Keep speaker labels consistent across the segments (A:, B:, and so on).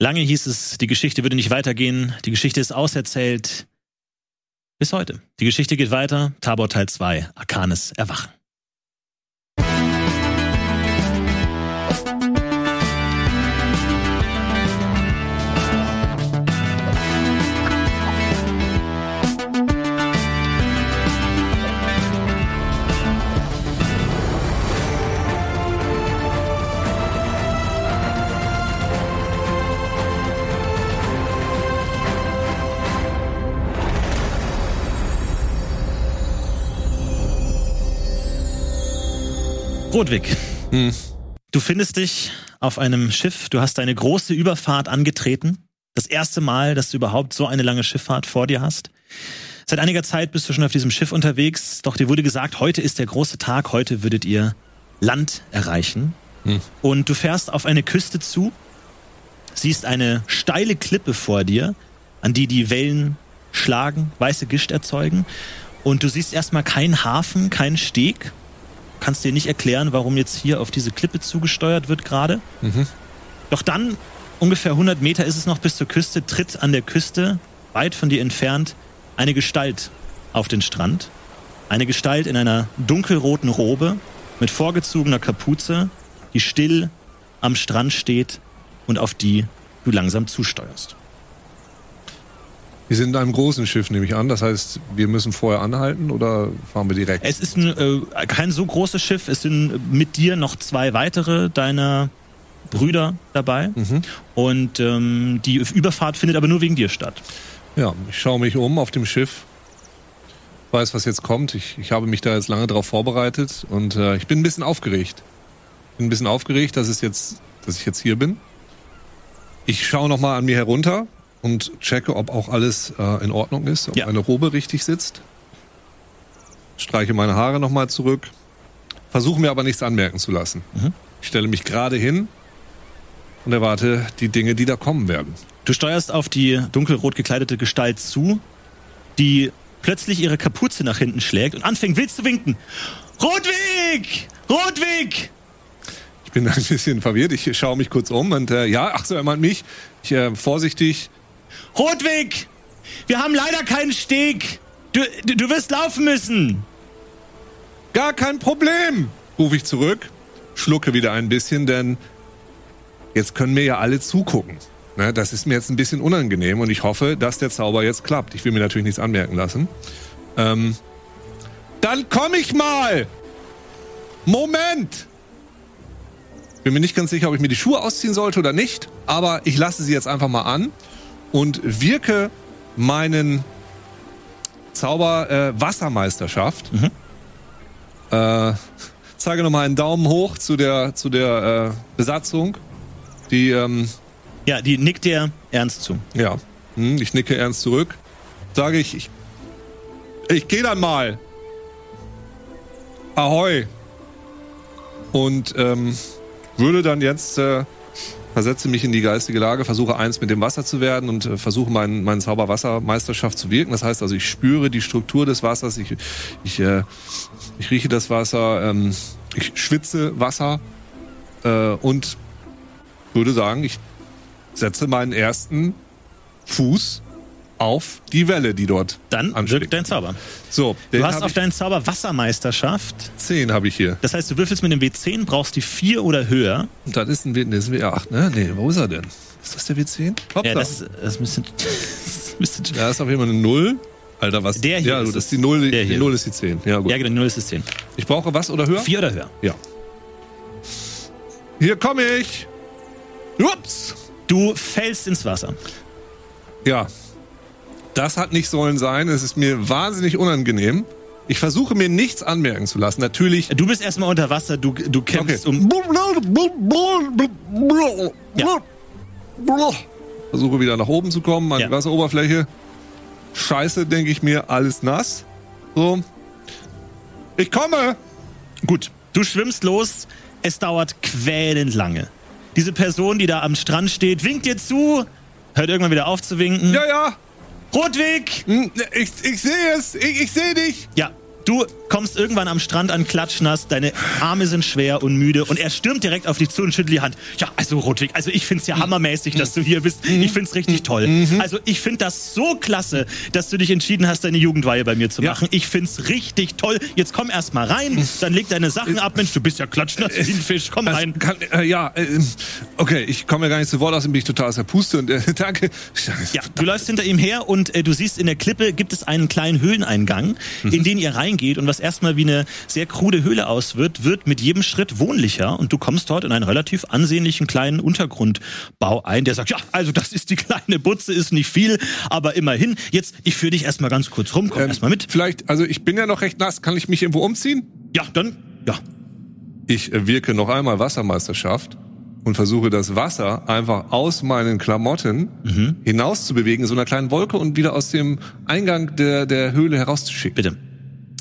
A: Lange hieß es, die Geschichte würde nicht weitergehen, die Geschichte ist auserzählt. Bis heute. Die Geschichte geht weiter. Tabor Teil 2, Arcanes Erwachen. Rodwig,
B: Hm.
A: du findest dich auf einem Schiff. Du hast eine große Überfahrt angetreten. Das erste Mal, dass du überhaupt so eine lange Schifffahrt vor dir hast. Seit einiger Zeit bist du schon auf diesem Schiff unterwegs, doch dir wurde gesagt, heute ist der große Tag, heute würdet ihr Land erreichen. Und du fährst auf eine Küste zu, siehst eine steile Klippe vor dir, an die die Wellen schlagen, weiße Gischt erzeugen. Und du siehst erstmal keinen Hafen, keinen Steg, kannst dir nicht erklären, warum jetzt hier auf diese Klippe zugesteuert wird gerade. Doch dann, ungefähr 100 Meter ist es noch bis zur Küste, tritt an der Küste, weit von dir entfernt, eine Gestalt auf den Strand. Eine Gestalt in einer dunkelroten Robe mit vorgezogener Kapuze, die still am Strand steht und auf die du langsam zusteuerst.
B: Wir sind in einem großen Schiff, nehme ich an. Das heißt, wir müssen vorher anhalten oder fahren wir direkt?
A: Es ist ein, äh, kein so großes Schiff. Es sind mit dir noch zwei weitere deiner Brüder dabei. Und ähm, die Überfahrt findet aber nur wegen dir statt.
B: ja, ich schaue mich um auf dem Schiff, weiß, was jetzt kommt. Ich, ich habe mich da jetzt lange darauf vorbereitet und äh, ich bin ein bisschen aufgeregt. Bin ein bisschen aufgeregt, dass, es jetzt, dass ich jetzt hier bin. Ich schaue nochmal an mir herunter und checke, ob auch alles äh, in Ordnung ist, ob
A: Ja.
B: meine Robe richtig sitzt. Streiche meine Haare nochmal zurück, versuche mir aber nichts anmerken zu lassen. Ich stelle mich gerade hin und erwarte die Dinge, die da kommen werden.
A: Du steuerst auf die dunkelrot gekleidete Gestalt zu, die plötzlich ihre Kapuze nach hinten schlägt und anfängt wild zu winken. Rotweg! Rotweg!
B: Ich bin ein bisschen verwirrt. Ich schaue mich kurz um und äh, ja, ach so, er meint mich. Ich äh, vorsichtig.
A: Rotweg! Wir haben leider keinen Steg! Du, du, du wirst laufen müssen!
B: Gar kein Problem, rufe ich zurück, schlucke wieder ein bisschen, denn jetzt können mir ja alle zugucken. Ne, das ist mir jetzt ein bisschen unangenehm und ich hoffe, dass der Zauber jetzt klappt. Ich will mir natürlich nichts anmerken lassen. Ähm, dann komm ich mal! Moment! Bin mir nicht ganz sicher, ob ich mir die Schuhe ausziehen sollte oder nicht, aber ich lasse sie jetzt einfach mal an und wirke meinen Zauber äh, Wassermeisterschaft. Äh, zeige nochmal einen Daumen hoch zu der, zu der äh, Besatzung. Die, ähm,
A: Ja, die nickt dir ernst zu.
B: ja, hm, ich nicke ernst zurück. Sage ich, ich, ich gehe dann mal. Ahoi. Und ähm, würde dann jetzt, äh, versetze mich in die geistige Lage, versuche eins mit dem Wasser zu werden und äh, versuche meinen, meinen Zauber Wassermeisterschaft zu wirken. Das heißt also, ich spüre die Struktur des Wassers, ich, ich, äh, ich rieche das Wasser, ähm, ich schwitze Wasser äh, und würde sagen, ich setze meinen ersten Fuß auf die Welle, die dort
A: Dann
B: anschlägt.
A: wirkt dein Zauber.
B: So, den
A: Du hast
B: hab
A: auf
B: ich,
A: deinen Zauber Wassermeisterschaft.
B: 10 habe ich hier.
A: Das heißt, du würfelst mit dem W10, brauchst die 4 oder höher.
B: Und dann ist ein, W- nee, ist ein W8, ne? Nee, wo ist er denn? Ist das der W10? Hoppla.
A: Ja, das, ist- das ist ein bisschen. Das ist ein bisschen
B: Da ist auf jeden Fall eine Null. Alter, was?
A: Der hier
B: ja,
A: ist
B: gut,
A: es.
B: das ist die Null,
A: Der
B: die
A: hier.
B: Null ist die 10. Ja, gut.
A: ja, genau, die 0 ist das 10.
B: Ich brauche was oder höher?
A: 4 oder höher.
B: Ja. Hier komme ich. Ups.
A: Du fällst ins Wasser.
B: Ja. Das hat nicht sollen sein. Es ist mir wahnsinnig unangenehm. Ich versuche mir nichts anmerken zu lassen. Natürlich.
A: Du bist erstmal unter Wasser, du, du kämpfst um. Ja.
B: Versuche wieder nach oben zu kommen, an
A: Ja.
B: die Wasseroberfläche. Scheiße, denke ich mir, alles nass. So. Ich
A: Hm.
B: komme!
A: Gut, du schwimmst los, es dauert quälend lange. Diese Person, die da am Strand steht, winkt dir zu, hört irgendwann wieder auf zu winken.
B: Ja, ja!
A: Rotweg!
B: Hm, Ich, ich sehe es! Ich, ich sehe dich!
A: Ja, Du kommst irgendwann am Strand an, klatschnass, deine Arme sind schwer und müde und er stürmt direkt auf dich zu und schüttelt die Hand. Ja, also Rotwig, also ich find's ja hammermäßig, dass du hier bist. Ich find's richtig toll. Also ich find das so klasse, dass du dich entschieden hast, deine Jugendweihe bei mir zu
B: Ja.
A: machen. Ich find's richtig toll. Jetzt komm erst mal rein, dann leg deine Sachen ab. Mensch, du bist ja klatschnass wie ein Fisch. Komm
B: Das
A: rein.
B: Kann, äh, ja, äh, okay, ich komme ja gar nicht zu Wort aus und bin ich total aus der Puste und äh, danke.
A: Ja, du läufst hinter ihm her und äh, du siehst in der Klippe gibt es einen kleinen Höhleneingang,
B: Mhm.
A: in den ihr reingeht und was erstmal wie eine sehr krude Höhle aus wird, wird mit jedem Schritt wohnlicher und du kommst dort in einen relativ ansehnlichen kleinen Untergrundbau ein, der sagt, ja, also das ist die kleine Butze, ist nicht viel, aber immerhin, jetzt, ich führe dich erstmal ganz kurz rum, komm
B: Ähm,
A: erstmal mit.
B: Vielleicht, also ich bin ja noch recht nass, kann ich mich irgendwo umziehen?
A: Ja, dann, ja,
B: Ich äh, wirke noch einmal Wassermeisterschaft und versuche das Wasser einfach aus meinen Klamotten
A: Mhm.
B: hinaus zu bewegen, in so einer kleinen Wolke und wieder aus dem Eingang der, der Höhle herauszuschicken.
A: bitte.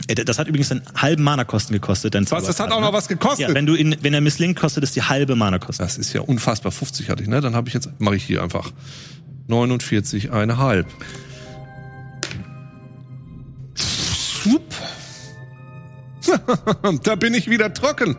A: Äh, Das hat übrigens einen halben Mana-Kosten gekostet, dein
B: Was, das hat
A: Zauberstab,
B: auch
A: ne?
B: noch was gekostet.
A: Ja, wenn du ihn, wenn er misslingt, kostet es die halbe Mana-Kosten.
B: das ist ja unfassbar. 50 hatte ich, ne? Dann habe ich jetzt, mache ich hier einfach 49,5. da bin ich wieder trocken.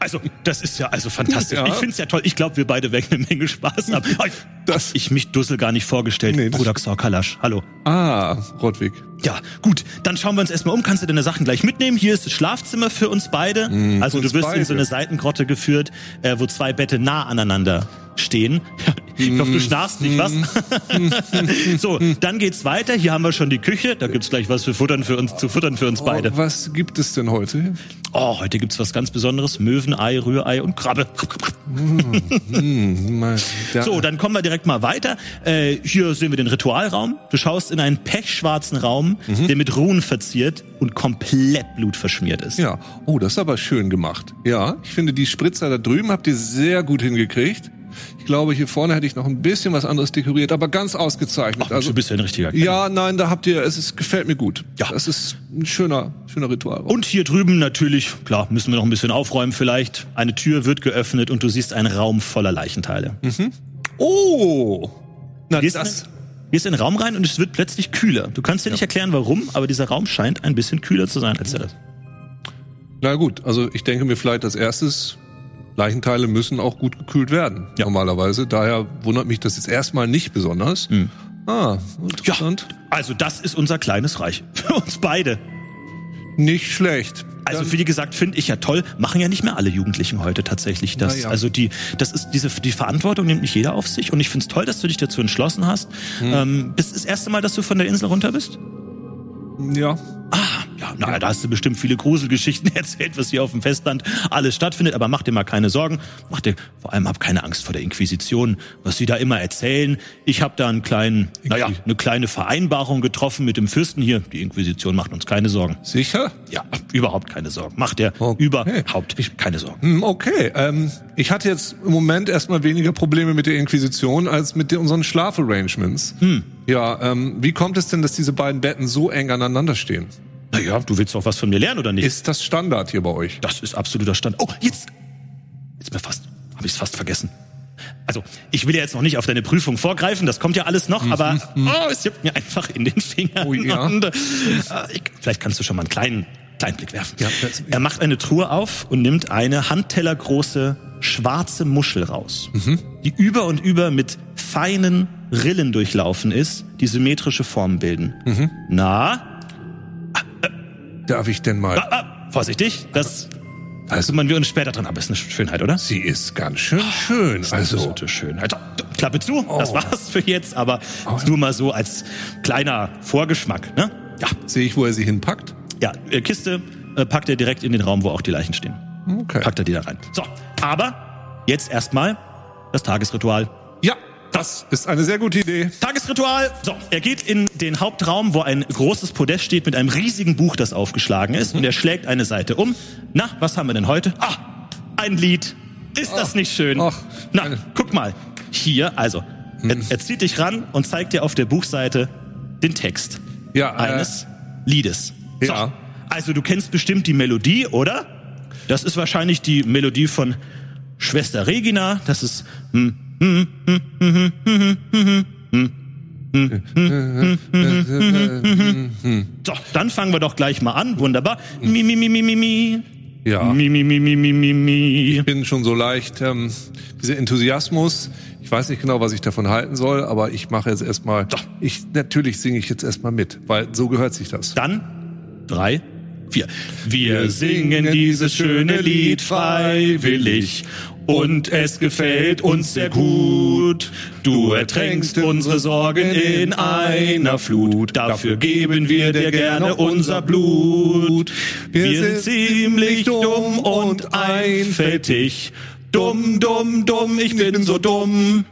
A: Also, das ist ja also fantastisch.
B: Ja.
A: Ich find's ja toll. Ich glaube, wir beide werden eine Menge Spaß haben. Ich,
B: Das-
A: hab ich mich Dussel gar nicht vorgestellt.
B: Nee, das-
A: Bruder Xor Kalasch, hallo.
B: Ah, Rodwig.
A: Ja, gut, dann schauen wir uns erstmal um. Kannst du deine Sachen gleich mitnehmen? Hier ist das Schlafzimmer für uns beide. also
B: Mhm. für
A: du wirst
B: uns
A: in so
B: beide.
A: eine Seitengrotte geführt, äh, wo zwei Bette nah aneinander stehen. ich glaube,
B: Mhm.
A: du schnarchst nicht, was? so, dann geht's weiter. Hier haben wir schon die Küche. Da gibt's gleich was für Futtern für uns, zu futtern für uns beide.
B: Oh, was gibt es denn heute?
A: Oh, heute gibt's was ganz Besonderes. Möwenei, Rührei und Krabbe.
B: Hm, mal, da,
A: So, dann kommen wir direkt mal weiter. Äh, hier sehen wir den Ritualraum. Du schaust in einen pechschwarzen Raum,
B: Mhm.
A: der mit Runen verziert und komplett blutverschmiert ist.
B: ja. Oh, das ist aber schön gemacht. Ja, ich finde, die Spritzer da drüben habt ihr sehr gut hingekriegt. Ich glaube, hier vorne hätte ich noch ein bisschen was anderes dekoriert, aber ganz ausgezeichnet. Also,
A: Ach, du bist ja ein richtiger Kerl.
B: Ja, nein, da habt ihr, es ist, gefällt mir gut.
A: Ja.
B: Das ist ein schöner, schöner Ritual.
A: Und hier drüben natürlich, klar, müssen wir noch ein bisschen aufräumen vielleicht. Eine Tür wird geöffnet und du siehst einen Raum voller Leichenteile.
B: Mhm. oh! Na,
A: Gehst,
B: das.
A: in, gehst in den Raum rein und es wird plötzlich kühler. Du kannst dir nicht erklären, warum, aber dieser Raum scheint ein bisschen kühler zu sein als der Rest.
B: Na gut, also ich denke mir vielleicht als erstes, Leichenteile müssen auch gut gekühlt werden.
A: Ja.
B: Normalerweise. Daher wundert mich das jetzt erstmal nicht besonders.
A: Hm.
B: Ah, interessant.
A: Also das ist unser kleines Reich. Für uns beide.
B: Nicht schlecht.
A: Also wie gesagt, finde ich ja toll, machen ja nicht mehr alle Jugendlichen heute tatsächlich das.
B: Naja.
A: Also die, das ist diese die Verantwortung nimmt nicht jeder auf sich und ich finde es toll, dass du dich dazu entschlossen hast. Ähm, bist das erste Mal, dass du von der Insel runter bist?
B: Ja.
A: Ja, na, da hast du bestimmt viele Gruselgeschichten erzählt, was hier auf dem Festland alles stattfindet, aber mach dir mal keine Sorgen. Mach dir vor allem hab keine Angst vor der Inquisition, was sie da immer erzählen. Ich habe da einen kleinen, naja, eine kleine Vereinbarung getroffen mit dem Fürsten hier. Die Inquisition macht uns keine Sorgen.
B: Sicher?
A: Ja, überhaupt keine Sorgen. Macht er
B: Okay.
A: überhaupt keine Sorgen.
B: Hm, Okay. Ähm, ich hatte jetzt im Moment erstmal weniger Probleme mit der Inquisition als mit den- unseren Schlafarrangements. Hm. Ja, ähm, wie kommt es denn, dass diese beiden Betten so eng aneinander stehen?
A: Naja, du willst doch was von mir lernen, oder nicht?
B: Ist das Standard hier bei euch?
A: das ist absoluter Stand. Oh, jetzt! Jetzt mir fast, habe ich es fast vergessen. Also, ich will ja jetzt noch nicht auf deine Prüfung vorgreifen, das kommt ja alles noch, aber
B: Hm.
A: oh, es juckt mir einfach in den Fingern.
B: Mhm. Oh ja.
A: und, äh, ich, vielleicht kannst du schon mal einen kleinen, kleinen Blick werfen.
B: Ja, das-
A: er macht eine Truhe auf und nimmt eine handtellergroße schwarze Muschel raus,
B: Mhm.
A: die über und über mit feinen Rillen durchlaufen ist, die symmetrische Formen bilden.
B: Mhm.
A: Na,
B: Darf ich denn mal?
A: Ah, vorsichtig, das also man wir uns später dran, aber ist eine Schönheit, oder?
B: Sie ist ganz schön schön. Also,
A: Absolute Schönheit. Klappe zu, das war's für jetzt, aber nur mal so als kleiner Vorgeschmack, ne? Ja,
B: sehe ich, wo er sie hinpackt?
A: ja, äh, Kiste äh, packt er direkt in den Raum, wo auch die Leichen stehen.
B: Okay.
A: Packt er die da rein. So, aber jetzt erstmal das Tagesritual.
B: Ja, das ist eine sehr gute Idee.
A: Tagesritual. So, er geht in den Hauptraum, wo ein großes Podest steht mit einem riesigen Buch, das aufgeschlagen ist, und er schlägt eine Seite um. Na, was haben wir denn heute? Ah, ein Lied. Ist das nicht schön?
B: ach. äh. Hm.
A: Na, guck mal. Hier, also, er, er zieht dich ran und zeigt dir auf der Buchseite den Text
B: Ja,
A: eines Liedes. So,
B: Äh, ja.
A: also du kennst bestimmt die Melodie, oder? Das ist wahrscheinlich die Melodie von hm, Schwester Regina. Das ist hm, So, dann fangen wir doch gleich mal an. Wunderbar. Mi, mi, mi, mi, mi, mi.
B: äh, Ja.
A: Mi, mi, mi, mi, mi, mi, mi.
B: Ich bin schon so leicht, ähm, dieser Enthusiasmus, ich weiß nicht genau, was ich davon halten soll, aber ich mache jetzt erstmal, ich, natürlich singe ich jetzt erstmal mit, weil so gehört sich das.
A: Dann drei, vier. Wir singen dieses schöne Lied freiwillig. Und es gefällt uns sehr gut. Du ertränkst unsere Sorgen in einer Flut. Dafür geben wir dir gerne unser Blut. Wir sind ziemlich dumm und einfältig. Dumm, dumm, dumm, ich bin so dumm.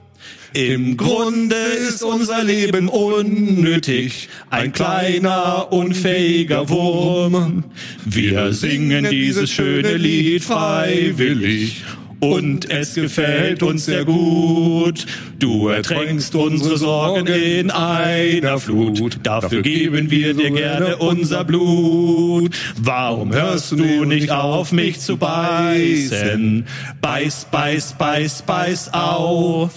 A: Im Grunde ist unser Leben unnötig, ein kleiner, unfähiger Wurm. Wir singen dieses schöne Lied freiwillig. Und es gefällt uns sehr gut. Du ertränkst unsere Sorgen in einer Flut. Dafür geben wir dir gerne unser Blut. Warum hörst du nicht auf, mich zu beißen? Beiß, beiß, beiß, beiß auf.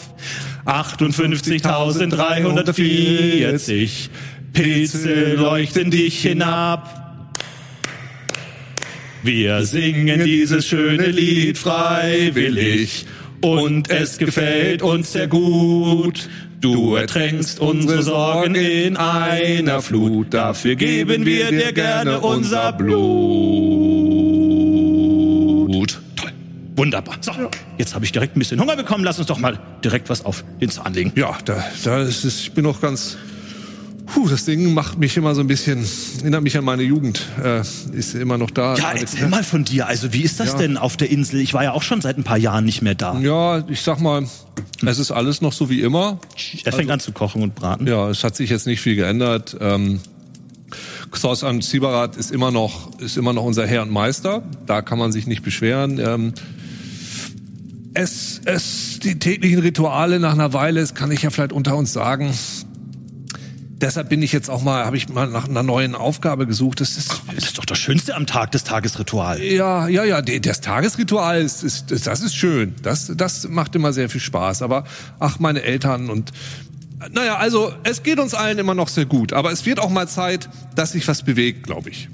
A: 58.340 Pilze leuchten dich hinab. Wir singen dieses schöne Lied freiwillig und es gefällt uns sehr gut. Du ertränkst unsere Sorgen in einer Flut, dafür geben wir dir gerne unser Blut. Toll, wunderbar. So, jetzt habe ich direkt ein bisschen Hunger bekommen, lass uns doch mal direkt was auf den Zahn legen.
B: Ja, da, da ist es, ich bin noch ganz. Puh, das Ding macht mich immer so ein bisschen, erinnert mich an meine Jugend. Äh, ist immer noch da.
A: Ja, erzähl mal von dir. Also, wie ist das
B: Ja.
A: denn auf der Insel? Ich war ja auch schon seit ein paar Jahren nicht mehr da.
B: Ja, ich sag mal, es ist alles noch so wie immer.
A: Er fängt an zu kochen und braten.
B: Also Ja, es hat sich jetzt nicht viel geändert. Ähm, Klaus am Zieberat ist immer noch ist immer noch unser Herr und Meister. Da kann man sich nicht beschweren. Ähm, es, es, die täglichen Rituale nach einer Weile, das kann ich ja vielleicht unter uns sagen. Deshalb bin ich jetzt auch mal, habe ich mal nach einer neuen Aufgabe gesucht. Das ist,
A: Das ist doch das Schönste am Tag, das Tagesritual.
B: ja, ja, ja, de- das Tagesritual ist, ist, ist das ist schön. Das, das macht immer sehr viel Spaß. Aber ach, meine Eltern und naja, also es geht uns allen immer noch sehr gut. Aber es wird auch mal Zeit, dass sich was bewegt, glaube ich.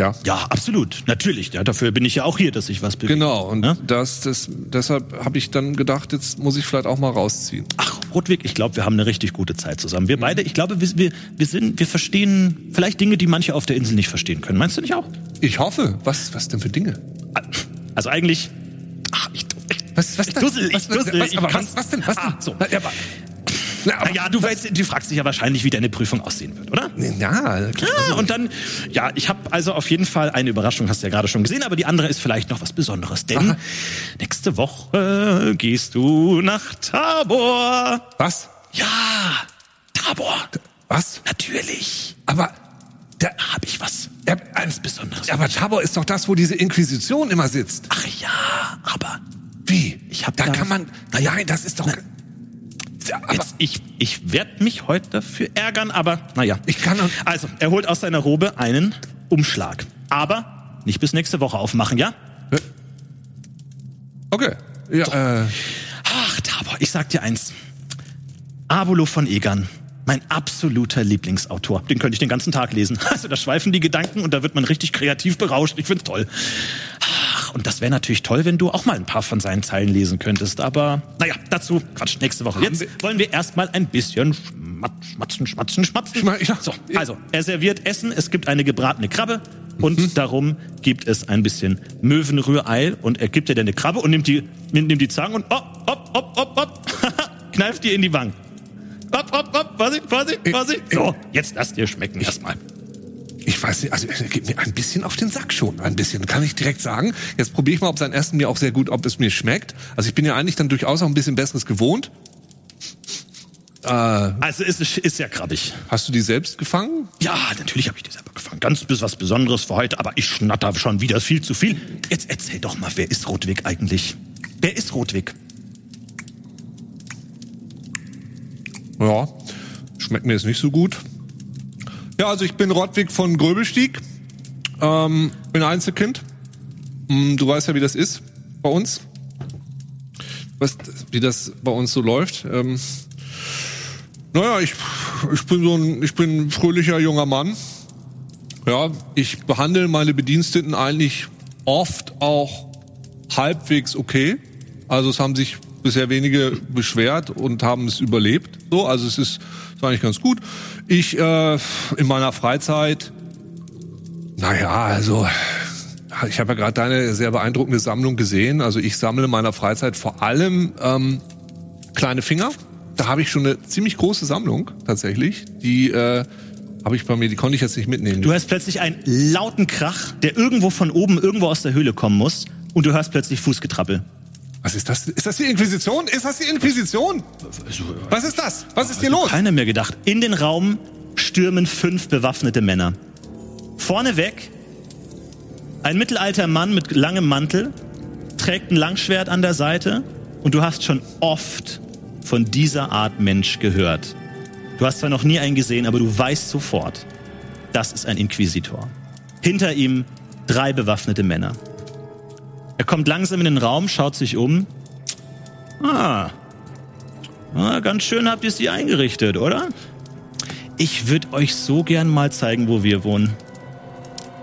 B: Ja.
A: Ja, absolut, natürlich. Ja, dafür bin ich ja auch hier, dass ich was bewege.
B: Genau, und
A: Ja?
B: das, das, deshalb habe ich dann gedacht, jetzt muss ich vielleicht auch mal rausziehen.
A: Ach, Rudwig, ich glaube, wir haben eine richtig gute Zeit zusammen. Wir beide, ich glaube, wir, wir, wir sind, wir verstehen vielleicht Dinge, die manche auf der Insel nicht verstehen können. Meinst du nicht auch?
B: Ich hoffe. Was, was denn für Dinge?
A: Also eigentlich, ach, ich, ich
B: Was, was
A: Ich
B: denn?
A: dussel, ich
B: was,
A: dussel,
B: was,
A: ich
B: aber
A: kann's-
B: was, was denn? Was
A: Ah,
B: denn?
A: so.
B: Na, ja, aber, na, aber,
A: naja, du weißt, du fragst dich ja wahrscheinlich, wie deine Prüfung aussehen wird, oder?
B: na, klar.
A: Ja, Ah, und dann, ja, ich habe also auf jeden Fall eine Überraschung, hast du ja gerade schon gesehen, aber die andere ist vielleicht noch was Besonderes. Denn nächste Woche gehst du nach Tabor.
B: Was?
A: Ja, Tabor.
B: Was?
A: Natürlich.
B: Aber der,
A: Da habe ich was
B: Ja,
A: ganz Besonderes.
B: aber Tabor ist doch das, wo diese Inquisition immer sitzt.
A: Ach ja, aber
B: Wie?
A: Ich hab
B: da,
A: da-
B: kann man. Nein, das ist doch. Ja, aber
A: jetzt, ich, ich werde mich heute dafür ärgern, aber naja.
B: Ich kann doch-
A: Also, er holt aus seiner Robe einen Umschlag. Aber nicht bis nächste Woche aufmachen, ja?
B: okay. Ja, äh,
A: Ach, Tabor, ich sag dir eins. Abolo von Egan, mein absoluter Lieblingsautor. Den könnte ich den ganzen Tag lesen. Also da schweifen die Gedanken und da wird man richtig kreativ berauscht. Ich find's toll. Ach, und das wäre natürlich toll, wenn du auch mal ein paar von seinen Zeilen lesen könntest. Aber naja, dazu Quatsch nächste Woche. Jetzt wollen wir erstmal ein bisschen schmat- schmatzen, schmatzen, schmatzen.
B: Schma- ja.
A: So, also, er serviert Essen, es gibt eine gebratene Krabbe und darum gibt es ein bisschen Möwenrührei und er gibt dir dann eine Krabbe und nimmt die, nimmt, nimmt die Zange und hopp, hopp, hopp, hopp, hopp, kneift dir in die Wangen. Hopp, hopp, hopp, Vorsicht, Vorsicht, Vorsicht. So, jetzt lass dir schmecken erstmal.
B: ich weiß nicht, also er geht mir ein bisschen auf den Sack schon. Ein bisschen, kann ich direkt sagen. Jetzt probiere ich mal, ob sein Essen mir auch sehr gut, ob es mir schmeckt. Also ich bin ja eigentlich dann durchaus auch ein bisschen Besseres gewohnt.
A: Also, es ist, ist ja krabbig.
B: Hast du die selbst gefangen?
A: Ja, natürlich habe ich die selber gefangen. Ganz bis was Besonderes für heute, aber ich schnatter schon wieder viel zu viel. Jetzt erzähl doch mal, wer ist Rotwig eigentlich? Wer ist Rotwig?
B: Ja. Schmeckt mir jetzt nicht so gut. Ja, also ich bin Rottwig von Gröbelstieg. Ähm, bin Einzelkind. Hm, Du weißt ja, wie das ist bei uns. Was, wie das bei uns so läuft. Ähm, Naja, ich, ich bin so ein, ich bin ein fröhlicher junger Mann. Ja, ich behandle meine Bediensteten eigentlich oft auch halbwegs okay. Also es haben sich bisher wenige beschwert und haben es überlebt. So, also es ist, ist eigentlich ganz gut. Ich äh, in meiner Freizeit, naja, also ich habe ja gerade deine sehr beeindruckende Sammlung gesehen. Also ich sammle in meiner Freizeit vor allem ähm, kleine Finger. Da habe ich schon eine ziemlich große Sammlung tatsächlich. Die äh, habe ich bei mir, die konnte ich jetzt nicht mitnehmen.
A: Du hörst plötzlich einen lauten Krach, der irgendwo von oben, irgendwo aus der Höhle kommen muss. Und du hörst plötzlich Fußgetrappel.
B: Was ist das? Ist das die Inquisition? Ist das die Inquisition?
A: Also,
B: Was ist das? Was ist hier los?
A: Keiner mehr gedacht. In den Raum stürmen fünf bewaffnete Männer. Vorneweg ein mittelalter Mann mit langem Mantel, trägt ein Langschwert an der Seite und du hast schon oft von dieser Art Mensch gehört. Du hast zwar noch nie einen gesehen, aber du weißt sofort, das ist ein Inquisitor. Hinter ihm drei bewaffnete Männer. Er kommt langsam in den Raum, schaut sich um. Ah, ah ganz schön habt ihr sie eingerichtet, oder? Ich würde euch so gern mal zeigen, wo wir wohnen.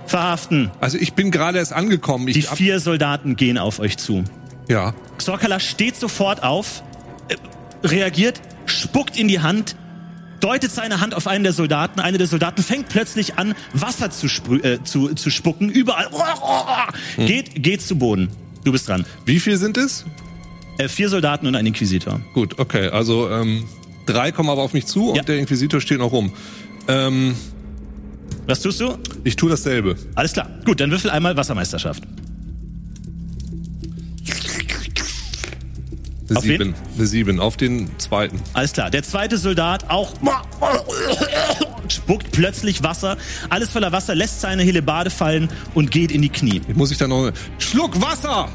A: Verhaften.
B: Also ich bin gerade erst angekommen. Ich
A: Die
B: hab-
A: vier Soldaten gehen auf euch zu.
B: ja.
A: Xorkala steht sofort auf, äh, reagiert, spuckt in die Hand, deutet seine Hand auf einen der Soldaten. Einer der Soldaten fängt plötzlich an, Wasser zu, sprü- äh, zu, zu spucken. Überall. Geht, geht zu Boden. Du bist dran.
B: Wie viel sind es?
A: Äh, vier Soldaten und ein Inquisitor.
B: Gut, okay. Also ähm, drei kommen aber auf mich zu und
A: Ja.
B: der Inquisitor steht noch rum. Ähm,
A: Was tust du?
B: ich tue dasselbe.
A: Alles klar. Gut, dann würfel einmal Wassermeisterschaft.
B: Eine
A: Auf
B: sieben.
A: wen?
B: Eine sieben. Auf den zweiten.
A: Alles klar. Der zweite Soldat auch spuckt plötzlich Wasser. Alles voller Wasser, lässt seine Hellebarde fallen und geht in die Knie.
B: Jetzt muss ich dann noch eine Schluck Wasser.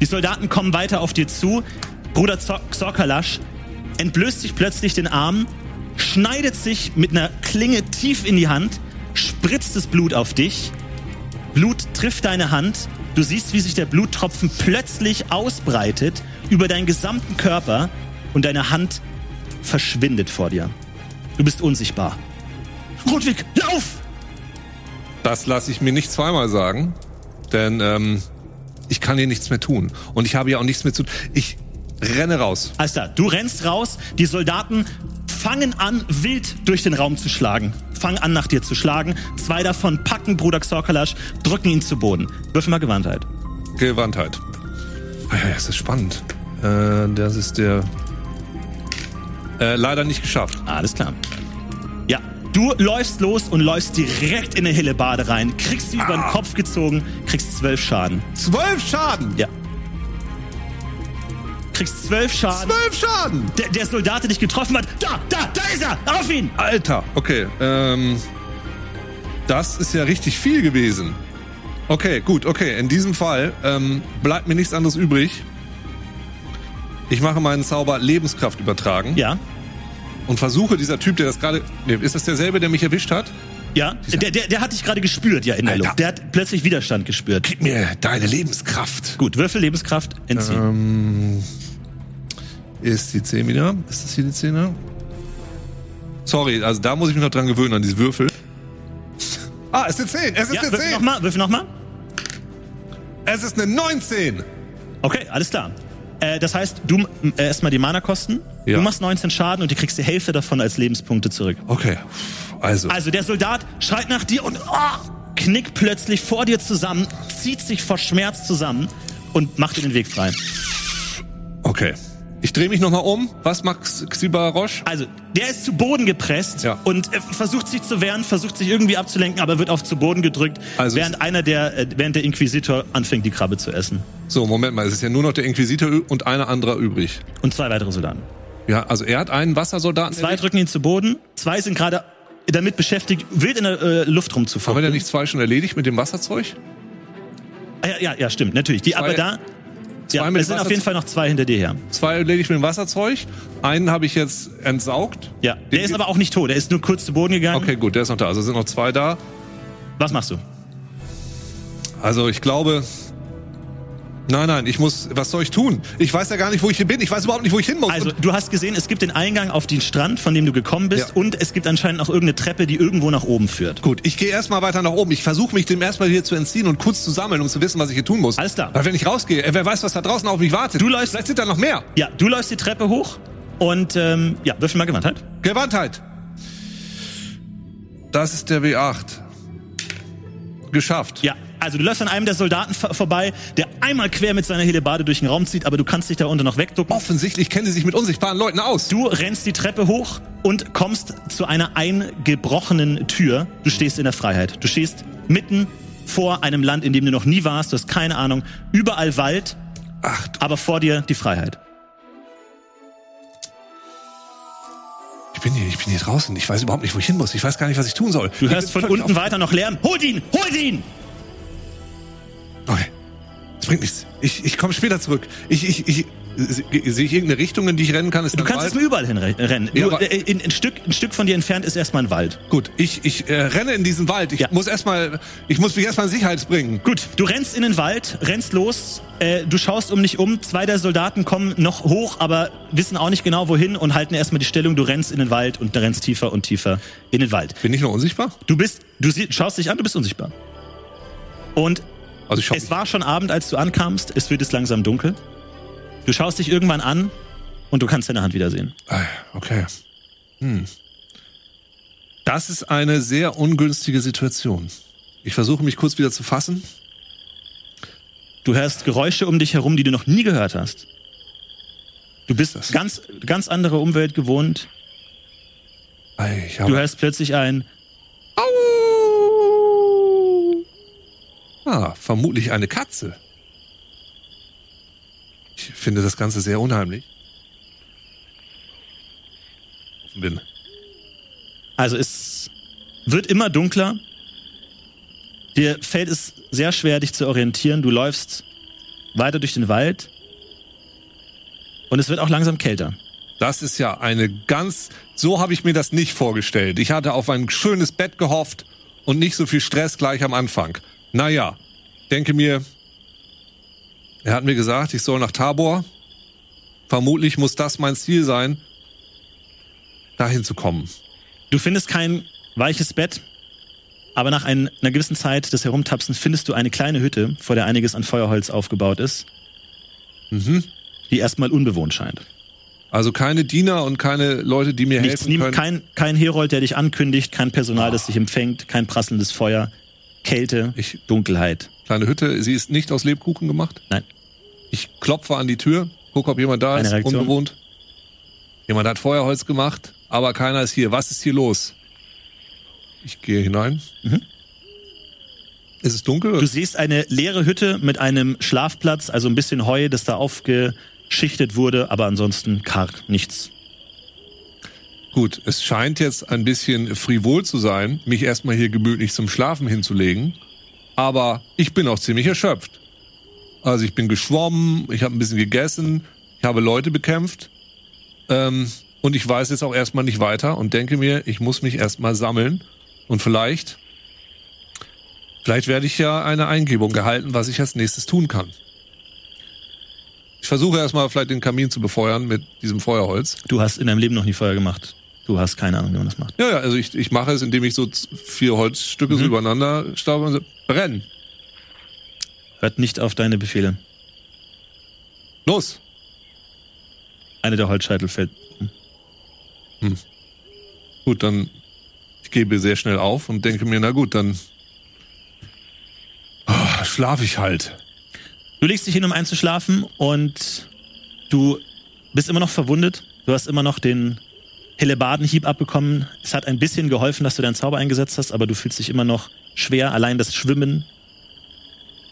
A: Die Soldaten kommen weiter auf dir zu. Bruder Zor- Xorkalasch entblößt sich plötzlich den Arm, schneidet sich mit einer Klinge tief in die Hand, spritzt das Blut auf dich. Blut trifft deine Hand. Du siehst, wie sich der Bluttropfen plötzlich ausbreitet über deinen gesamten Körper und deine Hand verschwindet vor dir. Du bist unsichtbar. Ludwig, lauf!
B: Das lasse ich mir nicht zweimal sagen, denn ähm, ich kann hier nichts mehr tun und ich habe hier auch nichts mehr zu. Ich renne raus.
A: Alles klar, du rennst raus, die Soldaten fangen an, wild durch den Raum zu schlagen. Fangen an, nach dir zu schlagen. Zwei davon packen Bruder Xorkalasch, drücken ihn zu Boden. Würfel mal Gewandtheit.
B: Gewandtheit. Ah ja, das ist spannend. Äh, das ist der. Äh, leider nicht geschafft.
A: Alles klar. Ja, du läufst los und läufst direkt in eine Hillebade rein, kriegst sie über den Kopf gezogen, kriegst zwölf Schaden.
B: Zwölf Schaden.
A: Ja. Kriegst zwölf Schaden.
B: Zwölf Schaden.
A: Der, der Soldat, der dich getroffen hat, da, da, da ist er! Auf ihn!
B: Alter. Okay. Ähm, das ist ja richtig viel gewesen. Okay, gut. Okay, in diesem Fall ähm, bleibt mir nichts anderes übrig. Ich mache meinen Zauber Lebenskraft übertragen.
A: Ja,
B: und versuche dieser Typ, der das gerade. Nee, ist das derselbe, der mich erwischt hat?
A: ja. Der, der, der hat dich gerade gespürt, ja, in der
B: Alter.
A: Luft. Der hat plötzlich Widerstand gespürt.
B: Gib mir deine Lebenskraft.
A: Gut, Würfel Lebenskraft entziehen.
B: Ähm, ist die 10 wieder? Ist das hier die 10? ne? Sorry, also da muss ich mich noch dran gewöhnen, an diese Würfel. Ah, es ist eine 10. Es ist
A: ja,
B: eine
A: würfel
B: 10.
A: nochmal, würfel nochmal.
B: Es ist eine 19.
A: Okay, alles klar. Äh, das heißt, du m- äh, erstmal die Mana-Kosten.
B: Ja.
A: Du machst 19 Schaden und du kriegst die Hälfte davon als Lebenspunkte zurück.
B: Okay, also.
A: Also der Soldat schreit nach dir und oh, knickt plötzlich vor dir zusammen, zieht sich vor Schmerz zusammen und macht dir den Weg frei.
B: Okay. Ich drehe mich nochmal um. Was macht X- Xiba Roche?
A: Also, der ist zu Boden gepresst
B: Ja.
A: und äh, versucht sich zu wehren, versucht sich irgendwie abzulenken, aber wird auf zu Boden gedrückt,
B: Also
A: während einer der, äh, während der Inquisitor anfängt, die Krabbe zu essen.
B: So, Moment mal. Es ist ja nur noch der Inquisitor ü- und einer anderer übrig.
A: Und zwei weitere Soldaten.
B: Ja, also er hat einen Wassersoldaten.
A: Zwei drücken ihn zu Boden, zwei sind gerade damit beschäftigt, wild in der äh, Luft
B: Haben wir
A: rumzufahren.
B: denn nicht zwei schon erledigt mit dem Wasserzeug?
A: Ah, Ja, ja, ja, stimmt, natürlich. Die, aber da ja,
B: mit
A: es sind
B: Wasser-
A: auf jeden Fall noch zwei hinter dir her.
B: Zwei erledigt mit dem Wasserzeug. Einen habe ich jetzt entsaugt.
A: Ja, der ist aber auch nicht tot, der ist nur kurz zu Boden gegangen.
B: Okay, gut, der ist noch da. Also sind noch zwei da.
A: Was machst du?
B: Also ich glaube, Nein, nein, ich muss, was soll ich tun? Ich weiß ja gar nicht, wo ich hier bin. Ich weiß überhaupt nicht, wo ich hin muss.
A: Also,
B: Und-
A: du hast gesehen, es gibt den Eingang auf den Strand, von dem du gekommen bist,
B: Ja.
A: und es gibt anscheinend noch irgendeine Treppe, die irgendwo nach oben führt.
B: gut, ich gehe erstmal weiter nach oben. Ich versuche mich dem erstmal hier zu entziehen und kurz zu sammeln, um zu wissen, was ich hier tun muss.
A: Alles klar.
B: Weil wenn ich rausgehe, äh, wer weiß, was da draußen auf mich wartet.
A: Du läufst-
B: Vielleicht sind da noch mehr.
A: Ja, du läufst die Treppe hoch und ähm, ja, würfel mal Gewandtheit.
B: Gewandtheit. Das ist der W8. Geschafft.
A: Ja, also du läufst an einem der Soldaten v- vorbei, der einmal quer mit seiner Hellebarde durch den Raum zieht, aber du kannst dich da unten noch wegducken.
B: Offensichtlich kennen sie sich mit unsichtbaren Leuten aus.
A: Du rennst die Treppe hoch und kommst zu einer eingebrochenen Tür. Du stehst in der Freiheit. Du stehst mitten vor einem Land, in dem du noch nie warst. Du hast keine Ahnung. Überall Wald,
B: Ach, du-
A: aber vor dir die Freiheit.
B: ich bin hier, ich bin hier draußen. Ich weiß überhaupt nicht, wo ich hin muss. Ich weiß gar nicht, was ich tun soll.
A: Du hörst von unten weiter noch Lärm. Holt ihn! Holt ihn!
B: Okay. Das bringt nichts. Ich, ich komme später zurück. Ich, ich, ich, se- sehe ich irgendeine Richtung, in die ich rennen kann? Ist
A: Du
B: da ein
A: kannst jetzt
B: Wald?
A: mal überall hinrennen.
B: Ja,
A: Nur,
B: aber-
A: äh, in, ein, Stück, ein Stück von dir entfernt ist erstmal ein Wald.
B: Gut, ich, ich äh, renne in diesen Wald. Ich
A: Ja.
B: muss erstmal, ich muss mich erstmal in Sicherheit bringen.
A: Gut, du rennst in den Wald, rennst los, äh, du schaust um dich um, zwei der Soldaten kommen noch hoch, aber wissen auch nicht genau wohin und halten erstmal die Stellung, du rennst in den Wald und rennst tiefer und tiefer in den Wald.
B: Bin ich noch unsichtbar?
A: Du bist, du sie, schaust dich an, du bist unsichtbar. Und
B: Also ich hoffe,
A: es war schon Abend, als du ankamst, es wird jetzt langsam dunkel. Du schaust dich irgendwann an und du kannst deine Hand wiedersehen.
B: Ah, Okay. Hm. Das ist eine sehr ungünstige Situation. Ich versuche mich kurz wieder zu fassen.
A: Du hörst Geräusche um dich herum, die du noch nie gehört hast. Du bist ganz, ganz andere Umwelt gewohnt.
B: Ei, Ich
A: Du
B: habe,
A: hörst plötzlich ein
B: ah, vermutlich eine Katze. Ich finde das Ganze sehr unheimlich. Bin.
A: Also es wird immer dunkler. Dir fällt es sehr schwer, dich zu orientieren. Du läufst weiter durch den Wald. Und es wird auch langsam kälter.
B: Das ist ja eine ganz, so habe ich mir das nicht vorgestellt. Ich hatte auf ein schönes Bett gehofft und nicht so viel Stress gleich am Anfang. Naja, denke mir, er hat mir gesagt, ich soll nach Tabor. Vermutlich muss das mein Ziel sein, dahin zu kommen.
A: Du findest kein weiches Bett, aber nach ein, einer gewissen Zeit des Herumtapsens findest du eine kleine Hütte, vor der einiges an Feuerholz aufgebaut ist,
B: Mhm.
A: die erstmal unbewohnt scheint.
B: Also keine Diener und keine Leute, die mir
A: Nichts,
B: helfen
A: nie,
B: können.
A: kein, kein Herold, der dich ankündigt, kein Personal, das dich empfängt, kein prasselndes Feuer, Kälte,
B: Ich-
A: Dunkelheit.
B: Kleine Hütte, sie ist nicht aus Lebkuchen gemacht.
A: Nein.
B: Ich klopfe an die Tür, gucke, ob jemand da
A: Keine
B: ist,
A: Reaktion.
B: unbewohnt. Jemand hat Feuerholz gemacht, aber keiner ist hier. Was ist hier los? Ich gehe hinein. Ist es dunkel?
A: Mhm. Du siehst eine leere Hütte mit einem Schlafplatz, also ein bisschen Heu, das da aufgeschichtet wurde, aber ansonsten karg, nichts.
B: Gut, es scheint jetzt ein bisschen frivol zu sein, mich erstmal hier gemütlich zum Schlafen hinzulegen. Aber ich bin auch ziemlich erschöpft. Also ich bin geschwommen, ich habe ein bisschen gegessen, ich habe Leute bekämpft. Ähm, und ich weiß jetzt auch erstmal nicht weiter und denke mir, ich muss mich erstmal sammeln. Und vielleicht, vielleicht werde ich ja eine Eingebung erhalten, was ich als nächstes tun kann. Ich versuche erstmal vielleicht den Kamin zu befeuern mit diesem Feuerholz.
A: Du hast in deinem Leben noch nie Feuer gemacht. Du hast keine Ahnung, wie man das macht.
B: Ja, ja, also ich, ich mache es, indem ich so z- vier Holzstücke
A: Mhm.
B: so übereinander stapel und so, brennen.
A: Hört nicht auf deine Befehle.
B: Los!
A: Eine der Holzscheitel fällt.
B: Gut, dann ich gebe sehr schnell auf und denke mir, na gut, dann ah, schlaf ich halt.
A: Du legst dich hin, um einzuschlafen und du bist immer noch verwundet. Du hast immer noch den Hellebardenhieb abbekommen. Es hat ein bisschen geholfen, dass du deinen Zauber eingesetzt hast, aber du fühlst dich immer noch schwer. Allein das Schwimmen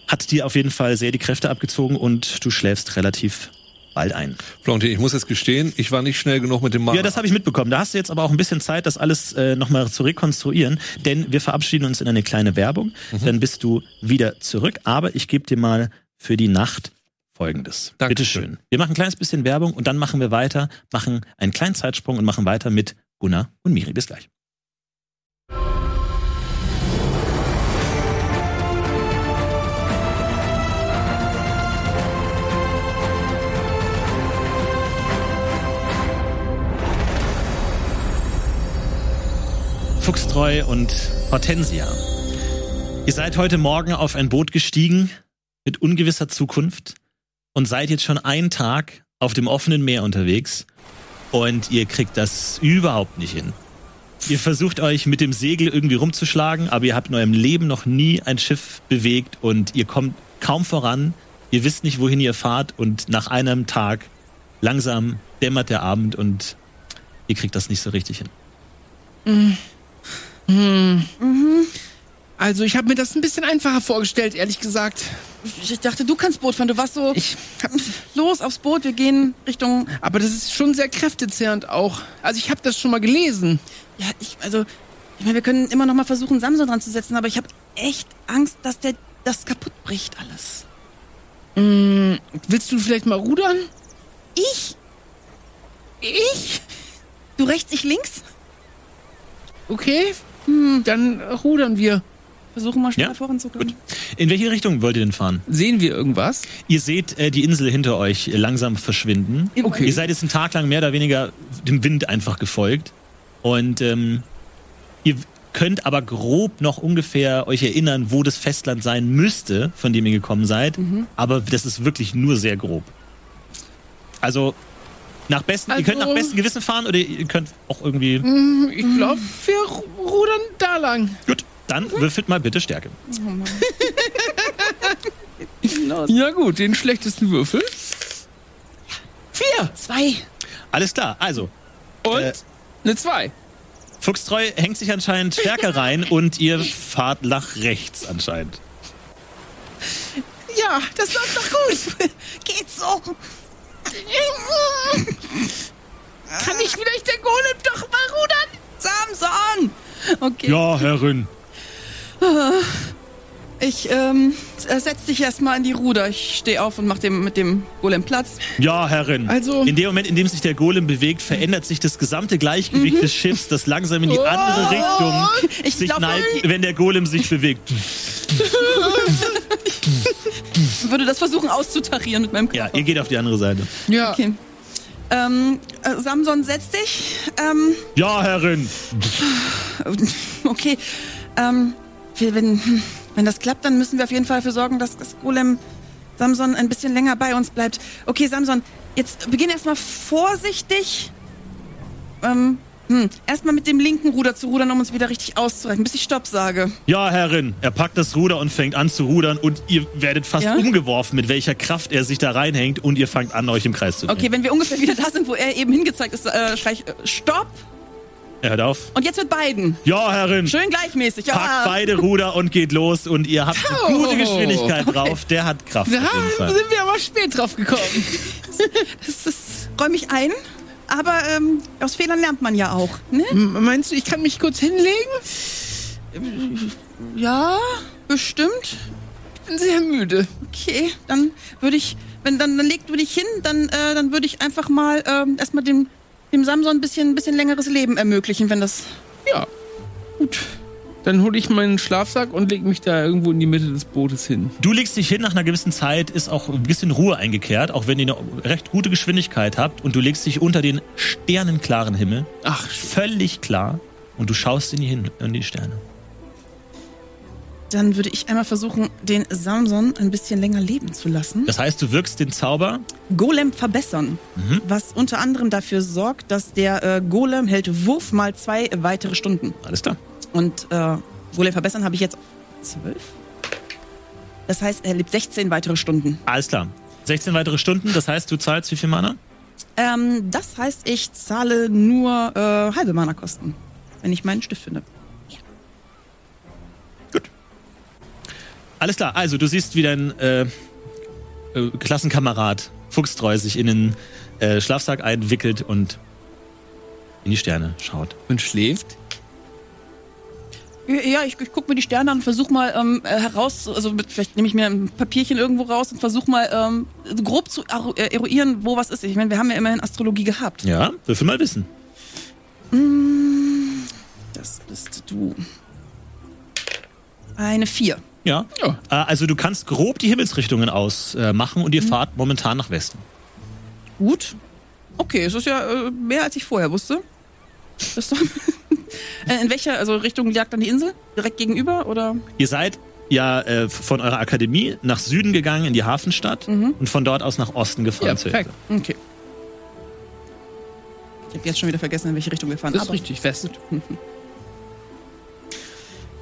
A: hat dir auf jeden Fall sehr die Kräfte abgezogen und du schläfst relativ bald ein.
B: Florentin, ich muss jetzt gestehen, ich war nicht schnell genug mit dem Mann.
A: Ja, das habe ich mitbekommen. Da hast du jetzt aber auch ein bisschen Zeit, das alles äh, nochmal zu rekonstruieren, denn wir verabschieden uns in eine kleine Werbung. Dann bist du wieder zurück. Aber ich gebe dir mal für die Nacht Folgendes.
B: Dankeschön.
A: Bitte schön. Wir machen ein kleines bisschen Werbung und dann machen wir weiter, machen einen kleinen Zeitsprung und machen weiter mit Gunnar und Miri. Bis gleich. Fuchstreu und Hortensia. Ihr seid heute Morgen auf ein Boot gestiegen mit ungewisser Zukunft und seid jetzt schon einen Tag auf dem offenen Meer unterwegs und ihr kriegt das überhaupt nicht hin. Ihr versucht euch mit dem Segel irgendwie rumzuschlagen, aber ihr habt in eurem Leben noch nie ein Schiff bewegt und ihr kommt kaum voran. Ihr wisst nicht, wohin ihr fahrt und nach einem Tag langsam dämmert der Abend und ihr kriegt das nicht so richtig hin.
C: Also, ich habe mir das ein bisschen einfacher vorgestellt, ehrlich gesagt.
D: Ich ich dachte, du kannst Boot fahren. Du warst so,
C: Ich hab,
D: los aufs Boot, wir gehen Richtung.
C: aber das ist schon sehr kräftezehrend auch. Also, ich habe das schon mal gelesen.
D: Ja, ich, also, ich meine, wir können immer noch mal versuchen, Samson dran zu setzen, aber ich habe echt Angst, dass der das kaputt bricht alles.
C: Willst du vielleicht mal rudern?
D: Ich? Ich? Du rechts, ich links?
C: Okay, hm, dann rudern wir.
D: Versuchen mal schneller
A: Ja,
D: voranzukommen.
A: gut. In welche Richtung wollt ihr denn fahren?
C: Sehen wir irgendwas?
A: Ihr seht äh, die Insel hinter euch äh, langsam verschwinden.
C: Okay.
A: Ihr seid jetzt einen Tag lang mehr oder weniger dem Wind einfach gefolgt. Und ähm, ihr könnt aber grob noch ungefähr euch erinnern, wo das Festland sein müsste, von dem ihr gekommen seid. Aber das ist wirklich nur sehr grob. Also, nach besten, ihr könnt
C: Also-
A: nach bestem Gewissen fahren oder ihr könnt auch irgendwie.
C: Hm, Ich glaube, wir ru- rudern da lang.
A: Gut, dann würfelt mal bitte Stärke.
C: Ja gut, den schlechtesten Würfel. Vier
D: Zwei.
A: Alles klar, also.
C: und
A: Äh.
C: eine Zwei.
A: Fuchstreu hängt sich anscheinend stärker rein und ihr fahrt nach rechts anscheinend.
C: Ja, das
D: Läuft doch gut. Geht so.
C: kann ich vielleicht der Golem doch mal rudern.
D: Samson! Okay.
A: Ja, Herrin.
D: Ich ähm, setz dich erstmal an die Ruder. Ich stehe auf und mach dem mit dem Golem Platz.
A: Ja, Herrin.
C: Also-
A: in dem Moment, in dem sich der Golem bewegt, verändert sich das gesamte Gleichgewicht des Schiffs, das langsam in die andere Richtung
D: Mhm. Ich
A: sich
D: glaub,
A: neigt, wenn der Golem sich bewegt.
D: Ich würde das versuchen auszutarieren mit meinem
A: Ja,
D: Körper.
A: ihr geht auf die andere Seite.
C: Ja,
D: Okay. Ähm, äh, Samson, setz dich. Ähm,
A: Ja, Herrin.
D: okay. Ähm, wir, wenn, hm, wenn das klappt, dann müssen wir auf jeden Fall dafür sorgen, dass das Golem Samson ein bisschen länger bei uns bleibt. Okay, Samson, jetzt beginn erstmal vorsichtig. Ähm, hm, erstmal mit dem linken Ruder zu rudern, um uns wieder richtig auszureichen, bis ich Stopp sage.
A: Ja, Herrin. Er packt das Ruder und fängt an zu rudern und ihr werdet fast
D: Ja?
A: umgeworfen, mit welcher Kraft er sich da reinhängt und ihr fangt an, euch im Kreis zu drehen.
D: Okay, wenn wir ungefähr wieder da sind, wo er eben hingezeigt ist, äh, schrei ich, äh, Stopp.
A: Er hört auf.
D: Und jetzt mit beiden.
A: Ja, Herrin.
D: Schön gleichmäßig.
A: Packt
D: Ja.
A: beide Ruder und geht los und ihr habt eine
C: Oh.
A: gute Geschwindigkeit drauf. Der hat Kraft.
C: da
A: auf jeden Fall.
C: sind wir aber spät drauf gekommen.
D: Das ist, räum ich ein. Aber ähm, aus Fehlern lernt man ja auch. Ne?
C: M- Meinst du, ich kann mich kurz hinlegen?
D: Ja, bestimmt.
C: bin sehr müde.
D: Okay, dann würde ich, wenn dann, dann legt du dich hin, dann, äh, dann würde ich einfach mal ähm, erstmal dem, dem Samson ein bisschen, ein bisschen längeres Leben ermöglichen, wenn das.
C: Ja, gut. Dann hole ich meinen Schlafsack und lege mich da irgendwo in die Mitte des Bootes hin.
A: Du legst dich hin, nach einer gewissen Zeit ist auch ein bisschen Ruhe eingekehrt, auch wenn ihr eine recht gute Geschwindigkeit habt und du legst dich unter den sternenklaren Himmel,
C: Ach,
A: völlig klar, und du schaust in die, hin in die Sterne.
D: Dann würde ich einmal versuchen, den Samson ein bisschen länger leben zu lassen.
A: Das heißt, du wirkst den Zauber.
D: Golem verbessern, was unter anderem dafür sorgt, dass der äh, Golem hält Wurf mal zwei weitere Stunden.
A: Alles klar.
D: Und äh, Golem verbessern habe ich jetzt zwölf. Das heißt, er lebt 16 weitere Stunden.
A: Alles klar. 16 weitere Stunden, das heißt, du zahlst wie viel Mana?
D: Ähm, das heißt, ich zahle nur äh, halbe Mana-Kosten, wenn ich meinen Stift finde.
A: Alles klar, also du siehst, wie dein äh, äh, Klassenkamerad Fuchstreu sich in den äh, Schlafsack einwickelt und in die Sterne schaut.
C: und schläft?
D: Ja, ich, ich gucke mir die Sterne an und versuche mal ähm, äh, heraus, also mit- vielleicht nehme ich mir ein Papierchen irgendwo raus und versuche mal ähm, grob zu eru- äh, eruieren, wo was ist. Ich meine, wir haben ja immerhin Astrologie gehabt.
A: Ja, würfel mal wissen.
D: Das bist du. Eine vier.
A: Ja.
C: Ja.
A: Äh, Also du kannst grob die Himmelsrichtungen ausmachen äh, machen und ihr fahrt momentan nach Westen.
D: Gut. Okay, es ist ja äh, mehr, als ich vorher wusste. Das ist doch Äh, in welcher, also Richtung lag dann die Insel? Direkt gegenüber oder?
A: Ihr seid ja äh, von eurer Akademie nach Süden gegangen, in die Hafenstadt und von dort aus nach Osten gefahren.
E: Ja,
A: zur
E: perfekt.
A: Insel.
D: Okay. Ich habe jetzt schon wieder vergessen, in welche Richtung wir fahren.
E: Das ist richtig fest.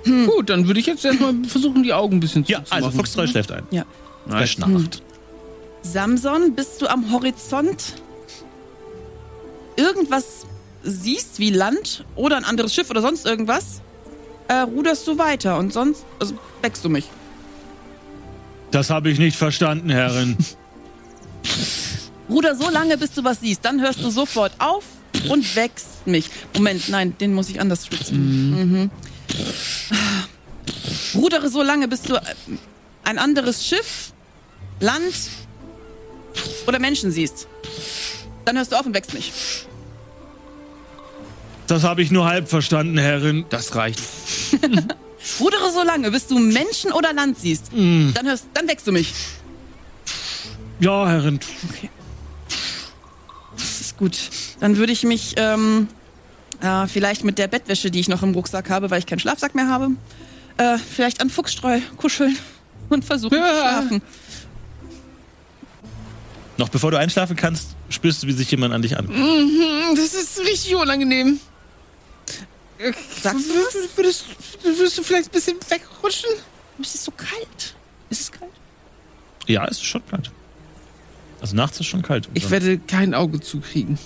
E: Hm. Gut, dann würde ich jetzt erstmal versuchen, die Augen ein bisschen
A: ja also
E: zuzumachen.
A: Fox 3 schläft ein.
D: Ja.
A: Er schnarcht.
D: Samson, bist du am Horizont irgendwas siehst wie Land oder ein anderes Schiff oder sonst irgendwas, äh, ruderst du weiter und sonst also weckst du mich.
A: Das habe ich nicht verstanden, Herrin.
D: Ruder so lange, bis du was siehst, dann hörst du sofort auf und wächst mich. Moment, nein, den muss ich anders schwitzen. Mhm. Rudere so lange, bis du äh, ein anderes Schiff, Land oder Menschen siehst. Dann hörst du auf und wächst mich.
A: Das habe ich nur halb verstanden, Herrin.
E: Das reicht.
D: Rudere so lange, bis du Menschen oder Land siehst. Dann, hörst, dann wächst du mich.
A: Ja, Herrin.
D: Das ist gut. Dann würde ich mich ähm, äh, vielleicht mit der Bettwäsche, die ich noch im Rucksack habe, weil ich keinen Schlafsack mehr habe, äh, vielleicht an Fuchsstreu kuscheln und versuchen zu
E: Ja.
D: schlafen.
A: Noch bevor du einschlafen kannst, spürst du, wie sich jemand an dich anguckt.
E: Hm, Das ist richtig unangenehm. Äh,
D: Sagst du das?
E: Würdest, würdest du vielleicht ein bisschen wegrutschen?
D: Es ist so kalt. Ist es kalt?
A: Ja, es ist schon kalt. Also nachts ist schon kalt.
E: Ich werde kein Auge zukriegen.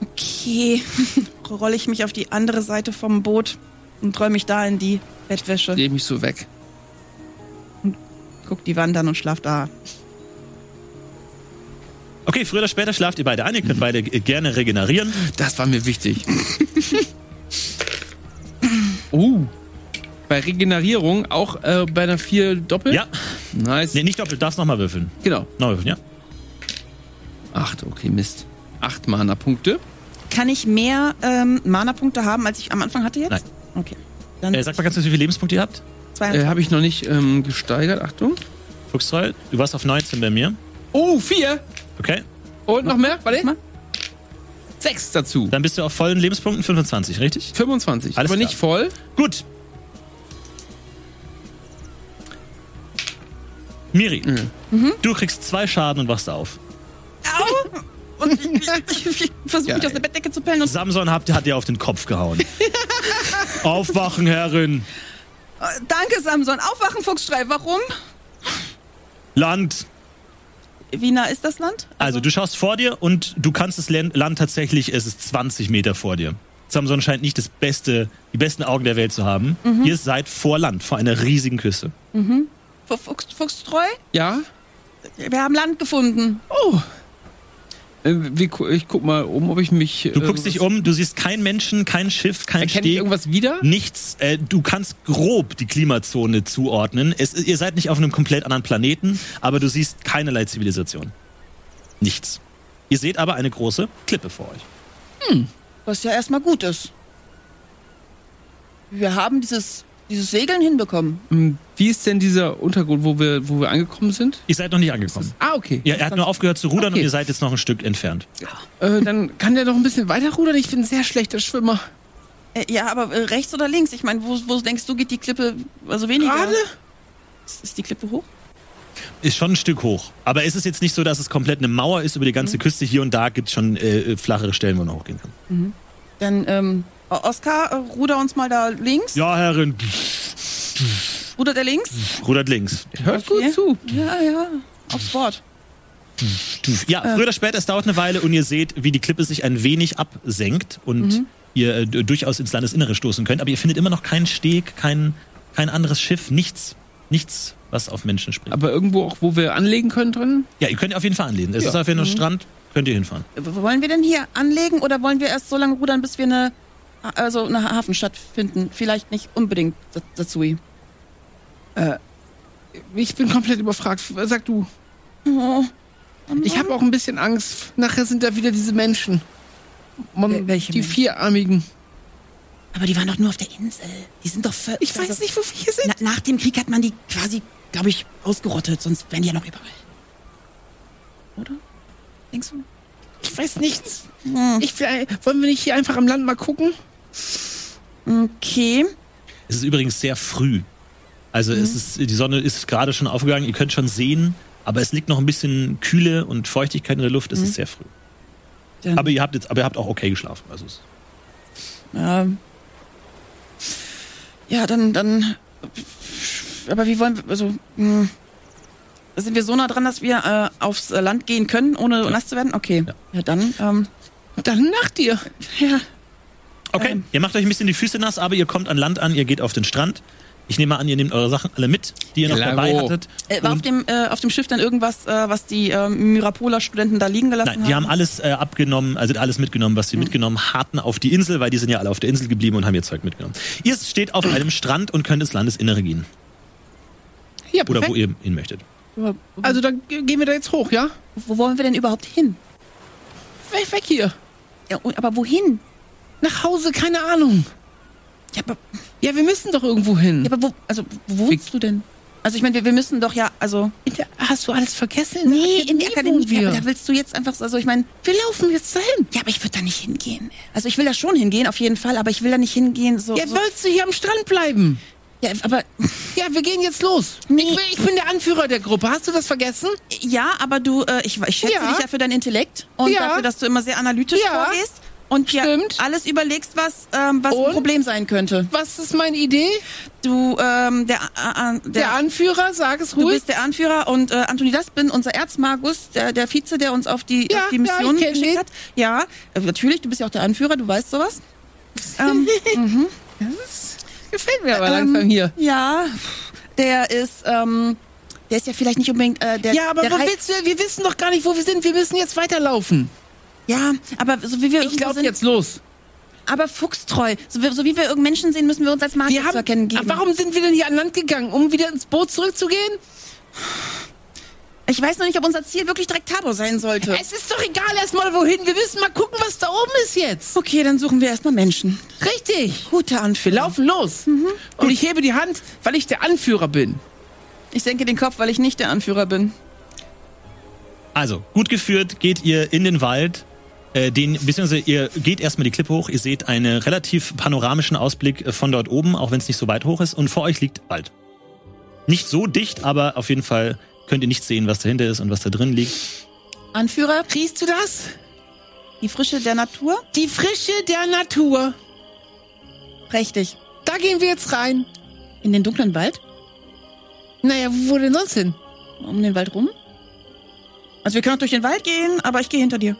D: Okay. Rolle ich mich auf die andere Seite vom Boot und roll mich da in die Bettwäsche.
E: Lebe mich so weg.
D: Guck die Wand an und schlaf da.
A: okay, früher oder später schlaft ihr beide ein. Ihr könnt beide äh, gerne regenerieren.
E: Das war mir wichtig. oh. Bei Regenerierung auch äh, bei einer 4 doppelt?
A: Ja,
E: Nice.
A: nee, nicht doppelt. Darfst nochmal würfeln.
E: Genau.
A: Nochmal würfeln, ja?
E: Acht, okay, Mist. Acht Mana-Punkte.
D: Kann ich mehr ähm, Mana-Punkte haben, als ich am Anfang hatte jetzt?
A: Nein.
D: Okay. Dann
A: Äh, sag mal ganz kurz, wie viele Lebenspunkte ihr habt.
D: zwei.
E: Äh, Habe ich noch nicht ähm, gesteigert. Achtung.
A: Fuchstroll, du warst auf 19 bei mir.
E: Oh, vier.
A: Okay,
E: Und noch mehr? Warte.
D: Mal.
E: Sechs dazu.
A: dann bist du auf vollen Lebenspunkten 25, richtig?
E: 25.
A: Alles
E: aber
A: klar.
E: nicht voll.
A: Gut. Miri, du kriegst zwei Schaden und wachst auf. Äh.
D: Au! Und ich, ich, ich, ich versuche mich
E: Geil.
D: aus der Bettdecke zu pellen und
A: Samson hat, hat dir auf den Kopf gehauen. Aufwachen, Herrin.
D: Äh, Danke, Samson. Aufwachen, Fuchsstrei. Warum?
A: Land.
D: Wie nah ist das Land?
A: Also, du schaust vor dir und du kannst das Len- Land tatsächlich, es ist 20 Meter vor dir. Samson scheint nicht das beste, die besten Augen der Welt zu haben. Ihr seid vor Land, vor einer riesigen Küste.
D: Fu- Fuchs, Fuchstreu?
E: Ja.
D: Wir haben Land gefunden.
E: Oh. Äh, wie, gu- ich guck mal um, ob ich mich.
A: Du guckst dich
E: um.
A: um, du siehst kein Menschen, kein Schiff, kein
E: Erkenne ich
A: Steg.
E: irgendwas wieder?
A: Nichts. Äh, du kannst grob die Klimazone zuordnen. Es, ihr seid nicht auf einem komplett anderen Planeten, aber du siehst keinerlei Zivilisation. Nichts. Ihr seht aber eine große Klippe vor euch.
D: Was ja erstmal gut ist. Wir haben dieses, dieses Segeln hinbekommen.
E: Hm, Wie ist denn dieser Untergrund, wo wir, wo wir angekommen sind?
A: Ihr seid noch nicht angekommen.
E: Ah, okay.
A: Ja, er hat nur aufgehört zu rudern
E: Okay.
A: und ihr seid jetzt noch ein Stück entfernt.
E: Äh, dann kann der noch ein bisschen weiter rudern. Ich bin ein sehr schlechter Schwimmer.
D: Äh, ja, aber äh, rechts oder links? Ich meine, wo, wo denkst du, geht die Klippe also weniger?
E: Gerade?
D: Ist, ist die Klippe hoch?
A: Ist schon ein Stück hoch. Aber es ist jetzt nicht so, dass es komplett eine Mauer ist über die ganze Küste. Hier und da gibt es schon äh, flachere Stellen, wo man hochgehen kann.
D: Dann, ähm, O- Oskar, äh, ruder uns mal da links.
A: Ja, Herrin.
D: Rudert er links?
A: Rudert links.
E: Hört
D: Okay.
E: gut zu.
D: Ja, ja. Aufs Wort.
A: Ja, früher oder später, es dauert eine Weile und ihr seht, wie die Klippe sich ein wenig absenkt und ihr äh, d- durchaus ins Landesinnere stoßen könnt, aber ihr findet immer noch keinen Steg, kein, kein anderes Schiff, nichts. Nichts, was auf Menschen springt.
E: Aber irgendwo auch, wo wir anlegen können drin?
A: ja, ihr könnt auf jeden Fall anlesen. Es
E: Ja.
A: ist auf jeden Fall ein Strand, könnt ihr hinfahren.
D: W- Wollen wir denn hier anlegen oder wollen wir erst so lange rudern, bis wir eine, also eine Hafenstadt finden? Vielleicht nicht unbedingt S- Satsui.
E: Ich bin komplett überfragt. Sag du.
D: Oh.
E: Ich habe auch ein bisschen Angst. Nachher sind da wieder diese Menschen. Man,
D: Wel- welche
E: die
D: Menschen?
E: Vierarmigen.
D: Aber die waren doch nur auf der Insel. Die sind doch völlig. also
E: Ich weiß nicht, wo wir hier sind.
D: Na, nach dem Krieg hat man die quasi, glaube ich, ausgerottet, sonst wären die ja noch überall. Oder? Denkst du? Hm,
E: Ich weiß nichts. Ich will, ein- wollen wir nicht hier einfach am Land mal gucken?
D: Okay.
A: Es ist übrigens sehr früh. Also
D: Mhm.
A: es ist, die Sonne ist gerade schon aufgegangen, ihr könnt schon sehen, aber es liegt noch ein bisschen Kühle und Feuchtigkeit in der Luft,
D: Mhm.
A: es ist sehr früh.
D: Dann,
A: Aber ihr habt jetzt, aber ihr habt auch okay geschlafen. Also es,
D: ähm, ja, dann, dann. Aber wie wollen wir. Also, hm, sind wir so nah dran, dass wir äh, aufs äh, Land gehen können, ohne nass zu werden? Okay.
A: Ja.
D: Ja, dann. Ähm,
E: Dann nach dir.
D: ja.
A: okay,
D: Ähm.
A: ihr macht euch ein bisschen die Füße nass, aber ihr kommt an Land an, ihr geht auf den Strand. Ich nehme mal an, ihr nehmt eure Sachen alle mit, die ihr noch
E: Klaro.
A: dabei hattet.
D: Äh, war auf
A: Und-
D: dem, äh, auf dem Schiff dann irgendwas, äh, was die äh, Mirapola-Studenten da liegen gelassen
A: Nein, die haben alles äh, abgenommen, also alles mitgenommen, was sie
D: Mhm.
A: mitgenommen hatten auf die Insel, weil die sind ja alle auf der Insel geblieben und haben ihr Zeug mitgenommen. Ihr steht auf einem Strand und könnt ins Landesinnere gehen.
E: Ja,
A: Oder
E: perfekt.
A: wo ihr hin möchtet.
D: Wo-
E: Also dann ge- gehen wir da jetzt hoch, ja?
D: wo wollen wir denn überhaupt hin?
E: Weg, weg hier.
D: Ja, und- aber wohin?
E: Nach Hause, keine Ahnung.
D: Ja, aber,
E: Ja, wir müssen doch irgendwo hin.
D: ja, aber wo, also, wo wohnst du denn? Also ich meine, wir, wir müssen doch ja, also...
E: In der- hast du alles vergessen? In der
D: Nee, in der
E: Akademie
D: Akademie.
E: wohnen
D: Ja, aber
E: Wir.
D: da willst du jetzt einfach, so- also ich meine...
E: wir laufen jetzt dahin.
D: Ja, aber ich würde da nicht hingehen. Also ich will da schon hingehen, auf jeden Fall, aber ich will da nicht hingehen, so...
E: Ja,
D: so,
E: wolltest du hier am Strand bleiben?
D: ja aber...
E: Ja, wir gehen jetzt los.
D: Nee.
E: Ich, bin, ich bin der Anführer der Gruppe. Hast du das vergessen?
D: Ja, aber du, äh, ich, ich schätze
E: Ja.
D: dich ja für deinen Intellekt und
E: Ja.
D: dafür, dass du immer sehr analytisch
E: Ja.
D: vorgehst und dir
E: Stimmt.
D: alles überlegst, was, ähm, was
E: Und?
D: ein Problem sein könnte.
E: Was ist meine Idee?
D: Du, ähm, der, äh, äh, der,
E: Der, Anführer, sag es
D: du
E: ruhig.
D: bist der Anführer und äh, Anthony Daspin, unser Erzmagus, der, der Vize, der uns auf die,
E: Ja,
D: auf die
E: ja, ich
D: Mission
E: kenn
D: geschickt
E: den.
D: hat. Ja, äh, natürlich, du bist ja auch der Anführer, du weißt sowas. ähm,
E: Gefällt mir aber
D: ähm,
E: langsam hier.
D: Ja, der ist, ähm, der ist ja vielleicht nicht unbedingt äh, der.
E: Ja, aber
D: der
E: wo
D: Rei-
E: willst du? Wir wissen doch gar nicht, wo wir sind. Wir müssen jetzt weiterlaufen.
D: Ja, aber so wie wir
E: Ich
D: irgendwo
E: glaube
D: sind,
E: jetzt los.
D: aber fuchstreu, so wie, so wie wir irgendeinen Menschen sehen, müssen wir uns als
E: Wir
D: Magier
E: haben,
D: zu erkennen
E: Ah,
D: geben.
E: warum sind wir denn hier an Land gegangen? Um wieder ins Boot zurückzugehen?
D: Ich weiß noch nicht, ob unser Ziel wirklich direkt Tabor sein sollte.
E: Es ist doch egal erstmal wohin. Wir müssen mal gucken, was da oben ist jetzt.
D: okay, dann suchen wir erstmal Menschen.
E: Richtig.
D: Guter
E: Wir
D: Anführer.
E: laufen los. Und ich hebe die Hand, weil ich der Anführer bin.
D: Ich senke den Kopf, weil ich nicht der Anführer bin.
A: Also, gut geführt geht ihr in den Wald, äh, den, beziehungsweise ihr geht erstmal die Klippe hoch, ihr seht einen relativ panoramischen Ausblick äh, von dort oben, auch wenn es nicht so weit hoch ist, und vor euch liegt Wald. Nicht so dicht, aber auf jeden Fall könnt ihr nicht sehen, was dahinter ist und was da drin liegt.
D: Anführer,
E: Riechst du das?
D: die Frische der Natur?
E: Die Frische der Natur.
D: Richtig.
E: Da gehen wir jetzt rein.
D: In den dunklen Wald?
E: Naja, wo denn sonst hin?
D: Um den Wald rum? Also wir können auch durch den Wald gehen, aber ich gehe hinter dir.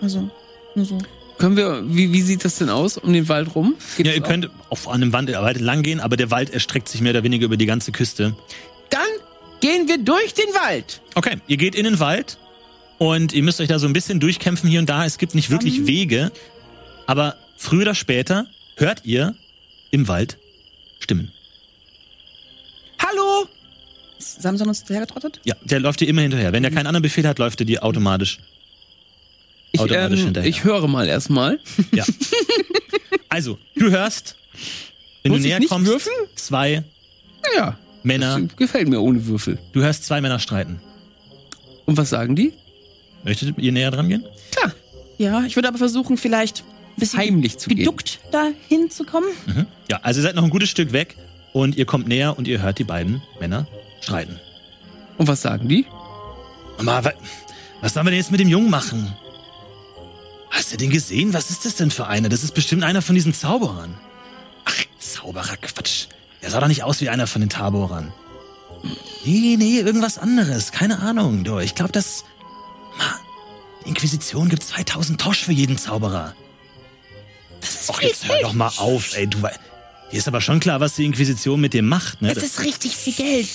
D: Also, nur so.
E: Können wir, wie, wie sieht das denn aus? Um den Wald rum? Geht
A: Ja, ihr
E: das
A: könnt auf einem Wand weit lang gehen, aber der Wald erstreckt sich mehr oder weniger über die ganze Küste.
E: auch? Dann gehen wir durch den Wald.
A: Okay, ihr geht in den Wald und ihr müsst euch da so ein bisschen durchkämpfen hier und da. Es gibt nicht wirklich Wege, aber früher oder später hört ihr im Wald Stimmen.
E: Hallo?
D: Ist Samson uns hergetrottet?
A: Ja, der läuft dir immer hinterher.
E: Mhm.
A: Wenn der keinen anderen Befehl hat, läuft er dir automatisch.
E: Ich,
A: Automatisch
E: ähm,
A: hinterher.
E: ich höre mal erstmal.
A: Ja. also, du hörst, wenn
E: Muss
A: du
E: ich
A: näher
E: nicht
A: kommst,
E: würfeln?
A: zwei
E: Ja,
A: Männer,
E: das gefällt mir ohne Würfel.
A: du hörst zwei Männer streiten.
E: Und was sagen die?
A: Möchtet ihr näher dran gehen?
E: Klar,
D: Ja, ich würde aber versuchen, vielleicht ein bisschen
E: heimlich zu gehen.
D: geduckt dahin zu kommen.
A: Mhm. Ja, also ihr seid noch ein gutes Stück weg und ihr kommt näher und ihr hört die beiden Männer streiten.
E: Und was sagen die?
A: Mama, wa was sollen wir denn jetzt mit dem Jungen machen? Hast du den gesehen? Was ist das denn für einer? Das ist bestimmt einer von diesen Zauberern. Ach, Zauberer, Quatsch. Der sah doch nicht aus wie einer von den Taborern. Nee, nee, irgendwas anderes. Keine Ahnung, du. Ich glaube, das... Ma, die Inquisition gibt 2000 Tosch für jeden Zauberer. Das ist Och, jetzt hör doch mal auf, ey. Du, wei- dir ist aber schon klar, was die Inquisition mit dem macht, ne? Das,
D: ist richtig viel Geld.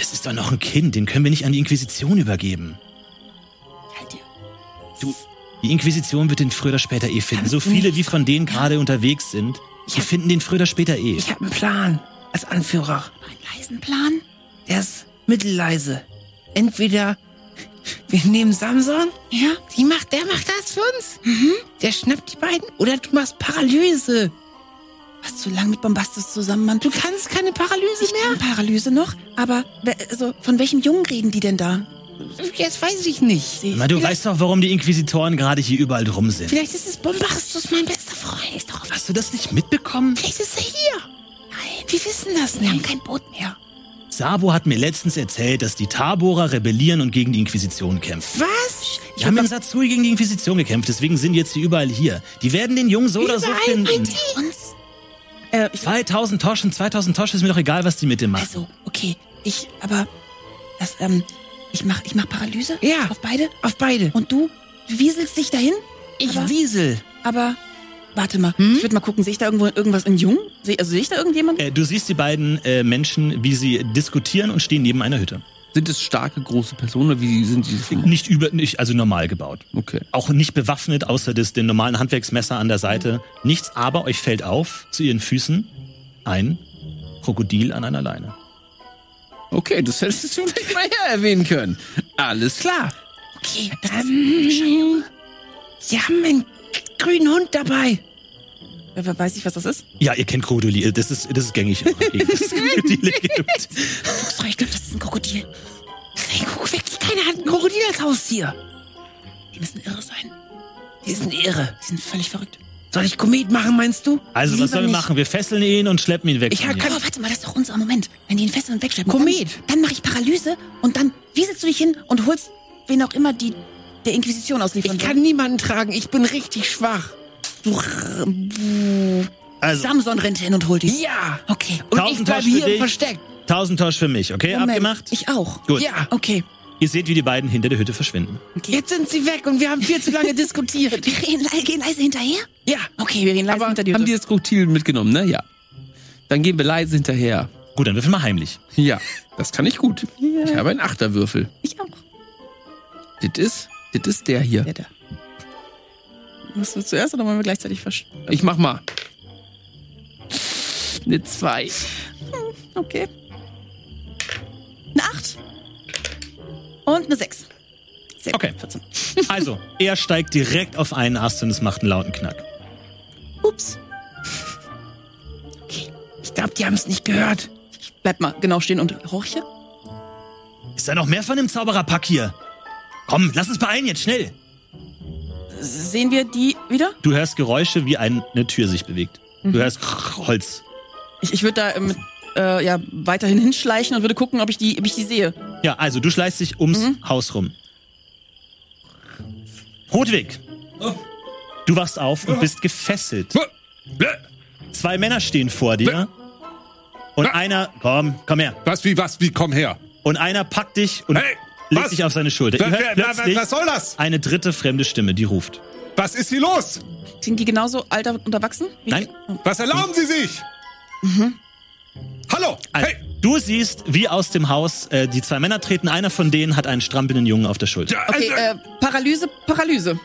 A: das ist doch noch ein Kind. Den können wir nicht an die Inquisition übergeben.
D: Halt dir.
A: Die Inquisition wird den früher oder später eh finden. So viele, wie von denen gerade unterwegs sind, die finden den früher oder später eh.
E: Ich habe einen Plan als Anführer.
D: Einen leisen Plan?
E: Der ist mittelleise. Entweder wir nehmen Samson,
D: Ja? Mhm.
E: die macht, der macht das für uns. Der schnappt die beiden. Oder du machst Paralyse.
D: Was zu lang mit Bombastus zusammen, Mann.
E: Du kannst keine Paralyse
D: Ich
E: mehr.
D: kann Paralyse noch, aber wer- also, von welchem Jungen reden die denn da?
E: Jetzt weiß ich nicht.
A: Na, du weißt doch, warum die Inquisitoren gerade hier überall drum sind.
E: Vielleicht ist es Bombastus, mein bester Freund. Ist doch
A: Hast du das nicht mitbekommen?
E: Vielleicht ist er hier. Nein, wir wissen das nicht. Wir haben kein Boot mehr.
A: Sabo hat mir letztens erzählt, dass die Taborer rebellieren und gegen die Inquisition kämpfen.
E: Was?
A: Ich habe mit Satsui gegen die Inquisition gekämpft, deswegen sind jetzt sie überall hier. Die werden den Jungen so oder so
E: Überall bei
A: finden.
E: dir. Uns?
A: 2000 Toschen, 2000 Toschen ist mir doch egal, was die mit dem machen.
D: Also, okay, ich, aber das, ähm, ich mach, ich mach Paralyse?
E: Ja.
D: Auf beide?
E: Auf beide.
D: Und du, du wieselst dich dahin?
E: Ich Hm?
D: aber,
E: wiesel.
D: aber, warte mal, ich würde mal gucken, sehe ich da irgendwo irgendwas in Jung? Seh, also sehe ich da irgendjemanden?
A: Äh, du siehst die beiden äh, Menschen, wie sie diskutieren und stehen neben einer Hütte.
C: Sind es starke, große Personen oder wie sind die vom-
A: Nicht über, nicht, also normal gebaut.
C: Okay.
A: Auch nicht bewaffnet, außer des, dem normalen Handwerksmesser an der Seite. Nichts aber, euch fällt auf, zu ihren Füßen ein Krokodil an einer Leine.
C: Okay, das hättest du vielleicht mal her erwähnen können. Alles klar.
E: Okay, das ähm, Sie haben einen grünen Hund dabei.
D: Wer- wer Äh, Weiß ich, was das ist?
A: Ja, ihr kennt Krokodile, das ist, das ist gängig. in eurer Gegend, dass es Krokodile gibt.
E: Fuchsfrau, ich glaube, das ist ein Krokodil. Nein, guck weg, keiner hat ein Krokodil als Haustier.
D: Die müssen irre sein.
E: Die sind irre.
D: Die sind völlig verrückt.
E: Soll ich Komet machen, meinst du?
A: Also, was
D: Lieber
A: sollen wir
D: nicht.
A: machen? Wir fesseln ihn und schleppen ihn weg.
E: Ich
A: von
E: hab
A: hier.
E: kein-
D: Oh, warte mal, das ist doch unser Moment. Wenn die ihn fesseln und wegschleppen.
E: Komet.
D: Dann, dann mache ich Paralyse und dann wieselst du dich hin und holst wen auch immer die der Inquisition ausliefern
E: Ich
D: will.
E: kann niemanden tragen, ich bin richtig schwach.
A: also,
D: Samson rennt hin und holt ihn.
E: Ja.
D: Okay.
E: Und
A: Tausend
E: ich bleibe
A: Taschen für
E: hier
A: dich.
E: im Versteck.
A: 1000 Tosch für mich, okay?
D: Moment,
A: Abgemacht?
D: Ich auch.
A: Gut.
E: Ja.
D: Okay.
A: Ihr seht, wie die beiden hinter der Hütte verschwinden.
E: Jetzt sind sie weg und wir haben viel zu lange diskutiert.
D: Wir gehen, le- gehen leise hinterher?
E: Ja.
D: Okay, wir gehen leise
C: Aber
D: hinter die
C: haben die
D: Hütte.
C: das Krokodil mitgenommen, ne? Ja. Dann gehen wir leise hinterher.
A: Gut, dann würfeln wir heimlich.
C: Ja, das kann ich gut. Ich habe einen Achterwürfel.
D: Ich auch.
C: Das ist, das ist der hier.
D: Der da. Musst du zuerst oder wollen wir gleichzeitig versch...
C: Ich mach mal. Eine zwei.
D: Okay. Eine 8. Und eine 6. Sehr
A: Okay.
D: Gut, 14.
A: Also, er steigt direkt auf einen Ast und es macht einen lauten Knack.
D: Ups.
E: Ich glaube, die haben es nicht gehört.
D: Bleib mal genau stehen und horche.
A: Ist da noch mehr von dem Zaubererpack hier? Komm, lass uns beeilen jetzt, schnell!
D: Sehen wir die wieder?
A: Du hörst Geräusche, wie eine Tür sich bewegt. Du hörst Holz.
D: Ich, ich würde da ähm, mit, äh, ja, weiterhin hinschleichen und würde gucken, ob ich die, ob ich die sehe.
A: Ja, also du schleichst dich ums Haus rum. Rotwig,
B: Oh.
A: du wachst auf und bist gefesselt. Zwei Männer stehen vor dir. Und einer, komm, komm her.
B: Was, wie, was, wie, komm her.
A: Und einer packt dich und
B: Hey,
A: legt
B: was?
A: dich auf seine Schulter. Ihr
B: Wer-
A: hört
B: wer- wer-
A: plötzlich
B: was soll das?
A: eine dritte fremde Stimme, die ruft.
B: Was ist hier los?
D: Sind die genauso alt und erwachsen? Wie
A: Nein.
D: Die?
B: Was erlauben Sie sich?
D: Mhm.
B: Hallo,
A: Also,
B: hey.
A: Du siehst, wie aus dem Haus äh, die zwei Männer treten. Einer von denen hat einen strampelnden Jungen auf der Schulter.
B: Ja,
D: Okay,
B: also,
D: äh, Paralyse, Paralyse.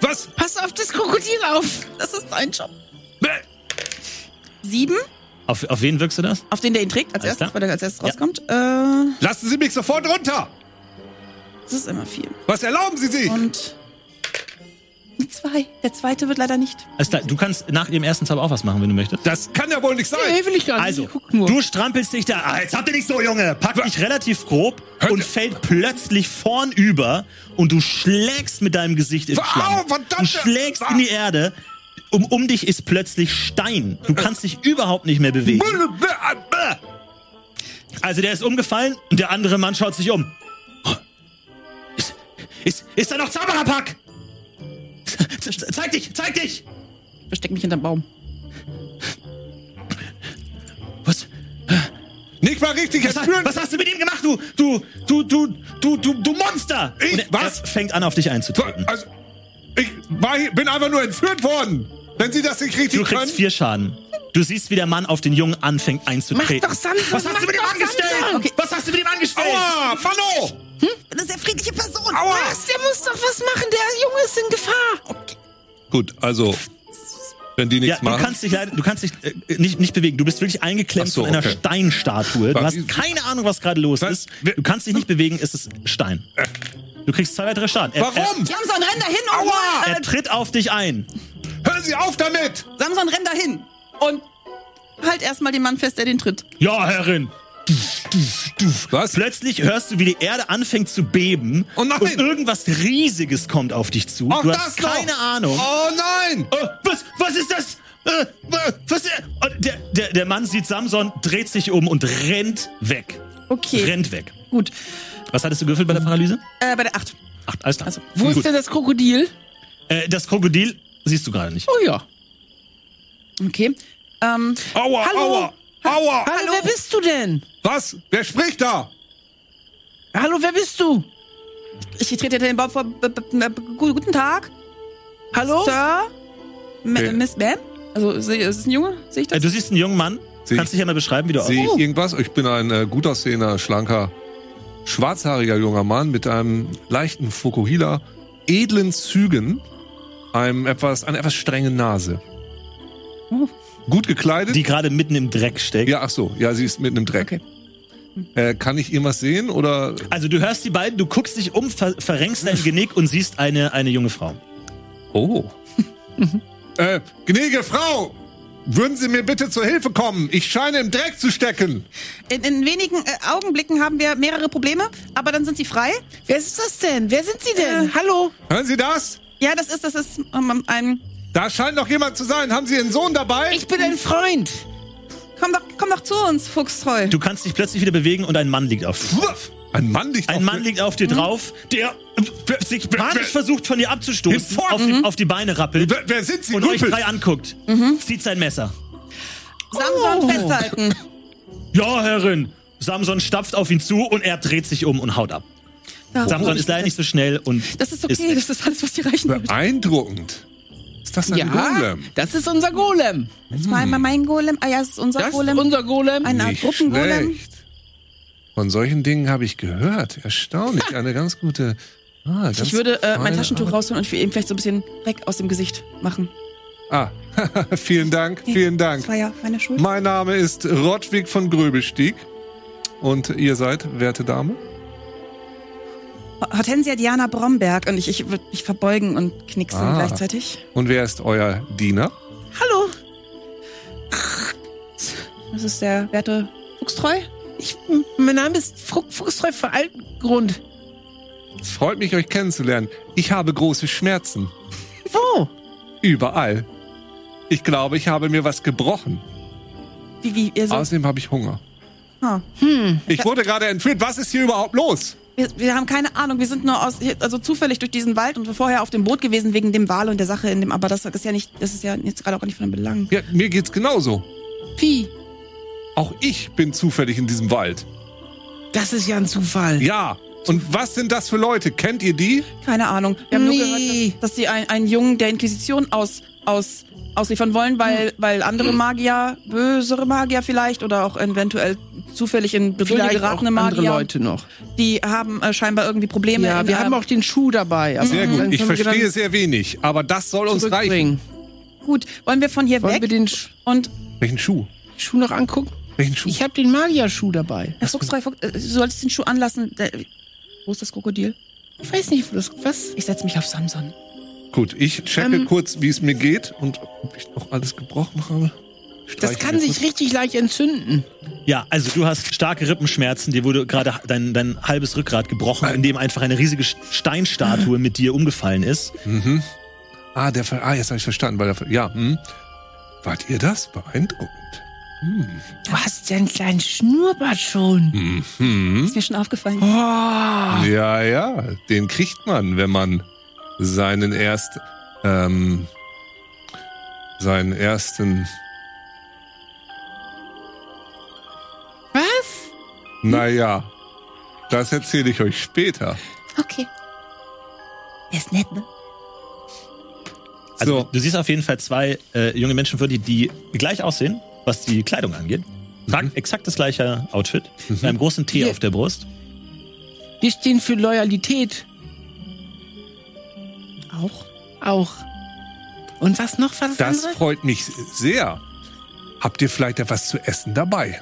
B: was?
E: Pass auf das Krokodil auf.
D: Das ist ein Job. Sieben,
A: Auf, auf wen wirkst du das?
D: auf den der ihn trägt, als
A: Alles
D: erstes,
A: klar.
D: weil er als erstes
A: Ja.
D: rauskommt. Äh,
B: Lassen Sie mich sofort runter.
D: das ist immer viel.
B: Was erlauben Sie sich?
D: Und eine zwei. Der zweite wird leider nicht.
A: Alles klar, du kannst nach ihrem ersten Zauber auch was machen, wenn du möchtest.
B: Das kann ja wohl nicht sein.
C: will ich gar nicht.
A: Also,
C: Ich guck nur.
A: du strampelst dich da. Ah, jetzt habt ihr nicht so, Junge. Pack dich relativ grob und fällt plötzlich vornüber und du schlägst mit deinem Gesicht in den
B: Au,
A: Schlamm. Du
B: verdammte-
A: schlägst in die Erde. Um, um dich ist plötzlich Stein. Du kannst dich überhaupt nicht mehr bewegen. Also der ist umgefallen und der andere Mann schaut sich um. Ist, ist, ist da noch Zaubererpack? Ze- Zeig dich, zeig dich!
D: Ich versteck mich hinterm Baum.
A: Was,
B: Nicht mal richtig
A: was,
B: entführen.
A: was hast du mit ihm gemacht, du, du, du, du, du, du, du Monster?
B: Ich?
A: Und er-
B: Was?
A: Er fängt an, auf dich einzutreten.
B: Also, ich war hier, bin einfach nur entführt worden. Wenn Sie das nicht
A: Du
B: richtig können.
A: kriegst vier Schaden. Du siehst, wie der Mann auf den Jungen anfängt
E: Mach
A: einzutreten.
E: doch Sand.
A: was hast du mit ihm angestellt? Was hast du mit ihm angestellt?
B: Aua, Fanno!
D: Das ist eine friedliche Person.
B: Aua!
E: Was? Der muss doch was machen. Der Junge ist in Gefahr.
B: Gut, also, wenn die
A: Ja,
B: nichts
A: du kannst dich leider, du kannst dich äh, nicht, nicht bewegen. Du bist wirklich eingeklemmt
B: Ach so,
A: von einer
B: okay.
A: Steinstatue. Du
B: Was?
A: hast keine Ahnung, was gerade los
B: Was? Äh.
A: ist. Du kannst dich nicht bewegen, es ist Stein. Du kriegst zwei weitere Schaden. Er,
B: Warum?
D: Samson, renn dahin und
B: Aua!
A: Er,
D: hol,
A: er tritt auf dich ein.
B: Hören Sie auf damit!
D: äh, Samson, renn dahin und halt erstmal den Mann fest, der den tritt.
A: Ja, Herrin. duf, duf.
B: Was?
A: Plötzlich hörst du, wie die Erde anfängt zu beben
B: Oh nein!
A: und irgendwas Riesiges kommt auf dich zu.
B: Auch
A: du
B: das
A: hast keine
B: noch.
A: Ahnung.
B: Oh nein!
A: Äh, was, was ist das? Äh, äh, was, äh, und der, der, der Mann sieht Samson, dreht sich um und rennt weg.
D: Okay.
A: Rennt weg.
D: Gut.
A: Was hattest du gewürfelt bei der Paralyse?
D: Äh, bei der 8.
A: Ach, alles klar.
C: Wo
A: Gut.
C: ist denn das Krokodil?
A: äh, das Krokodil siehst du gerade nicht.
C: Oh ja.
D: Okay. Ähm,
B: Aua,
E: Hallo?
B: aua, aua!
E: Hallo, wer bist du denn?
B: Was? Wer spricht da?
E: Hallo, wer bist du?
D: ich trete den Baum vor. B- b- b- gu- Guten Tag,
E: Hallo?
D: Sir. Ma-
B: Okay.
D: Miss Ma'am? Also, se- ist es ein Junge? Sehe ich
A: Äh,
D: das?
A: du siehst einen jungen Mann.
B: Sehe
A: Kannst dich ja mal beschreiben, wie du
B: Sehe
A: aussiehst.
B: ich irgendwas? Ich bin ein äh, gut aussehender, schlanker, schwarzhaariger junger Mann mit einem leichten Fokuhila, edlen Zügen, einem etwas, einer etwas strengen Nase. Gut gekleidet.
A: Die gerade mitten im Dreck steckt.
B: ja, ach so. Ja, sie ist mit einem Dreck. Äh, kann ich irgendwas sehen oder
A: Also du hörst die beiden, du guckst dich um, ver verrenkst dein Genick und siehst eine, eine junge Frau.
B: Oh. äh, gnädige Frau, würden Sie mir bitte zur Hilfe kommen? Ich scheine im Dreck zu stecken.
D: In, in wenigen äh, Augenblicken haben wir mehrere Probleme, aber dann sind sie frei.
E: Wer ist das denn? Wer sind Sie denn?
D: Äh.
E: Hallo?
B: Hören Sie das?
D: Ja, das ist, das ist ähm, ein.
B: Da scheint noch jemand zu sein. Haben Sie Ihren Sohn dabei?
E: Ich bin ein Freund.
D: Komm doch, komm doch zu uns, Fuchstroll.
A: Du kannst dich plötzlich wieder bewegen und ein Mann liegt auf dir.
B: Puh, ein Mann dich
A: Ein Mann liegt auf dir drauf, der äh, sich panisch versucht, von dir abzustoßen,
B: Hinfort.
A: auf, die, auf die Beine rappelt
B: Wer, wer sind Sie?
A: und euch
B: Rüpel?
A: drei anguckt.
D: Mhm.
A: Zieht sein Messer.
D: Samson festhalten.
A: Ja, Herrin! Samson stapft auf ihn zu und er dreht sich um und haut ab. Samson ist leider nicht so schnell und
D: Oh, Das ist okay,
A: weg.
D: das ist alles, was dir reichen wird.
B: Beeindruckend. Ist das ein
C: Ja,
B: Golem?
C: das ist unser Golem.
D: Das war einmal mein Golem. Ah ja, das ist unser
C: Das
D: Golem.
C: ist unser Golem.
D: Ein- na,
B: Nicht
D: Gruppengolem.
B: schlecht. Von solchen Dingen habe ich gehört. Erstaunlich. Eine ganz gute. Ah, ganz
D: ich würde äh, mein
B: feine
D: Taschentuch
B: Art.
D: rausholen und für ihm vielleicht so ein bisschen Dreck aus dem Gesicht machen.
B: Ah, vielen Dank, vielen Dank.
D: Das war ja meine Schuld.
B: Mein Name ist Rottwig von Gröbelstieg. Und ihr seid, werte Dame?
D: Hortensia Diana Bromberg und ich, ich würde mich verbeugen und knicksen
B: Ah.
D: gleichzeitig.
B: Und wer ist euer Diener?
D: Hallo. Das ist der werte Fuchstreu.
E: Ich, m- mein Name ist Fruck, Fuchstreu für Altgrund.
B: Es freut mich, euch kennenzulernen. Ich habe große Schmerzen.
E: Wo?
B: Überall. Ich glaube, ich habe mir was gebrochen.
D: Wie, wie, ihr so.
B: Außerdem habe ich Hunger.
D: Ah.
B: Ich wurde gerade entführt. Was ist hier überhaupt los?
D: Wir, wir haben keine Ahnung. Wir sind nur aus, also zufällig durch diesen Wald und vorher auf dem Boot gewesen wegen dem Wal und der Sache in dem. Aber das ist ja nicht, das ist ja jetzt gerade auch nicht von Belang.
B: Ja, mir geht's genauso.
E: Wie?
B: Auch ich bin zufällig in diesem Wald.
E: Das ist ja ein Zufall.
B: Ja. Und was sind das für Leute? Kennt ihr die?
D: Keine Ahnung. Wir haben nur
E: Nee.
D: gehört, dass, dass sie ein, einen Jungen der Inquisition aus, aus, ausliefern wollen, weil, weil andere Magier, bösere Magier vielleicht oder auch eventuell zufällig in Bedrohung
C: Vielleicht auch
D: geratene
C: andere
D: Magier,
C: Leute noch.
D: die haben äh, scheinbar irgendwie Probleme.
C: Ja,
D: in äh,
C: wir haben
D: einem-
C: auch den Schuh dabei. Also aber
B: Sehr
C: Mhm. dann
B: gut. Ich
C: können wir
B: verstehe
C: dann
B: sehr wenig, aber das soll uns reichen.
C: zurückbringen.
D: Gut, wollen wir von hier
C: Wollen wir
D: weg?
C: den Sch
D: Und äh,
B: Welchen Schuh?
C: Schuh noch angucken?
B: Welchen Schuh?
C: Ich habe den Magierschuh dabei.
D: Herr Fuchsreu, Fuchs, äh, du solltest den Schuh anlassen. Der, wo ist das Krokodil?
C: Ich weiß nicht, wo das was.
D: Ich setze mich auf Samson.
B: Gut, ich checke
C: Ähm,
B: kurz, wie es mir geht und ob ich noch alles gebrochen habe.
C: Das
B: Streiche
C: kann
B: mir
C: sich
B: kurz.
C: richtig leicht entzünden.
A: Ja, also du hast starke Rippenschmerzen, dir wurde gerade dein, dein halbes Rückgrat gebrochen, indem einfach eine riesige Steinstatue mit dir umgefallen ist.
B: Mhm. Ah, der Ver ah, jetzt habe ich verstanden. Weil der Ver ja, hm. Wart ihr das? Beeindruckend.
E: Du hast ja einen kleinen Schnurrbart schon.
B: Mhm.
C: Hm?
D: Ist mir schon aufgefallen.
E: Oh.
B: Ja, ja, den kriegt man, wenn man seinen erst ähm, seinen ersten.
E: Was?
B: Naja, das erzähle ich euch später.
E: Okay. Er ist nett, ne?
A: Also
B: So.
A: du siehst auf jeden Fall zwei äh, junge Menschen vor dir, die gleich aussehen, was die Kleidung angeht. Tragen
B: Mhm.
A: exakt das gleiche Outfit, mit einem großen T
C: Hier.
A: auf der Brust.
C: Wir stehen für Loyalität.
E: Auch.
C: Auch.
E: Und was noch? Was
B: Das
E: andere?
B: freut mich sehr. Habt ihr vielleicht etwas zu essen dabei?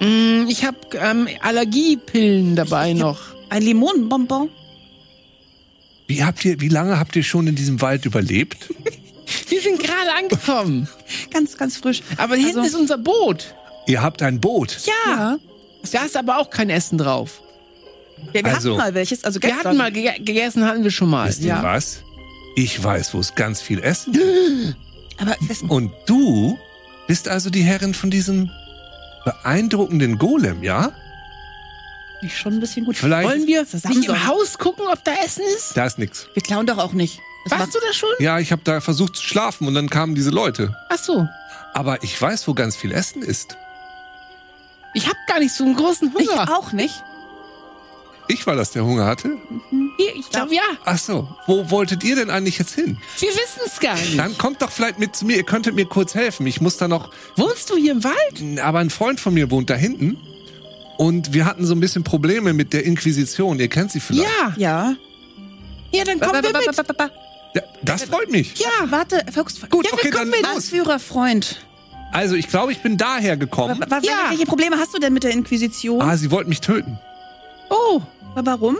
C: Mm, Ich habe ähm, Allergiepillen dabei noch.
D: Ein Limonenbonbon?
B: Wie habt ihr, wie lange habt ihr schon in diesem Wald überlebt?
C: Wir sind gerade angekommen.
D: Ganz, ganz frisch.
C: Aber hinten
D: Also-
C: ist unser Boot.
B: Ihr habt ein Boot.
D: Ja.
C: Da ist aber auch kein Essen drauf.
D: Ja, wir
B: Also-
D: hatten mal welches, also
C: Wir
D: gestern.
C: hatten mal gege- gegessen, hatten wir schon mal.
B: Wisst ihr
C: Ja.
B: was? Ich weiß, wo es ganz viel Essen gibt.
D: Aber es,
B: Und du bist also die Herrin von diesem beeindruckenden Golem, ja?
D: ich schon ein bisschen gut.
B: Vielleicht-
D: wollen wir
C: Nicht im
D: Samson.
C: Haus gucken, ob da Essen ist?
B: Da ist nix.
D: Wir klauen doch auch nicht. Das
C: Warst du das schon?
B: Ja, ich habe da versucht zu schlafen und dann kamen diese Leute.
C: Ach so.
B: Aber ich weiß, wo ganz viel Essen ist.
C: Ich hab gar nicht so einen großen
D: Also, ich
C: Hunger.
D: auch nicht.
B: Ich war das, der Hunger hatte.
C: Ich, ich glaube ja.
B: Ach so, wo wolltet ihr denn eigentlich jetzt hin?
C: Wir wissen es gar nicht.
B: Dann kommt doch vielleicht mit zu mir. Ihr könntet mir kurz helfen. Ich muss da noch.
C: Wohnst du hier im Wald?
B: Aber ein Freund von mir wohnt da hinten. Und wir hatten so ein bisschen Probleme mit der Inquisition. Ihr kennt sie vielleicht.
C: Ja.
D: Ja.
C: Ah. Ja, dann kommen wir mit.
B: Ja, das freut mich.
D: Ja, warte, Fuchs.
B: Gut,
D: ja,
B: okay,
D: wir kommen
B: dann
D: mit.
B: los.
D: Anführerfreund.
B: Also, ich glaube, ich bin daher gekommen.
D: Wa- wa-
C: Ja.
D: Welche Probleme hast du denn mit der Inquisition?
B: Ah, sie wollten mich töten.
C: Oh,
D: Aber warum?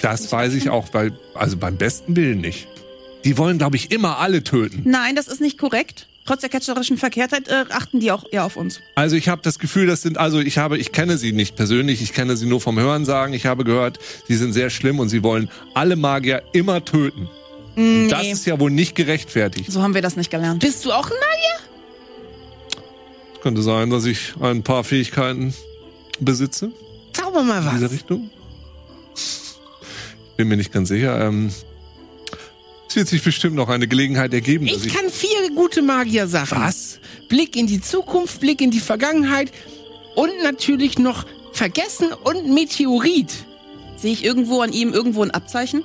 B: Das weiß ich auch, weil, also beim besten Willen nicht. Die wollen, glaube ich, immer alle töten.
D: Nein, das ist nicht korrekt. Trotz der ketzerischen Verkehrtheit äh, achten die auch eher auf uns.
B: Also ich habe das Gefühl, das sind, also ich habe, ich kenne sie nicht persönlich, ich kenne sie nur vom Hören sagen. Ich habe gehört, sie sind sehr schlimm und sie wollen alle Magier immer töten.
C: Mm,
B: Und Das ist ja wohl nicht gerechtfertigt.
D: So haben wir das nicht gelernt.
C: bist du auch ein Magier?
B: Könnte sein, dass ich ein paar Fähigkeiten besitze
C: Zauber mal
B: in dieser
C: was.
B: Richtung. Bin mir nicht ganz sicher. Ähm, es wird sich bestimmt noch eine Gelegenheit ergeben, dass
C: Ich
B: ich.
C: kann vier gute Magier-Sachen.
B: was?
C: Blick in die Zukunft, Blick in die Vergangenheit und natürlich noch Vergessen und Meteorit.
D: Sehe ich irgendwo an ihm irgendwo ein Abzeichen?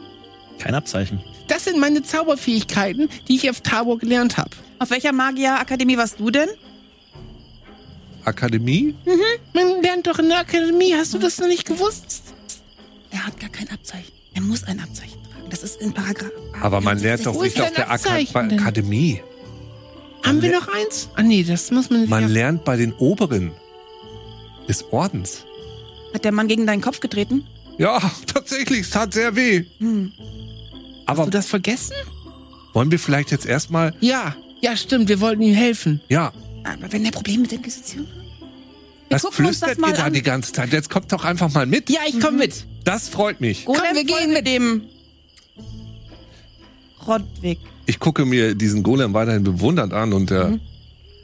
A: Kein Abzeichen.
C: Das sind meine Zauberfähigkeiten, die ich auf Tabor gelernt habe.
D: Auf welcher Magierakademie warst du denn?
B: Akademie?
C: Man lernt doch in der Akademie, hast du das noch nicht gewusst?
D: Er hat gar kein Abzeichen. Er muss ein Abzeichen tragen. Das ist in Paragraph.
B: Aber man lernt doch
C: Wo ist
B: nicht auf
C: denn
B: der Aka
C: Abzeichen denn?
B: Akademie.
C: Haben wir noch eins? Ah nee, das muss man nicht.
B: Man
C: ja.
B: lernt bei den Oberen des Ordens.
D: Hat der Mann gegen deinen Kopf getreten?
B: Ja, tatsächlich, es tat sehr weh.
D: Hm.
C: Hast
B: Aber
C: du das vergessen?
B: wollen wir vielleicht jetzt erstmal.
C: Ja, ja stimmt, wir wollten ihm helfen.
B: Ja,
D: Aber wenn der Probleme mit der Inquisition hat?
B: was
D: gucken uns das
B: flüstert
D: mal
B: ihr da
D: an.
B: die ganze Zeit? Jetzt kommt doch einfach mal mit.
C: Ja, ich komme mit.
B: Das freut mich.
D: Golem
C: Komm, wir
D: voll
C: gehen
D: mit dem Rodwig.
B: Ich gucke mir diesen Golem weiterhin bewundernd an und äh,
D: Mhm.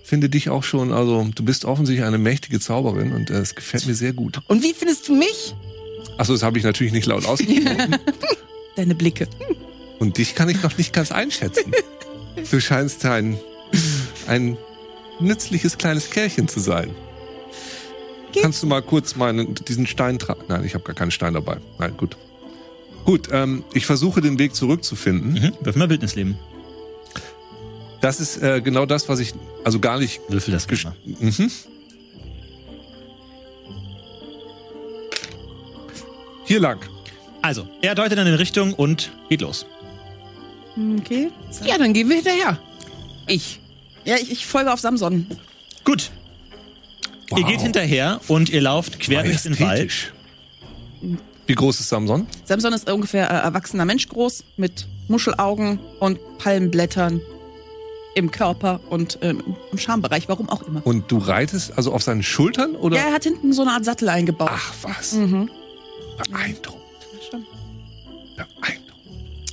B: finde dich auch schon. Also, du bist offensichtlich eine mächtige Zauberin und äh, es gefällt mir sehr gut.
C: Und wie findest du mich?
B: Achso, das habe ich natürlich nicht laut ausgesprochen.
D: Deine Blicke.
B: und dich kann ich noch nicht ganz einschätzen. Du scheinst ein, ein nützliches kleines Kerlchen zu sein. Kannst du mal kurz meinen, diesen Stein tragen? Nein, ich habe gar keinen Stein dabei. Nein, gut. Gut, ähm, ich versuche den Weg zurückzufinden.
A: Mhm. Würfel mal Bildnisleben.
B: Das ist äh, genau das, was ich also gar nicht.
A: Würfel das
B: Gesch-
A: mal.
B: Mhm. Hier lang.
A: Also, er deutet an die Richtung und geht los.
D: Okay.
C: Ja, dann gehen wir hinterher. Ich.
D: Ja, ich, ich folge auf Samson.
A: Gut, ihr geht hinterher und ihr lauft quer durchs den Wald.
B: Majestätisch. Wie groß ist Samson?
D: Samson ist ungefähr äh, erwachsener Mensch groß mit Muschelaugen und Palmblättern im Körper und ähm, im Schambereich, warum auch immer.
B: Und du reitest also auf seinen Schultern oder?
D: Ja, er hat hinten so eine Art Sattel eingebaut.
B: Ach was.
D: Mhm.
B: Beeindruckend.
D: Stimmt.
B: Beeindruckend.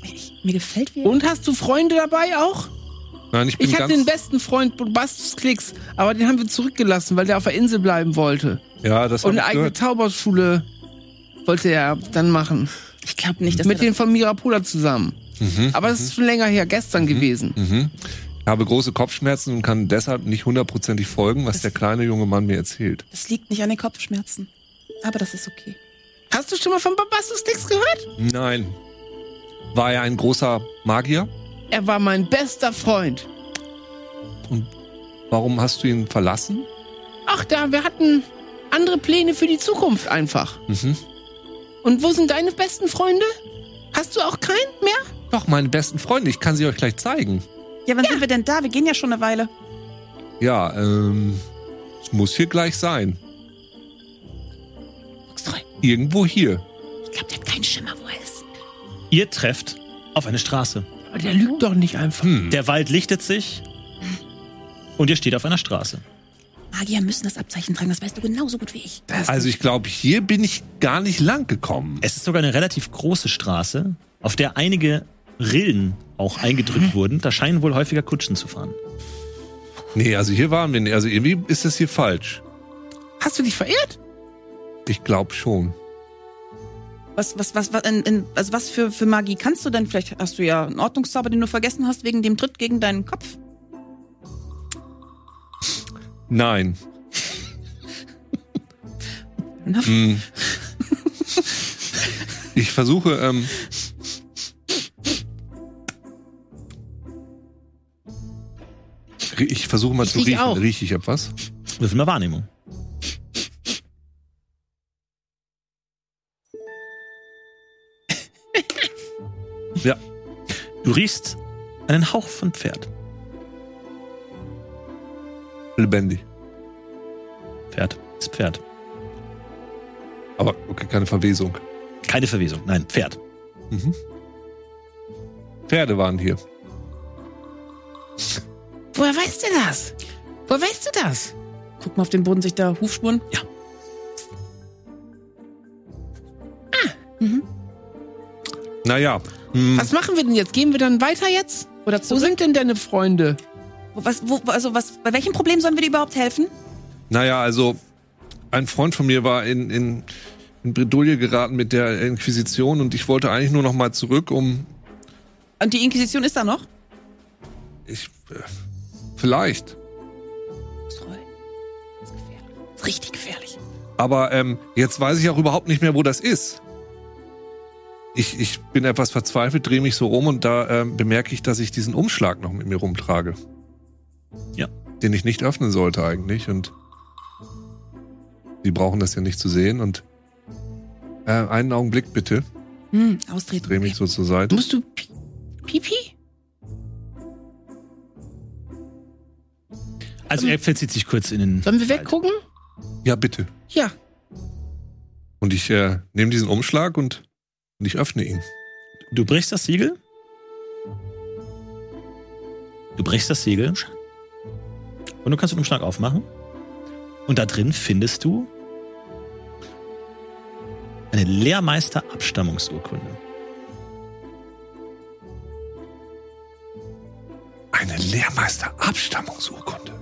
D: Ich, mir gefällt wie.
C: Und hast du Freunde dabei auch?
B: Nein, ich bin
C: Ich hatte
B: ganz.
C: den besten Freund Bastus Klicks, aber den haben wir zurückgelassen, weil der auf der Insel bleiben wollte.
B: ja, das hab
C: Und
B: ich
C: eine eigene
B: gehört.
C: Zauberschule wollte er dann machen.
D: Ich glaube nicht, dass
C: mit
D: er
C: den von Mirapola zusammen. Aber das ist schon länger her, gestern gewesen.
B: Mhm. Ich habe große Kopfschmerzen und kann deshalb nicht hundertprozentig folgen, was der kleine junge Mann mir erzählt.
D: das, das liegt nicht an den Kopfschmerzen. Aber das ist okay.
C: Hast du schon mal von Bastus Klicks gehört?
B: Nein. War er ein großer Magier?
C: Er war mein bester Freund.
B: Und warum hast du ihn verlassen?
C: Ach, da, wir hatten andere Pläne für die Zukunft einfach.
B: Mhm.
C: Und wo sind deine besten Freunde? Hast du auch keinen mehr?
B: Doch, meine besten Freunde, ich kann sie euch gleich zeigen.
D: Ja, wann sind wir denn da? Wir gehen ja schon eine Weile.
B: Ja, ähm, es muss hier gleich sein.
D: Fuchstreu,
B: Irgendwo hier.
D: ich glaube, der hat keinen Schimmer, wo er ist.
A: Ihr trefft auf eine Straße.
C: Aber der lügt
A: Mhm.
C: doch nicht einfach.
B: Hm.
A: Der Wald lichtet sich und ihr steht auf einer Straße.
D: Magier müssen das Abzeichen tragen, das weißt du genauso gut wie ich.
B: Also ich glaube, hier bin ich gar nicht lang gekommen.
A: Es ist sogar eine relativ große Straße, auf der einige Rillen auch eingedrückt wurden. Da scheinen wohl häufiger Kutschen zu fahren.
B: Nee, also hier waren wir nicht. Also irgendwie ist das hier falsch.
C: Hast du dich verirrt?
B: Ich glaube schon.
D: Was, was, was, was, in, in, also was für, für Magie kannst du denn? Vielleicht hast du ja einen Ordnungszauber, den du vergessen hast, wegen dem Tritt gegen deinen Kopf.
B: Nein.
D: Na,
B: Hm. Ich versuche, ähm. Ich versuche mal zu
C: Ich
B: riechen.
C: auch.
B: Rieche ich etwas?
A: Würfel mal Wahrnehmung. ja. Du riechst einen Hauch von Pferd.
B: Lebendig.
A: Pferd ist Pferd.
B: Aber okay, keine Verwesung.
A: Keine Verwesung, nein, Pferd.
B: Pferde waren hier.
C: Woher weißt du das? Woher weißt du das?
D: Guck mal auf den Boden, sich da Hufspuren.
A: Ja.
B: Naja. Hm.
C: Was machen wir denn jetzt? Gehen wir dann weiter jetzt?
D: Oder
C: Wo
D: zu.
C: sind denn deine Freunde?
D: Wo, was, wo, also was, bei welchem Problem sollen wir dir überhaupt helfen?
B: Naja, also ein Freund von mir war in, in, in Bredouille geraten mit der Inquisition und ich wollte eigentlich nur noch mal zurück, um
D: Und die Inquisition ist da noch?
B: ich äh, vielleicht.
D: Ist richtig gefährlich.
B: Aber ähm, jetzt weiß ich auch überhaupt nicht mehr, wo das ist. Ich, ich bin etwas verzweifelt, drehe mich so um und da ähm, bemerke ich, dass ich diesen Umschlag noch mit mir rumtrage.
A: Ja.
B: Den ich nicht öffnen sollte eigentlich. Und die brauchen das ja nicht zu sehen. Und äh, einen Augenblick bitte.
D: Hm, austreten.
B: Drehe mich so zur Seite.
C: Musst du pi Pipi?
A: Also er verzieht sich kurz in den.
C: Sollen wir weggucken?
B: Ja, bitte.
C: Ja.
B: Und ich äh, nehme diesen Umschlag und, und ich öffne ihn.
A: Du brichst das Siegel. Du brichst das Siegel. Und du kannst den Umschlag aufmachen. Und da drin findest du eine Lehrmeister-Abstammungsurkunde.
B: Eine Lehrmeister-Abstammungsurkunde.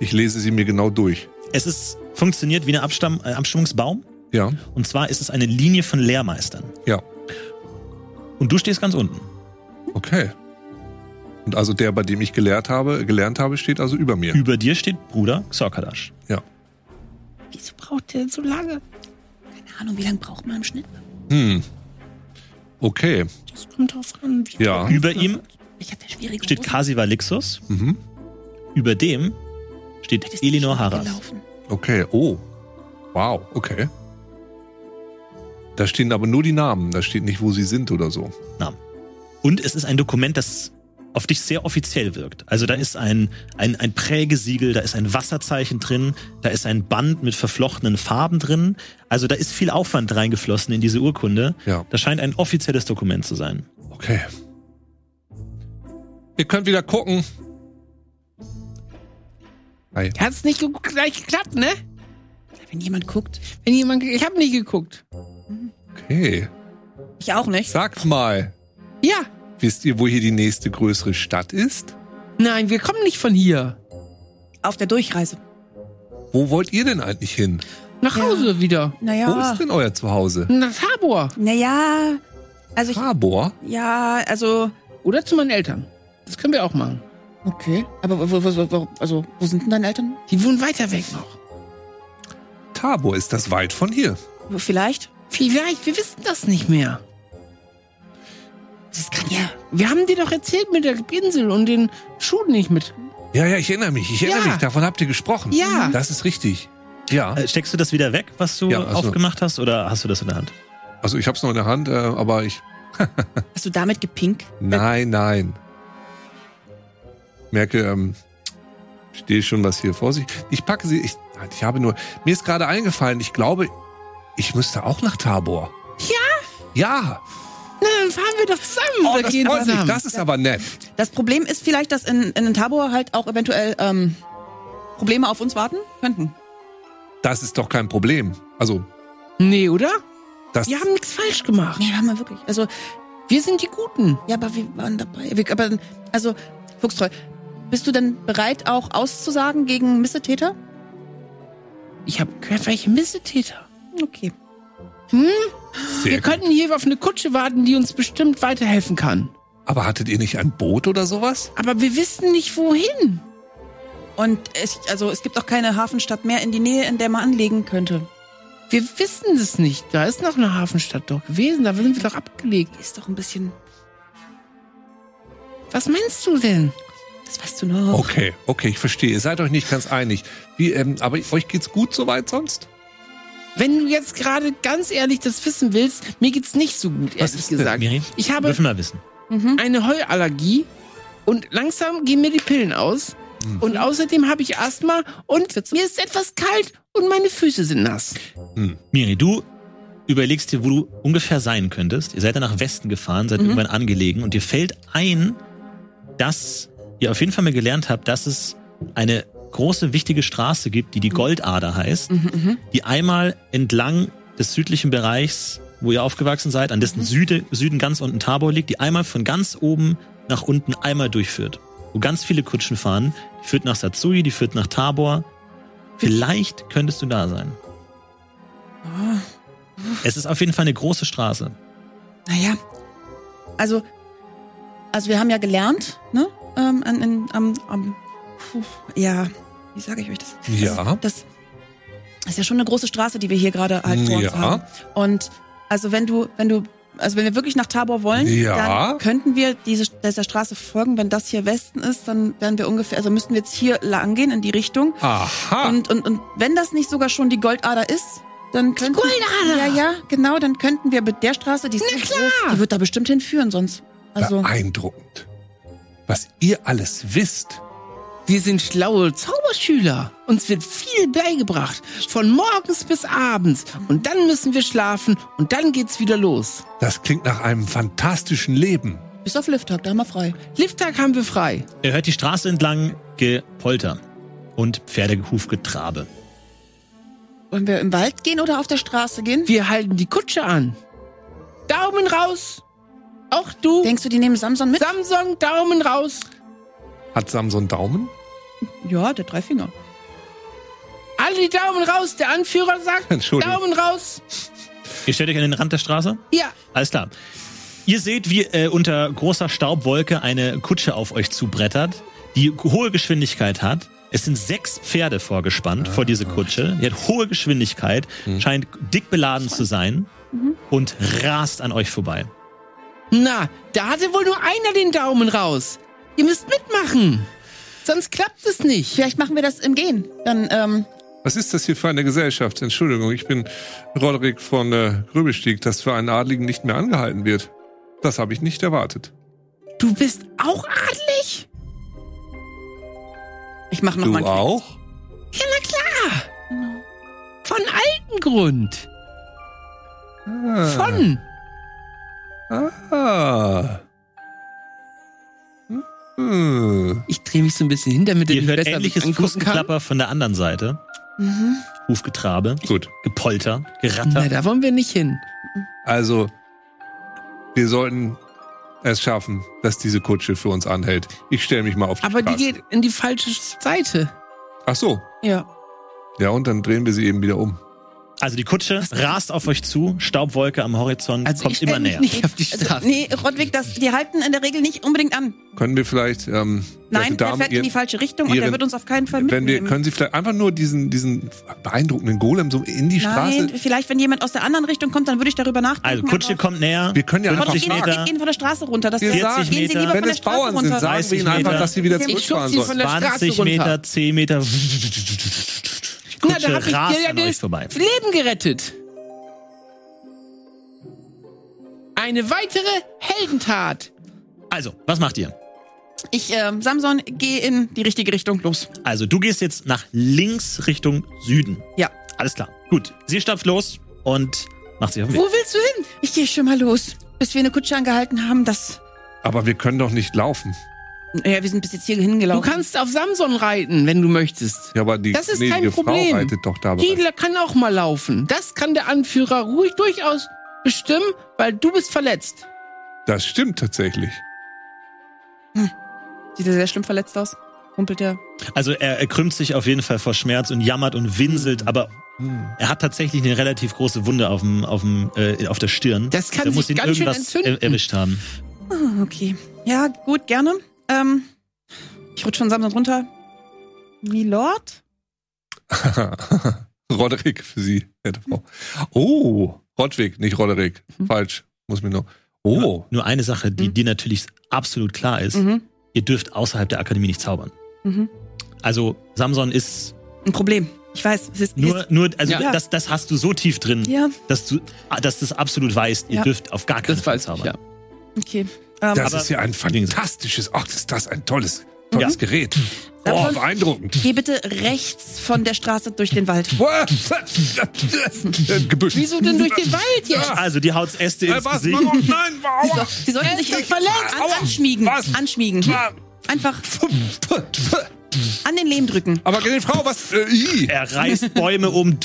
B: Ich lese sie mir genau durch.
A: Es ist, funktioniert wie ein Abstamm, äh, Abstammungsbaum.
B: Ja,
A: Und zwar ist es eine Linie von Lehrmeistern.
B: ja,
A: Und du stehst ganz unten.
B: okay. Und also der, bei dem ich gelehrt habe, gelernt habe, steht also über mir.
A: Über dir steht Bruder Xorkadash.
B: Ja.
C: Wieso braucht der denn so lange?
D: Keine Ahnung, wie lange braucht man im Schnitt?
B: Hm. Okay,
C: Das kommt drauf an. Wie
B: ja.
A: Über ihm
D: Ich hatte schwierige
A: steht
D: Hosen.
A: Kasiva Lixus.
B: Mhm.
A: Über dem
D: Das
A: steht
D: ist
A: Elinor
D: schon
A: Haras.
D: gelaufen.
B: Okay, oh. Wow, okay. Da stehen aber nur die Namen, da steht nicht, wo sie sind oder so.
A: Und es ist ein Dokument, das auf dich sehr offiziell wirkt. Also da ist ein, ein, ein Prägesiegel, da ist ein Wasserzeichen drin, da ist ein Band mit verflochtenen Farben drin. Also da ist viel Aufwand reingeflossen in diese Urkunde.
B: Ja.
A: Das scheint ein offizielles Dokument zu sein.
B: Okay. Ihr könnt wieder gucken. Hi.
C: Hat es nicht ge gleich geklappt, ne?
D: Wenn jemand guckt.
C: Wenn jemand. ge- Ich habe nicht geguckt.
B: Okay.
D: Ich auch nicht.
B: Sagt mal,
C: Ja.
B: wisst ihr, wo hier die nächste größere Stadt ist?
C: Nein, wir kommen nicht von hier.
D: Auf der Durchreise.
B: Wo wollt ihr denn eigentlich hin?
C: Nach
D: Ja.
C: Hause wieder.
B: Wo
D: Naja.
B: ist denn euer Zuhause?
C: Nach Tabor.
D: Naja. Also ich.
B: Tabor?
D: Ja, also.
C: Oder zu meinen Eltern. Das können wir auch machen.
D: Okay. Aber wo, wo, wo, wo, also, wo sind denn deine Eltern?
C: Die wohnen weiter weg noch.
B: Tabor, ist das weit von hier?
D: Vielleicht.
C: Vielleicht, wir wissen das nicht mehr.
D: Das kann ja.
C: Wir haben dir doch erzählt mit der Insel und den Schuhen nicht mit.
B: Ja, ja, ich erinnere mich, ich erinnere
C: Ja.
B: mich, davon habt ihr gesprochen.
C: Ja.
B: Das ist richtig. Ja,
A: Äh, steckst du das wieder weg, was du
B: Ja, also-
A: aufgemacht hast, oder hast du das in der Hand?
B: also ich hab's noch in der Hand, äh, aber ich...
D: Hast du damit gepinkt?
B: Nein, nein. Merke, ähm, stehe schon was hier vor sich. Ich packe sie, ich, ich habe nur... Mir ist gerade eingefallen, ich glaube, ich müsste auch nach Tabor. Ja? Ja.
C: Na, dann fahren wir doch zusammen
B: Oh,
C: oder
B: das
C: gehen
B: freut mich.
C: zusammen.
B: Das ist aber nett.
D: Das Problem ist vielleicht, dass in, in Tabor halt auch eventuell ähm, Probleme auf uns warten könnten.
B: Das ist doch kein Problem. Also,
C: nee, oder?
B: das.
C: Wir haben nichts falsch gemacht.
D: Nee, haben wir wirklich. Also,
C: Wir sind die Guten.
D: ja, aber wir waren dabei. Wir, aber, also, Fuchstreu, bist du denn bereit, auch auszusagen gegen Missetäter?
C: Ich habe gehört, welche Missetäter.
D: Okay.
B: Sehr
C: Wir könnten hier auf eine Kutsche warten, die uns bestimmt weiterhelfen kann.
B: Aber hattet ihr nicht ein Boot oder sowas?
C: Aber wir wissen nicht, wohin.
D: Und es, also, es gibt auch keine Hafenstadt mehr in die Nähe, in der man anlegen könnte.
C: Wir wissen es nicht. Da ist noch eine Hafenstadt doch gewesen. Da sind wir doch abgelegt.
D: Die ist doch ein bisschen.
C: Was meinst du denn?
D: Das weißt du noch.
B: Okay, okay, ich verstehe. Ihr seid euch nicht ganz einig. Wie, ähm, aber euch geht's gut soweit sonst?
C: Wenn du jetzt gerade ganz ehrlich das wissen willst, mir geht's nicht so gut, ehrlich
B: ist denn,
C: gesagt.
A: Miri,
C: ich habe
A: dürfen wir wissen.
C: eine Heuallergie und langsam gehen mir die Pillen aus.
B: Hm.
C: Und außerdem habe ich Asthma und mir ist etwas kalt und meine Füße sind nass.
A: Miri, du überlegst dir, wo du ungefähr sein könntest. Ihr seid dann nach Westen gefahren, seid irgendwann angelegen und dir fällt ein, dass ihr auf jeden Fall mal gelernt habt, dass es eine große, wichtige Straße gibt, die die Goldader heißt,
D: Mhm.
A: die einmal entlang des südlichen Bereichs, wo ihr aufgewachsen seid, an dessen Süde, Süden ganz unten Tabor liegt, die einmal von ganz oben nach unten einmal durchführt, wo ganz viele Kutschen fahren. Die führt nach Satsui, die führt nach Tabor. Vielleicht könntest du da sein.
D: Ah.
A: Es ist auf jeden Fall eine große Straße.
D: Naja, also, also wir haben ja gelernt, ne? Ähm, an, an, am, am, puh, ja, wie sage ich euch das?
B: Ja.
D: Das, das ist ja schon eine große Straße, die wir hier gerade halt vor uns
B: Ja.
D: haben. Und also wenn du, wenn du, also wenn wir wirklich nach Tabor wollen,
B: Ja.
D: dann könnten wir diese, dieser Straße folgen. Wenn das hier Westen ist, dann wären wir ungefähr, also müssten wir jetzt hier lang gehen in die Richtung.
B: Aha.
D: Und, und, und wenn das nicht sogar schon die Goldader ist, dann könnten,
E: Goldader!
D: Ja, ja, genau, dann könnten wir mit der Straße, die ist nicht groß, die wird da bestimmt hinführen sonst. Also,
B: Beeindruckend. Was ihr alles wisst.
C: Wir sind schlaue Zauberschüler. Uns wird viel beigebracht. Von morgens bis abends. Und dann müssen wir schlafen und dann geht's wieder los.
B: Das klingt nach einem fantastischen Leben.
D: bis auf Lifttag, da haben wir frei.
C: Lifttag haben wir frei.
A: Er hört die Straße entlang Gepolter und Pferdehufgetrabe.
D: Wollen wir im Wald gehen oder auf der Straße gehen?
C: Wir halten die Kutsche an. Daumen raus. Auch du.
D: Denkst du, die nehmen Samson mit?
C: Samsung, Daumen raus.
B: Hat Samson Daumen?
D: Ja, der Dreifinger.
C: Alle die Daumen raus. Der Anführer sagt
B: Entschuldigung.
C: Daumen raus.
A: Ihr stellt euch an den Rand der Straße?
C: Ja.
A: Alles klar. Ihr seht, wie äh, unter großer Staubwolke eine Kutsche auf euch zubrettert, die hohe Geschwindigkeit hat. Es sind sechs Pferde vorgespannt vor
C: Ah.
A: diese Kutsche. Die hat hohe Geschwindigkeit,
C: Mhm.
A: scheint dick beladen zu sein und rast an euch vorbei.
C: Na, da hatte wohl nur einer den Daumen raus. Ihr müsst mitmachen. Sonst klappt es nicht.
D: Vielleicht machen wir das im Gehen. Dann, ähm,
B: Was ist das hier für eine Gesellschaft? Entschuldigung, ich bin Roderick von äh, Gröbelstieg, dass für einen Adligen nicht mehr angehalten wird. Das habe ich nicht erwartet.
C: Du bist auch adlig?
D: ich mache noch mal einen Knick.
B: auch?
C: Ja, na klar. Von alten Grund. Von.
B: Ah. Hm.
C: Ich drehe mich so ein bisschen hin, damit du
A: Ihr
C: mich
A: hört
C: besser
A: ähnliches
C: angucken kannst.
A: Fußgeklapper von der anderen Seite. Hufgetrabe,
B: Gut,
A: Gepolter,
C: Na,
A: Geratter.
C: da wollen wir nicht hin.
B: also wir sollten es schaffen, dass diese Kutsche für uns anhält. Ich stelle mich mal auf die
C: Aber die
B: Straße.
C: geht in die falsche Seite.
B: Ach so,
D: Ja.
B: ja und dann drehen wir sie eben wieder um.
A: Also die Kutsche rast auf euch zu, Staubwolke am Horizont
C: Also ich
A: kommt immer
C: stell mich
A: näher.
C: nicht auf die
D: Also,
C: Straße.
D: nee, Rodwig, das, die halten in der Regel nicht unbedingt an.
B: Können wir vielleicht ähm,
D: Nein,
B: werte
D: der
B: Damen,
D: fährt in
B: ihr-
D: die falsche Richtung und
B: Ihren-
D: der wird uns auf keinen Fall
B: wenn
D: mitnehmen.
B: wir, können Sie vielleicht einfach nur diesen, diesen beeindruckenden Golem so in die
D: Nein,
B: Straße.
D: vielleicht, wenn jemand aus der anderen Richtung kommt, dann würde ich darüber nachdenken.
A: Also Kutsche kommt näher.
B: Wir können ja
D: aber
B: einfach
D: Rodwig,
A: Meter.
D: gehen, gehen, gehen von der Straße runter. Das
B: Wir
D: gehen
B: sagen,
D: Sie lieber von
A: Meter.
B: Wenn
D: der
B: es
D: Straße
B: Bauern sind,
D: runter.
B: sagen wir
A: 30
B: ihnen einfach,
A: Meter.
B: dass sie wieder
D: Ich
B: zurückfahren
C: schub sie
B: sollen.
C: von der Straße
A: 20
C: runter.
A: Meter, 10 Meter.
C: Na, da hab
A: Kutsche
C: ich
A: rast
C: dir ja
A: an euch
C: das
A: vorbei.
C: Leben gerettet. Eine weitere Heldentat.
A: Also, was macht ihr?
D: Ich, ähm, Samson, geh in die richtige Richtung. Los.
A: Also, du gehst jetzt nach links Richtung Süden.
D: Ja.
A: Alles klar. Gut. Sie stapft los und macht sich auf den
C: Wo
A: Weg.
C: willst du hin?
D: Ich gehe schon mal los. bis wir eine Kutsche angehalten haben, das.
B: Aber wir können doch nicht laufen.
D: Ja, wir sind bis jetzt hier
C: Du
D: hingelaufen.
C: kannst auf Samson reiten, wenn du möchtest.
B: Ja, aber die
C: Das ist
B: gnädige
C: kein Problem.
B: Frau reitet doch da bereits.
C: Jeder kann auch mal laufen. Das kann der Anführer ruhig durchaus bestimmen, weil du bist verletzt.
B: Das stimmt tatsächlich.
D: Sieht er sehr schlimm verletzt aus. Humpelt er.
A: Also er, er krümmt sich auf jeden Fall vor Schmerz und jammert und winselt, aber
C: Hm.
A: er hat tatsächlich eine relativ große Wunde auf, dem, auf, dem, äh, auf der Stirn.
C: Das kann
A: er
C: sich
A: muss ihn
C: ganz schön
A: irgendwas
C: entzünden.
A: er, erwischt haben.
D: Ah, okay. Ja, gut, gerne. Ähm, ich rutsche von Samson runter. Milord?
B: Roderick für Sie, Herr Frau. Oh, Rodwig, nicht Roderick. Falsch. Muss mir noch. Oh,
A: Nur, nur eine Sache, die
C: Hm?
A: dir natürlich absolut klar ist.
D: Mhm.
A: Ihr dürft außerhalb der Akademie nicht zaubern.
D: Mhm.
A: Also Samson ist
D: Ein Problem. Ich weiß, es ist.
A: nur, nur also
C: Ja.
A: das, das hast du so tief drin,
D: ist ja,
A: dass du ah, dass du es absolut weißt, ihr
D: Ja.
A: dürft auf gar keinen
C: Das
A: Fall
C: weiß ich,
A: zaubern.
C: ja.
D: okay. Ähm,
B: das
A: aber-
B: ist ja ein fantastisches. Ach, ist das ein tolles, tolles
A: Ja.
B: Gerät.
D: Sag
B: Oh,
D: mal-
B: beeindruckend.
D: Geh bitte rechts von der Straße durch den Wald.
B: Gebüsch.
C: Wieso denn durch den Wald jetzt?
A: Also die haut's Äste
B: Äh,
A: ins
B: was?
A: Gesicht.
B: Warum? Nein, warum?
D: Sie sollten sich
B: Endlich!
D: verletzt an,
B: Aua!
D: anschmiegen.
B: Was?
D: Anschmiegen. Einfach an den Lehm drücken.
B: Aber den Frau, was? Äh, i.
A: Er reißt Bäume um,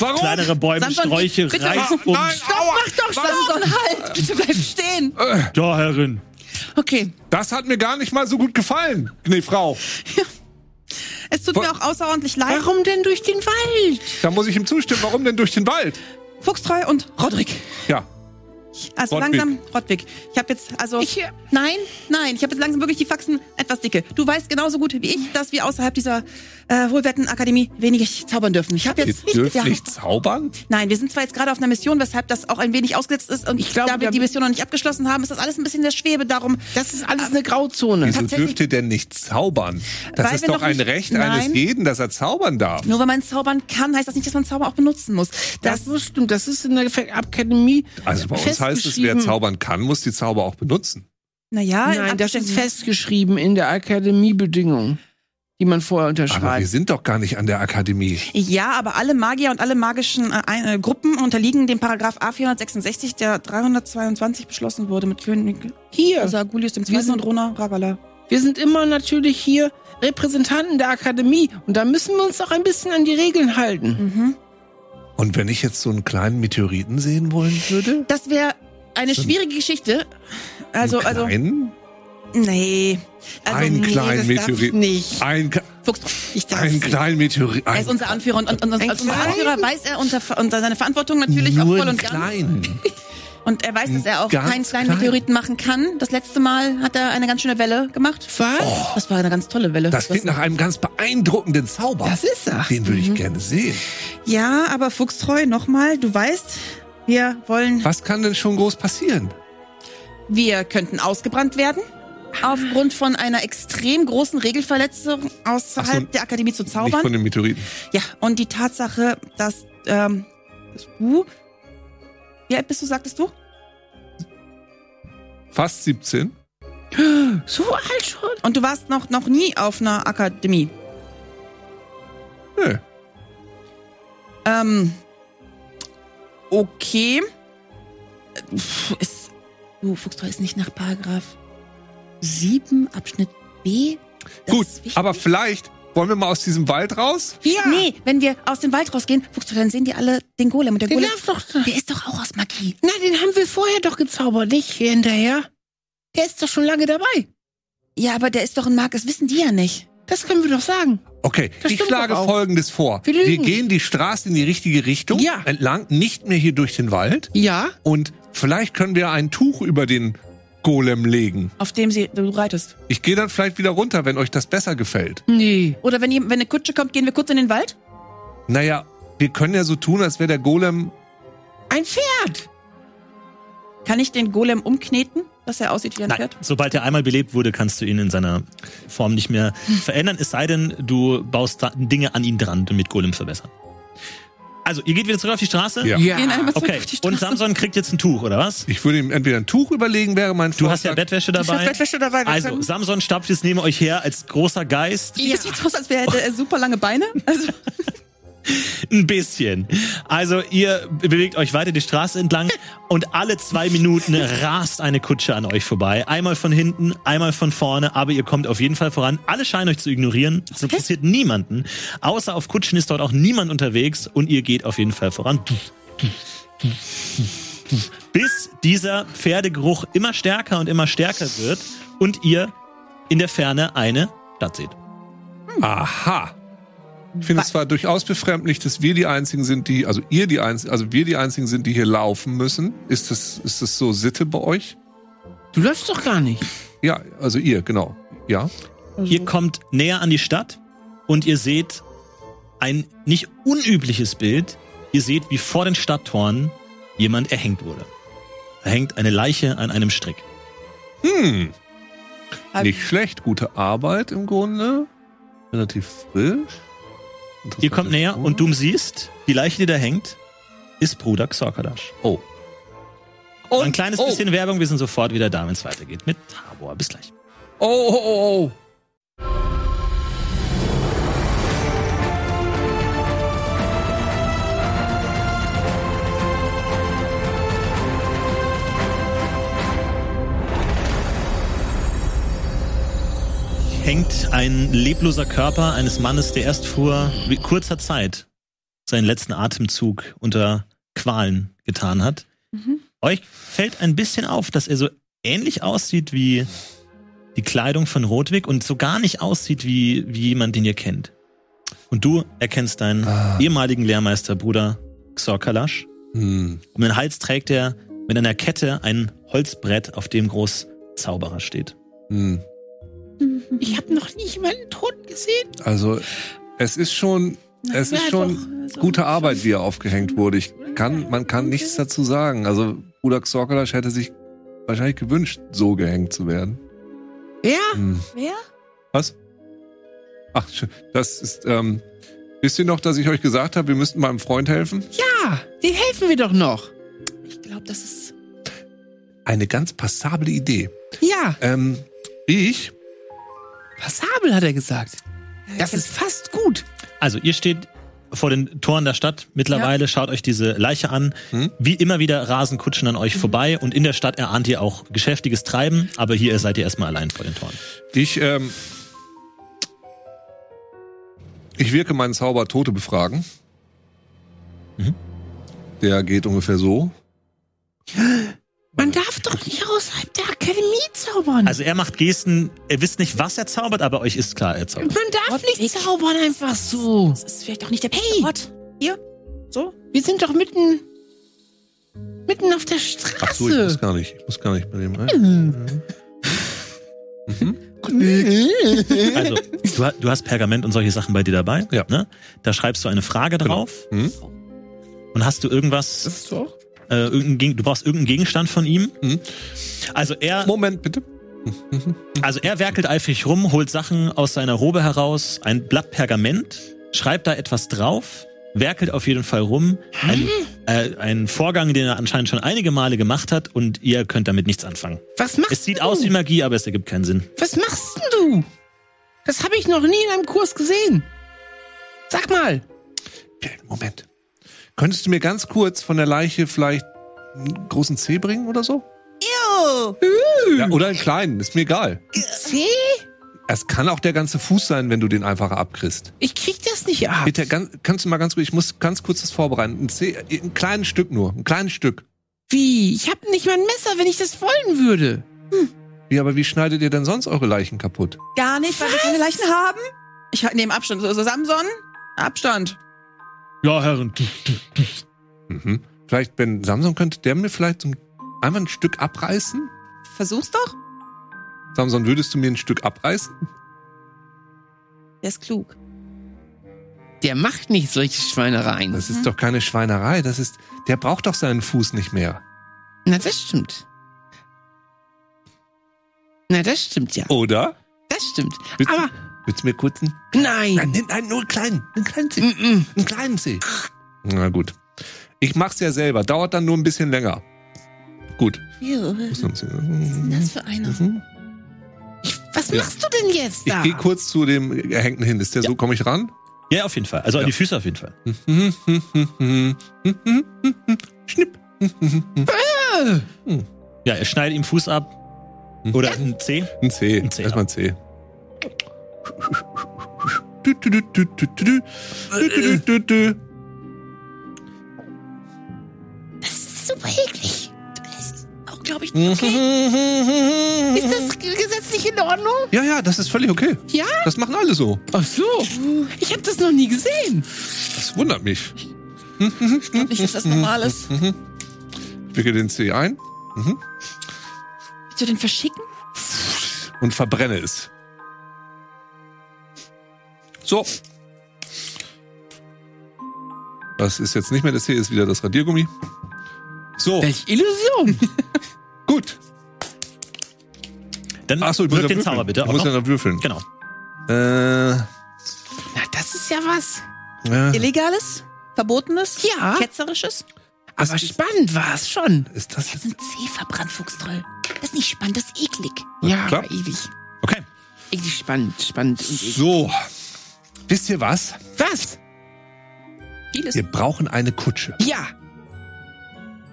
B: Warum?
A: kleinere Bäume,
D: Samson,
A: Sträuche,
D: bitte-
B: Ah,
A: reißt um.
B: nein, aua.
D: Mach doch, Samson, halt! Bitte bleib stehen!
A: Ja, Herrin.
D: Okay.
B: Das hat mir gar nicht mal so gut gefallen, nee, Frau.
D: Es tut
B: Wo-
D: mir auch außerordentlich leid.
C: Warum denn durch den Wald?
B: Da muss ich ihm zustimmen. Warum denn durch den Wald?
D: Fuchstreu und Rodrik.
B: Ja,
D: Also
B: Rodwig.
D: langsam, Rodwig. Ich habe jetzt, also.
C: Ich, äh,
D: nein, nein, ich habe jetzt langsam wirklich die Faxen etwas dicke. Du weißt genauso gut wie ich, dass wir außerhalb dieser äh, Wohlwettenakademie wenig zaubern dürfen. Ich habe
B: ihr
D: jetzt
B: dürft
D: ja,
B: nicht zaubern?
D: Nein, wir sind zwar jetzt gerade auf einer Mission, weshalb das auch ein wenig ausgesetzt ist und ich
C: glaube,
D: da wir
C: wir-
D: die Mission noch nicht abgeschlossen haben, ist das alles ein bisschen in der Schwebe. Darum,
C: Das ist alles eine Grauzone.
B: Wieso
D: Tatsächlich-
B: dürft ihr denn nicht zaubern? Das
D: Weil
B: ist
D: wir
B: doch
D: noch
B: ein
D: nicht-
B: Recht
D: Nein.
B: eines jeden, dass er zaubern darf.
D: nur weil man zaubern kann, heißt das nicht, dass man Zauber auch benutzen muss.
C: Das, das stimmt. Das ist in der Fe- Akademie.
B: Also bei uns heißt es, wer
C: festgeschrieben.
B: zaubern kann, muss die Zauber auch benutzen.
D: naja, in
C: Nein, das
D: Abständen.
C: ist festgeschrieben in der Akademiebedingung, die man vorher
B: Aber wir
C: unterschreibt.
B: sind doch gar nicht an der Akademie.
D: Ja, aber alle Magier und alle magischen äh, ein- äh, Gruppen unterliegen dem Paragraph A466, der 322 beschlossen wurde mit König
C: Hier,
D: also Agulius dem
C: Wir
D: Zweiten
C: sind-
D: und Rona Ragala.
C: wir sind immer natürlich hier Repräsentanten der Akademie und da müssen wir uns auch ein bisschen an die Regeln halten.
D: Mhm.
B: Und wenn ich jetzt so einen kleinen Meteoriten sehen wollen würde?
D: Das wäre eine
B: Stimmt.
D: schwierige Geschichte. Also,
B: einen
D: also,
B: kleinen?
D: nee. Also,
B: Einen
D: nee,
B: kleinen
D: das darf ich
B: Meteoriten.
D: nicht.
B: Ein, Kle-
D: Fuchs, ich darf
B: einen
D: nicht.
B: kleinen Meteoriten.
D: Er ist unser Anführer und, und, und
C: Ein
D: als unser
C: klein-
D: Anführer weiß er unter, unter seine Verantwortung natürlich auch
B: nur
D: voll und
B: einen
D: ganz.
B: kleinen.
D: Und er weiß, dass er auch
B: Ganz
D: keinen kleinen
B: klein.
D: Meteoriten machen kann. Das letzte Mal hat er eine ganz schöne Welle gemacht.
C: Was?
D: Das war eine ganz tolle Welle.
B: Oh. Das klingt nach einem ganz beeindruckenden Zauber.
C: Das ist er.
B: Den würde
D: Mhm.
B: ich gerne sehen.
D: Ja, aber Fuchstreu, nochmal, du weißt, wir wollen,
B: Was kann denn schon groß passieren?
D: wir könnten ausgebrannt werden. Aufgrund von einer extrem großen Regelverletzung
B: Ach
D: außerhalb
B: so,
D: der Akademie zu
B: Nicht von
D: zaubern.
B: den Meteoriten.
D: Ja, und die Tatsache, dass ähm, du. Wie alt bist du, sagtest du?
B: Fast 17.
C: So alt schon.
D: Und du warst noch, noch nie auf einer Akademie.
B: Nö.
D: Ähm. Okay. Pff, Ist, du, Fuchstreu ist nicht nach Paragraph 7 Abschnitt B. Das
B: Gut,
D: ist wichtig.
B: aber vielleicht wollen wir mal aus diesem Wald raus?
C: Ja.
D: Nee, wenn wir aus dem Wald rausgehen, Fuchstreu, dann sehen die alle den Golem. Und der
C: Den
D: Golem,
C: darf doch.
D: der ist doch auch aus Magie.
C: Na, den haben wir vorher doch gezaubert, nicht hier hinterher. Der ist doch schon lange dabei.
D: Ja, aber der ist doch ein Mag, das wissen die ja nicht.
C: Das können wir doch sagen.
B: Okay,
C: Das
B: ich
C: stimmt
B: schlage
C: doch auch.
B: Folgendes vor.
C: Wir
B: Wir
C: lügen.
B: gehen die Straße in die richtige Richtung
C: Ja.
B: entlang, nicht mehr hier durch den Wald.
C: Ja.
B: Und vielleicht können wir ein Tuch über den Golem legen.
D: Auf dem sie, du reitest.
B: Ich gehe dann vielleicht wieder runter, wenn euch das besser gefällt.
C: Nee.
D: Oder wenn, jem- wenn eine Kutsche kommt, gehen wir kurz in den Wald?
B: Naja, wir können ja so tun, als wäre der Golem.
C: Ein Pferd.
D: Kann ich den Golem umkneten, dass er aussieht wie ein
A: Nein,
D: Pferd?
A: sobald er einmal belebt wurde, kannst du ihn in seiner Form nicht mehr verändern, es sei denn, du baust da Dinge an ihn dran und mit Golem verbessern. Also, ihr geht wieder zurück auf die Straße?
B: Ja.
D: Gehen einmal zurück
A: Okay,
D: auf die Straße.
A: und Samson kriegt jetzt ein Tuch, oder was?
B: Ich würde ihm entweder ein Tuch überlegen, wäre mein
A: Du hast ja
B: Vorschlag.
A: Bettwäsche
D: Oh, Ich hab
A: dabei.
D: Bettwäsche dabei. wir
A: Also,
D: können-
A: Samson stapft jetzt neben euch her als großer Geist.
D: äh, Sieht das jetzt aus, als wäre er hätte er super lange Beine? Also,
A: Ein bisschen. Also ihr bewegt euch weiter die Straße entlang und alle zwei Minuten rast eine Kutsche an euch vorbei. Einmal von hinten, einmal von vorne, aber ihr kommt auf jeden Fall voran. Alle scheinen euch zu ignorieren. Es interessiert niemanden. Außer auf Kutschen ist dort auch niemand unterwegs und ihr geht auf jeden Fall voran. Bis dieser Pferdegeruch immer stärker und immer stärker wird und ihr in der Ferne eine Stadt seht.
B: Aha. Ich finde es zwar durchaus befremdlich, dass wir die einzigen sind, die, also ihr die einzigen, also wir die einzigen sind, die hier laufen müssen. Ist das, ist das so Sitte bei euch?
C: Du läufst doch gar nicht.
B: Ja, also ihr, genau. Ja.
A: Ihr kommt näher an die Stadt und ihr seht ein nicht unübliches Bild. Ihr seht, wie vor den Stadttoren jemand erhängt wurde. Da hängt eine Leiche an einem Strick.
B: Hm.
D: Hab-
B: Nicht schlecht. Gute Arbeit im Grunde. Relativ frisch.
A: Ihr kommt näher und
B: du.
A: du siehst, die Leiche, die da hängt, ist Bruder Xorkadash.
B: Oh.
A: ein kleines bisschen Werbung, wir sind sofort wieder da, wenn es weitergeht mit Tabor. Bis gleich.
B: Oh, oh, oh, oh.
A: hängt ein lebloser Körper eines Mannes, der erst vor wie- kurzer Zeit seinen letzten Atemzug unter Qualen getan hat. Euch fällt ein bisschen auf, dass er so ähnlich aussieht wie die Kleidung von Rotwig und so gar nicht aussieht wie, wie jemand, den ihr kennt. Und du erkennst deinen ehemaligen Lehrmeister, Bruder Xorkalash.
B: Hm.
A: Um den Hals trägt er mit einer Kette ein Holzbrett, auf dem groß Zauberer steht.
B: Hm.
C: Ich habe noch nie jemanden tot gesehen.
B: Also, es ist schon, es ist
C: ja,
B: schon
D: also,
B: gute Arbeit, wie er aufgehängt wurde. Ich kann, man kann nichts dazu sagen. Also, Bruder Xorkalasch hätte sich wahrscheinlich gewünscht, so gehängt zu werden.
C: Ja?
B: Hm.
D: Wer?
B: Was? Ach, sch- das ist, ähm, wisst ihr noch, dass ich euch gesagt habe, wir müssten meinem Freund helfen?
C: Ja, den helfen wir doch noch.
D: Ich glaube, das ist.
B: Eine ganz passable Idee.
C: Ja,
B: Ähm, ich,
C: passabel hat er gesagt. Das ist fast gut.
A: Also ihr steht vor den Toren der Stadt mittlerweile, schaut euch diese Leiche an.
B: Hm?
A: Wie immer wieder rasen Kutschen an euch vorbei und in der Stadt erahnt ihr auch geschäftiges Treiben, aber hier seid ihr erstmal allein vor den Toren.
B: ich, ähm, ich wirke meinen Zauber Tote befragen. Der geht ungefähr so.
C: Man darf doch nicht außerhalb der Akademie zaubern.
A: Also er macht Gesten, er wisst nicht, was er zaubert, aber euch ist klar, er zaubert.
C: Man darf
D: Gott,
C: nicht
D: ich-
C: zaubern einfach so.
D: Das ist vielleicht auch nicht der beste
C: Hey!
D: Ort. Hier? So?
C: Wir sind doch mitten mitten auf der Straße. Hm.
B: Ach so, ich muss gar nicht. Ich muss gar nicht bei dem rein. Mhm.
C: Mhm.
A: Also du, ha- du hast Pergament und solche Sachen bei dir dabei.
B: Ja.
A: Ne? Da schreibst du eine Frage
B: Genau.
A: drauf
B: Hm?
A: und hast du irgendwas,
C: ist doch.
A: äh, irgendein, Geg- du brauchst irgendeinen Gegenstand von ihm.
B: Mhm.
A: Also er
B: Moment, bitte.
A: Also er werkelt eifrig rum, holt Sachen aus seiner Robe heraus, ein Blatt Pergament, schreibt da etwas drauf, werkelt auf jeden Fall rum. Ein, äh, ein Vorgang, den er anscheinend schon einige Male gemacht hat und ihr könnt damit nichts anfangen.
C: Was machst
A: Es sieht
C: du?
A: aus wie Magie, aber es ergibt keinen Sinn.
C: Was machst denn du? Das habe ich noch nie in einem Kurs gesehen. Sag mal.
B: Moment. Könntest du mir ganz kurz von der Leiche vielleicht einen großen Zeh bringen oder so? Ja, oder einen kleinen, ist mir egal.
C: C?
B: Es kann auch der ganze Fuß sein, wenn du den einfach abkriegst.
C: Ich krieg das nicht ab.
B: Bitte, ganz, kannst du mal ganz kurz, ich muss ganz kurz das vorbereiten. Ein, Zeh, äh, ein kleines Stück nur, ein kleines Stück.
C: Wie? Ich habe nicht mal ein Messer, wenn ich das wollen würde.
B: Wie, aber wie schneidet ihr denn sonst eure Leichen kaputt?
D: Gar nicht, weil wir keine Leichen haben. Ich nehme Abstand. So, so Samson, Abstand.
A: Ja, Herren.
B: Mhm. Vielleicht, wenn Samson könnte, der mir vielleicht so ein, einfach ein Stück abreißen?
D: Versuch's doch.
B: Samson, würdest du mir ein Stück abreißen?
D: Der ist klug.
C: Der macht nicht solche Schweinereien.
B: Das ist doch keine Schweinerei, das ist, der braucht doch seinen Fuß nicht mehr.
C: Na, das stimmt. Na, das stimmt ja.
B: Oder?
C: Das stimmt.
B: Willst,
C: Aber
B: willst du mir kurz einen,
C: nein. Mm,
B: nein, ne- nein, nein, nur einen kleinen, einen kleinen Zeh,
C: Mm-mm.
B: einen kleinen Zeh. Na gut. Ich mach's ja selber, dauert dann nur ein bisschen länger. Gut.
D: Was
B: Muss noch ein
D: ist denn das
B: bisschen-
D: für einer?
B: Mhm.
C: Ich, was
B: Ja.
C: machst du denn jetzt
B: Ich
C: da?
B: gehe kurz zu dem Erhängten hin. Ist der so, komme ich ran? Mhm,
A: Ja, auf jeden Fall. Also an die Füße auf jeden Fall.
B: Schnipp.
A: Ja, er schneidet ihm Fuß ab. Oder ein Zeh.
B: Ein C.
A: Ein C,
B: Erstmal ein C. Du, du, du, du, du, du, du. Du, du, du, du, du.
E: Das ist super eklig.
D: Auch, glaube
B: Mhm.
D: ich,
E: Ist das gesetzlich in Ordnung?
B: Ja, ja, das ist völlig okay.
E: Ja?
B: Das machen alle so.
C: Ach so.
D: Äh.
C: Ich habe das noch nie gesehen.
B: Das wundert mich.
D: nicht, dass das normal ist.
B: Ich wickel den C ein
D: Willst du den verschicken?
B: und verbrenne es. So. Das ist jetzt nicht mehr das C, ist wieder das Radiergummi. So,
C: Welch Illusion.
B: gut.
A: Dann
B: Achso, ich muss
A: wirkt
B: ja
A: den Zauber
B: würfeln.
A: bitte
B: Ich
A: auch
B: muss
A: noch.
B: ja noch würfeln.
A: Genau.
B: Äh,
C: Na, das ist ja was.
B: ja.
D: Illegales? Verbotenes?
C: Ja.
D: Ketzerisches?
C: Aber spannend war es schon.
B: Ist das jetzt?
E: Ein Zeh verbrannt, Fuchstroll. Das ist nicht spannend, das ist eklig.
C: Ja,
B: klar.
C: aber ewig.
A: Okay.
C: Eklig spannend, spannend und eklig.
B: So. Wisst ihr was?
C: Was?
D: Vieles.
B: Wir brauchen eine Kutsche.
C: Ja,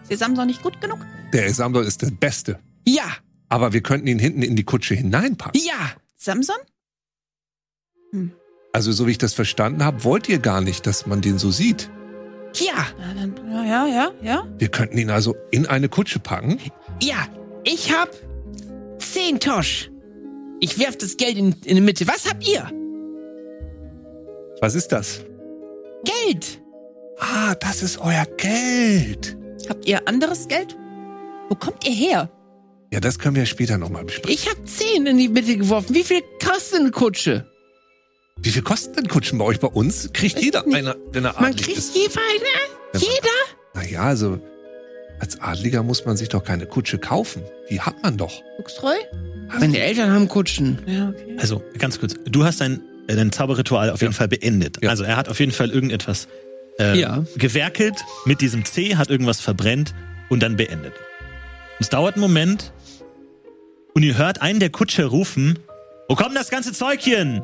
D: Wir Samson nicht gut genug?
B: Der Samson ist der Beste.
C: ja,
B: Aber wir könnten ihn hinten in die Kutsche hineinpacken.
C: ja.
D: Samson?
B: Also, so wie ich das verstanden habe, wollt ihr gar nicht, dass man den so sieht.
C: Ja,
D: Ja, dann, ja, ja, ja, ja.
B: Wir könnten ihn also in eine Kutsche packen.
C: ja. Ich hab zehn Tosch. Ich werf das Geld in, in die Mitte. Was habt ihr?
B: Was ist das?
C: Geld.
B: Ah, das ist euer Geld.
D: Habt ihr anderes Geld? Wo kommt ihr her?
B: Ja, das können wir später nochmal besprechen.
C: Ich hab zehn in die Mitte geworfen. Wie viel kostet eine Kutsche?
B: Wie viel kosten denn Kutschen bei euch? Bei uns kriegt jeder einer, wenn er
C: Äh, Man
B: adelig
C: kriegt
B: ist.
C: jeweils eine. Jeder?
B: Naja, also, als Adliger muss man sich doch keine Kutsche kaufen. Die hat man doch.
D: Fuchstreu?
C: Meine Eltern haben Kutschen.
D: Ja, okay.
A: Also, ganz kurz. Du hast dein, äh, dein Zauberritual auf jeden Fall beendet.
B: Ja.
A: Also, er hat auf jeden Fall irgendetwas äh,
C: Ja.
A: gewerkelt mit diesem C, hat irgendwas verbrennt und dann beendet. Es dauert einen Moment und ihr hört einen der Kutscher rufen: Wo kommt denn das ganze Zeugchen?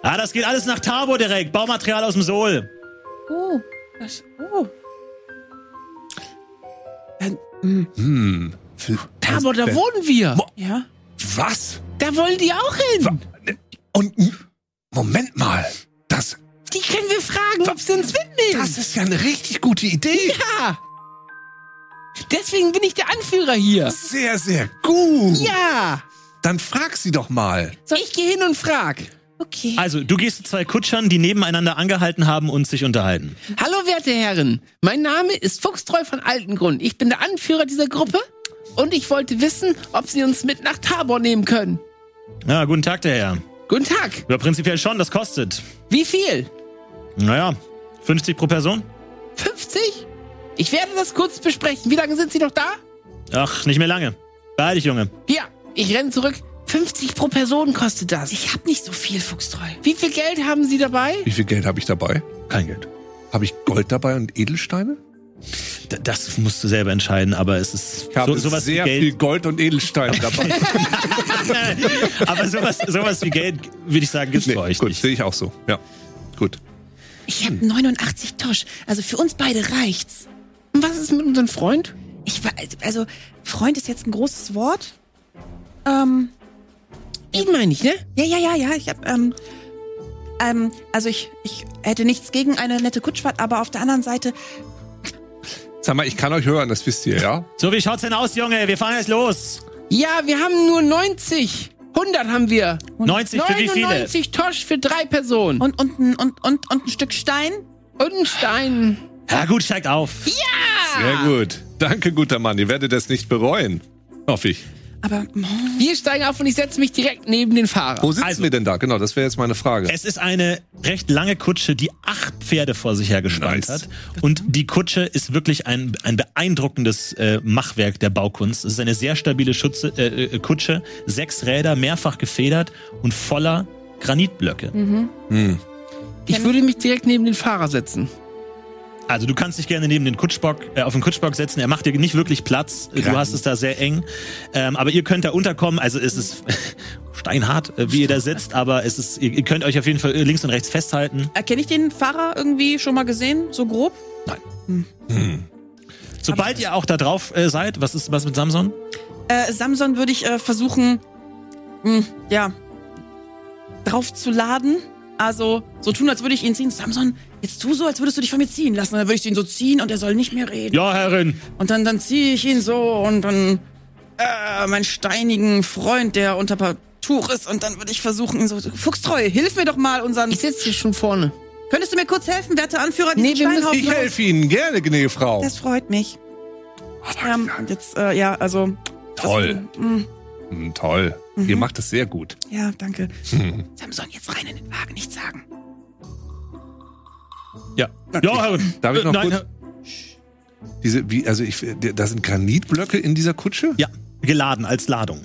A: Ah, das geht alles nach Tabor direkt. Baumaterial aus dem Sol.
D: Oh, das, oh. Dann, hm,
B: Hm. Für-
C: Aber da
B: Wer-
C: wohnen wir.
D: ja.
B: Was?
C: Da wollen die auch hin.
B: Wa- Und Moment mal. Das,
C: Die können wir fragen, ob sie uns mitnehmen.
B: das ist ja eine richtig gute Idee.
C: ja. Deswegen bin ich der Anführer hier.
B: Sehr, sehr gut.
C: Ja.
B: Dann frag sie doch mal.
C: Ich gehe hin und frag.
D: Okay.
A: Also, du gehst zu zwei Kutschern, die nebeneinander angehalten haben und sich unterhalten.
C: Hallo, werte Herren. Mein Name ist Fuchstreu von Altengrund. Ich bin der Anführer dieser Gruppe und ich wollte wissen, ob Sie uns mit nach Tabor nehmen können.
A: Ja, guten Tag, der Herr.
C: Guten Tag.
A: Ja, prinzipiell schon, das kostet.
C: Wie viel?
A: Naja, 50 pro Person?
C: 50? Ich werde das kurz besprechen. Wie lange sind Sie noch da?
A: Ach, nicht mehr lange. Beeil dich, Junge.
C: Ja, ich renne zurück. 50 pro Person kostet das.
D: ich hab nicht so viel Fuchstreu.
C: Wie viel Geld haben Sie dabei?
B: Wie viel Geld habe ich dabei?
A: Kein Geld.
B: Habe ich Gold dabei und Edelsteine?
A: D das musst du selber entscheiden, aber es ist
B: Ich habe
A: so, sowas
B: sehr
A: wie
B: viel
A: Geld.
B: Gold und Edelsteine dabei.
A: aber sowas, sowas wie Geld, würde ich sagen, gibt's
B: Nee,
A: bei euch
B: gut,
A: nicht.
B: sehe ich auch so. Ja, gut.
D: Ich hab 89 Tosch. Also für uns beide reicht's.
C: Und was ist mit unserem Freund?
D: Ich war, also, Freund ist jetzt ein großes Wort. Ähm,
C: Ihn meine ich, ne?
D: ja, ja, ja, ja. Ich hab, ähm, ähm, also ich, ich hätte nichts gegen eine nette Kutschfahrt, aber auf der anderen Seite,
B: Sag mal, ich kann euch hören, das wisst ihr, ja?
A: So, wie schaut's denn aus, Junge? Wir fahren jetzt los.
C: Ja, wir haben nur 90. 100 haben wir.
A: 90 für wie viele?
C: 99 Tosch für drei Personen.
D: und, und, ein- und, und, und ein Stück Stein.
C: Und ein Stein.
A: Ja, gut, steigt auf. Ah.
B: Sehr gut. Danke, guter Mann. Ihr werdet das nicht bereuen. Hoffe ich.
D: Aber, oh,
C: Wir steigen auf und ich setze mich direkt neben den Fahrer.
B: Wo sitzen
A: Also-
B: wir denn da? Genau, das wäre jetzt meine Frage.
A: Es ist eine recht lange Kutsche, die acht Pferde vor sich hergespannt
B: Nice.
A: hat. Und die Kutsche ist wirklich ein, ein beeindruckendes äh, Machwerk der Baukunst. Es ist eine sehr stabile Schutze, äh, äh, Kutsche, sechs Räder, mehrfach gefedert und voller Granitblöcke.
B: Hm.
C: Ich würde mich direkt neben den Fahrer setzen.
A: Also du kannst dich gerne neben den Kutschbock, äh, auf den Kutschbock setzen. Er macht dir nicht wirklich Platz. Du hast es da sehr eng. Ähm, aber ihr könnt da unterkommen. Also es ist steinhart, äh, wie ihr da sitzt, aber es ist, ihr, ihr könnt euch auf jeden Fall äh, links und rechts festhalten.
D: Erkenne Äh, ich den Fahrer irgendwie schon mal gesehen, so grob?
A: Sobald ihr auch da drauf äh, seid, was ist was mit Samson?
D: Äh, Samson würde ich äh, versuchen, mh, ja, drauf zu laden. Also so tun, als würde ich ihn ziehen. Samson, jetzt tu so, als würdest du dich von mir ziehen lassen. Und dann würde ich ihn so ziehen und er soll nicht mehr reden.
A: Ja, Herrin.
D: Und dann, dann ziehe ich ihn so und dann äh, meinen steinigen Freund, der unter Partuch ist. Und dann würde ich versuchen, ihn so, Fuchstreu, hilf mir doch mal unseren...
E: Ich sitze hier schon vorne.
D: Könntest du mir kurz helfen, werte Anführer?
E: Nee,
D: diesen
E: wir müssen-
D: Steinhaufen
B: Ich helfe Ihnen gerne, gnädige Frau.
D: Das freut mich. Ähm, und jetzt, äh, ja, also.
B: Toll.
D: Das, mm,
A: mhm.
B: Hm, toll. Ihr macht es sehr gut.
D: ja, danke. Samson, jetzt rein in den Wagen, nichts sagen.
A: Ja. Ja, Herrin.
B: Darf ich
A: Äh,
B: noch
A: nein,
B: kurz? Diese, wie, also ich, da sind Granitblöcke in dieser Kutsche?
A: Ja, geladen als Ladung.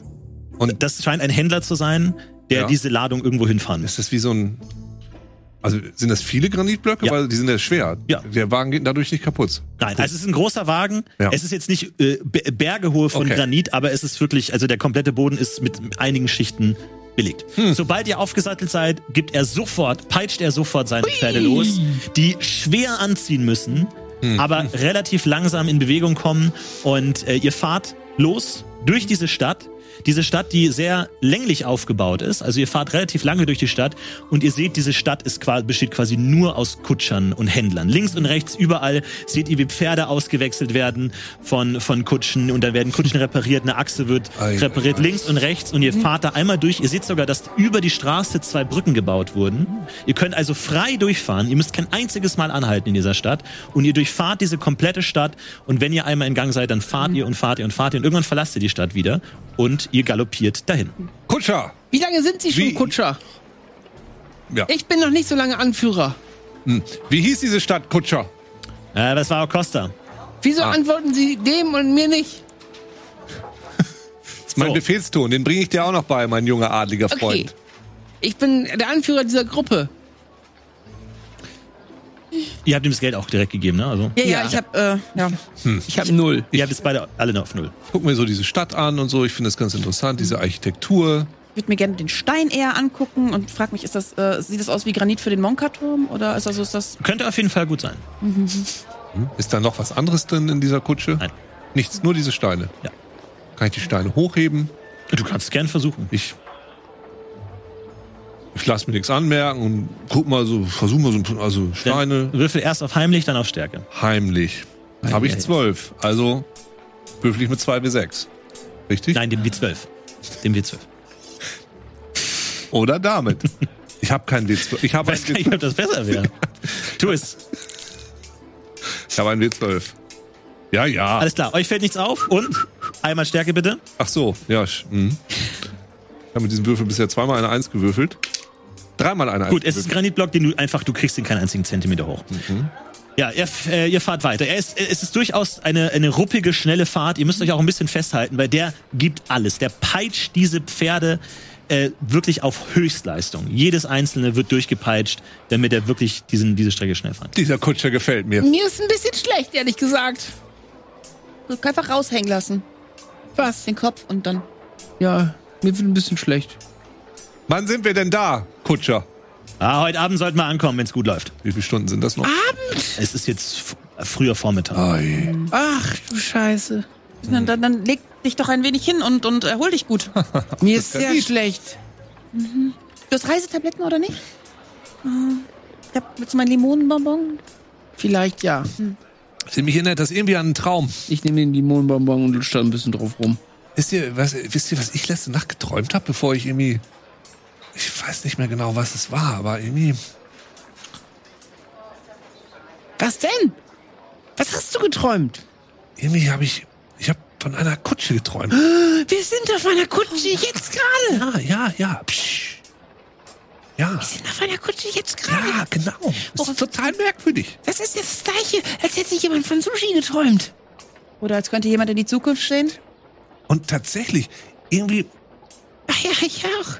B: Und-
A: Und das scheint ein Händler zu sein, der
B: Ja.
A: diese Ladung irgendwo hinfahren muss.
B: Ist das wie so ein. Also sind das viele Granitblöcke?
A: Ja.
B: Weil die sind ja schwer.
A: Ja.
B: Der Wagen geht dadurch nicht kaputt.
A: Nein, also es ist ein großer Wagen.
B: Ja.
A: Es ist jetzt nicht äh, Be- Bergehohe von
B: Okay.
A: Granit, aber es ist wirklich, also der komplette Boden ist mit einigen Schichten belegt.
B: Hm.
A: Sobald ihr aufgesattelt seid, gibt er sofort, peitscht er sofort seine Pferde los, die schwer anziehen müssen,
B: Hm.
A: aber relativ langsam in Bewegung kommen und äh, ihr fahrt los durch diese Stadt. Diese Stadt, die sehr länglich aufgebaut ist, also ihr fahrt relativ lange durch die Stadt und ihr seht, diese Stadt ist qua- besteht quasi nur aus Kutschern und Händlern. Links und rechts überall seht ihr, wie Pferde ausgewechselt werden von, von Kutschen und dann werden Kutschen repariert, eine Achse wird
B: Ei,
A: repariert,
B: ei, ei.
A: links und rechts und ihr fahrt da einmal durch. Ihr seht sogar, dass über die Straße zwei Brücken gebaut wurden. Ihr könnt also frei durchfahren, ihr müsst kein einziges Mal anhalten in dieser Stadt und ihr durchfahrt diese komplette Stadt und wenn ihr einmal in Gang seid, dann fahrt ihr und fahrt ihr und fahrt ihr und irgendwann verlasst ihr die Stadt wieder und ihr galoppiert dahin.
B: Kutscher!
E: Wie lange sind Sie schon
B: Wie-
E: Kutscher?
B: Ja.
E: Ich bin noch nicht so lange Anführer.
B: Wie hieß diese Stadt, Kutscher?
A: Äh, das war Costa.
E: Wieso
B: Ah.
E: antworten Sie dem und mir nicht?
B: Das ist mein
A: So.
B: Befehlston. Den bringe ich dir auch noch bei, mein junger adliger
E: Okay.
B: Freund.
E: Ich bin der Anführer dieser Gruppe.
A: Ihr habt ihm das Geld auch direkt gegeben, ne? Also,
D: Ja, ja,
E: Ja.
D: ich hab, äh, ja.
E: Ich habe null.
A: ihr habt jetzt beide alle auf Null.
B: Ich guck mir so diese Stadt an und so. Ich finde das ganz interessant,
A: Mhm.
B: diese Architektur.
D: Ich würde mir gerne den Stein eher angucken und frag mich, ist das, äh, sieht das aus wie Granit für den Monka-Turm? Oder ist das, ist das.
A: Könnte auf jeden Fall gut sein.
B: Ist da noch was anderes drin in dieser Kutsche?
A: Mhm. Nein.
B: Nichts, nur diese Steine.
A: Ja.
B: Kann ich die Steine hochheben?
A: Du kannst es gern versuchen.
B: Ich. Ich lasse mir nichts anmerken und guck mal so, versuch mal so, also
A: Dann
B: Steine.
A: Würfel erst auf heimlich, dann auf Stärke.
B: Heimlich. Habe ich
A: Heimlich.
B: zwölf. Also würfel ich mit zwei bis sechs. Richtig?
A: Nein, dem W12. Dem W12.
B: Oder damit. ich habe keinen W12. Ich habe einen,
A: weiß gar nicht,
B: W12.
A: ob das besser wäre. tu es.
B: Ich hab einen W12. Ja, ja.
A: Alles klar, euch fällt nichts auf und einmal Stärke bitte.
B: Ach so, ja. sch- mhm. Ich habe mit diesem Würfel bisher zweimal eine Eins gewürfelt. Dreimal eine Eins.
A: Gut, es ist ein
B: gewürfelt.
A: Granitblock, den du einfach, du kriegst den keinen einzigen Zentimeter hoch. Ja, ihr, f- äh, ihr fahrt weiter. Er ist, äh, es ist durchaus eine, eine ruppige, schnelle Fahrt. Ihr müsst euch auch ein bisschen festhalten, weil der gibt alles. Der peitscht diese Pferde äh, wirklich auf Höchstleistung. Jedes einzelne wird durchgepeitscht, damit er wirklich diesen, diese Strecke schnell fahren kann.
B: Dieser Kutscher gefällt mir.
E: Mir ist ein bisschen schlecht, ehrlich gesagt.
D: Einfach raushängen lassen.
E: Was?
D: Den Kopf und dann.
E: Ja, mir wird ein bisschen schlecht.
B: Wann sind wir denn da, Kutscher?
A: Ah, heute Abend sollten wir ankommen, wenn es gut läuft.
B: Wie viele Stunden sind das noch?
A: Es ist jetzt f- früher Vormittag.
B: Ei.
E: Ach du Scheiße.
D: Dann, dann, dann leg dich doch ein wenig hin und, und erhol dich gut.
E: Mir ist sehr schlecht.
D: Du hast Reisetabletten oder nicht? Mhm. Ich hab, willst du meinen Limonenbonbon?
E: Vielleicht ja.
B: Sie mich erinnert das irgendwie an einen Traum.
E: Ich nehme den Limonenbonbon und lutsche da ein bisschen drauf rum.
B: Wisst ihr, was, wisst ihr, was ich letzte Nacht geträumt habe, bevor ich irgendwie. Ich weiß nicht mehr genau, was es war, aber irgendwie.
E: Was denn? Was hast du geträumt?
B: Irgendwie habe ich. Ich habe von einer Kutsche geträumt.
E: Wir sind auf einer Kutsche jetzt gerade.
B: Ja, ja, ja. Psch. Ja,
E: Wir sind auf einer Kutsche jetzt gerade.
B: ja, genau. Das ist total merkwürdig.
E: Das ist das gleiche, als hätte sich jemand von Sushi geträumt.
D: Oder als könnte jemand in die Zukunft stehen?
B: Und tatsächlich, irgendwie.
E: Ach ja, ich auch.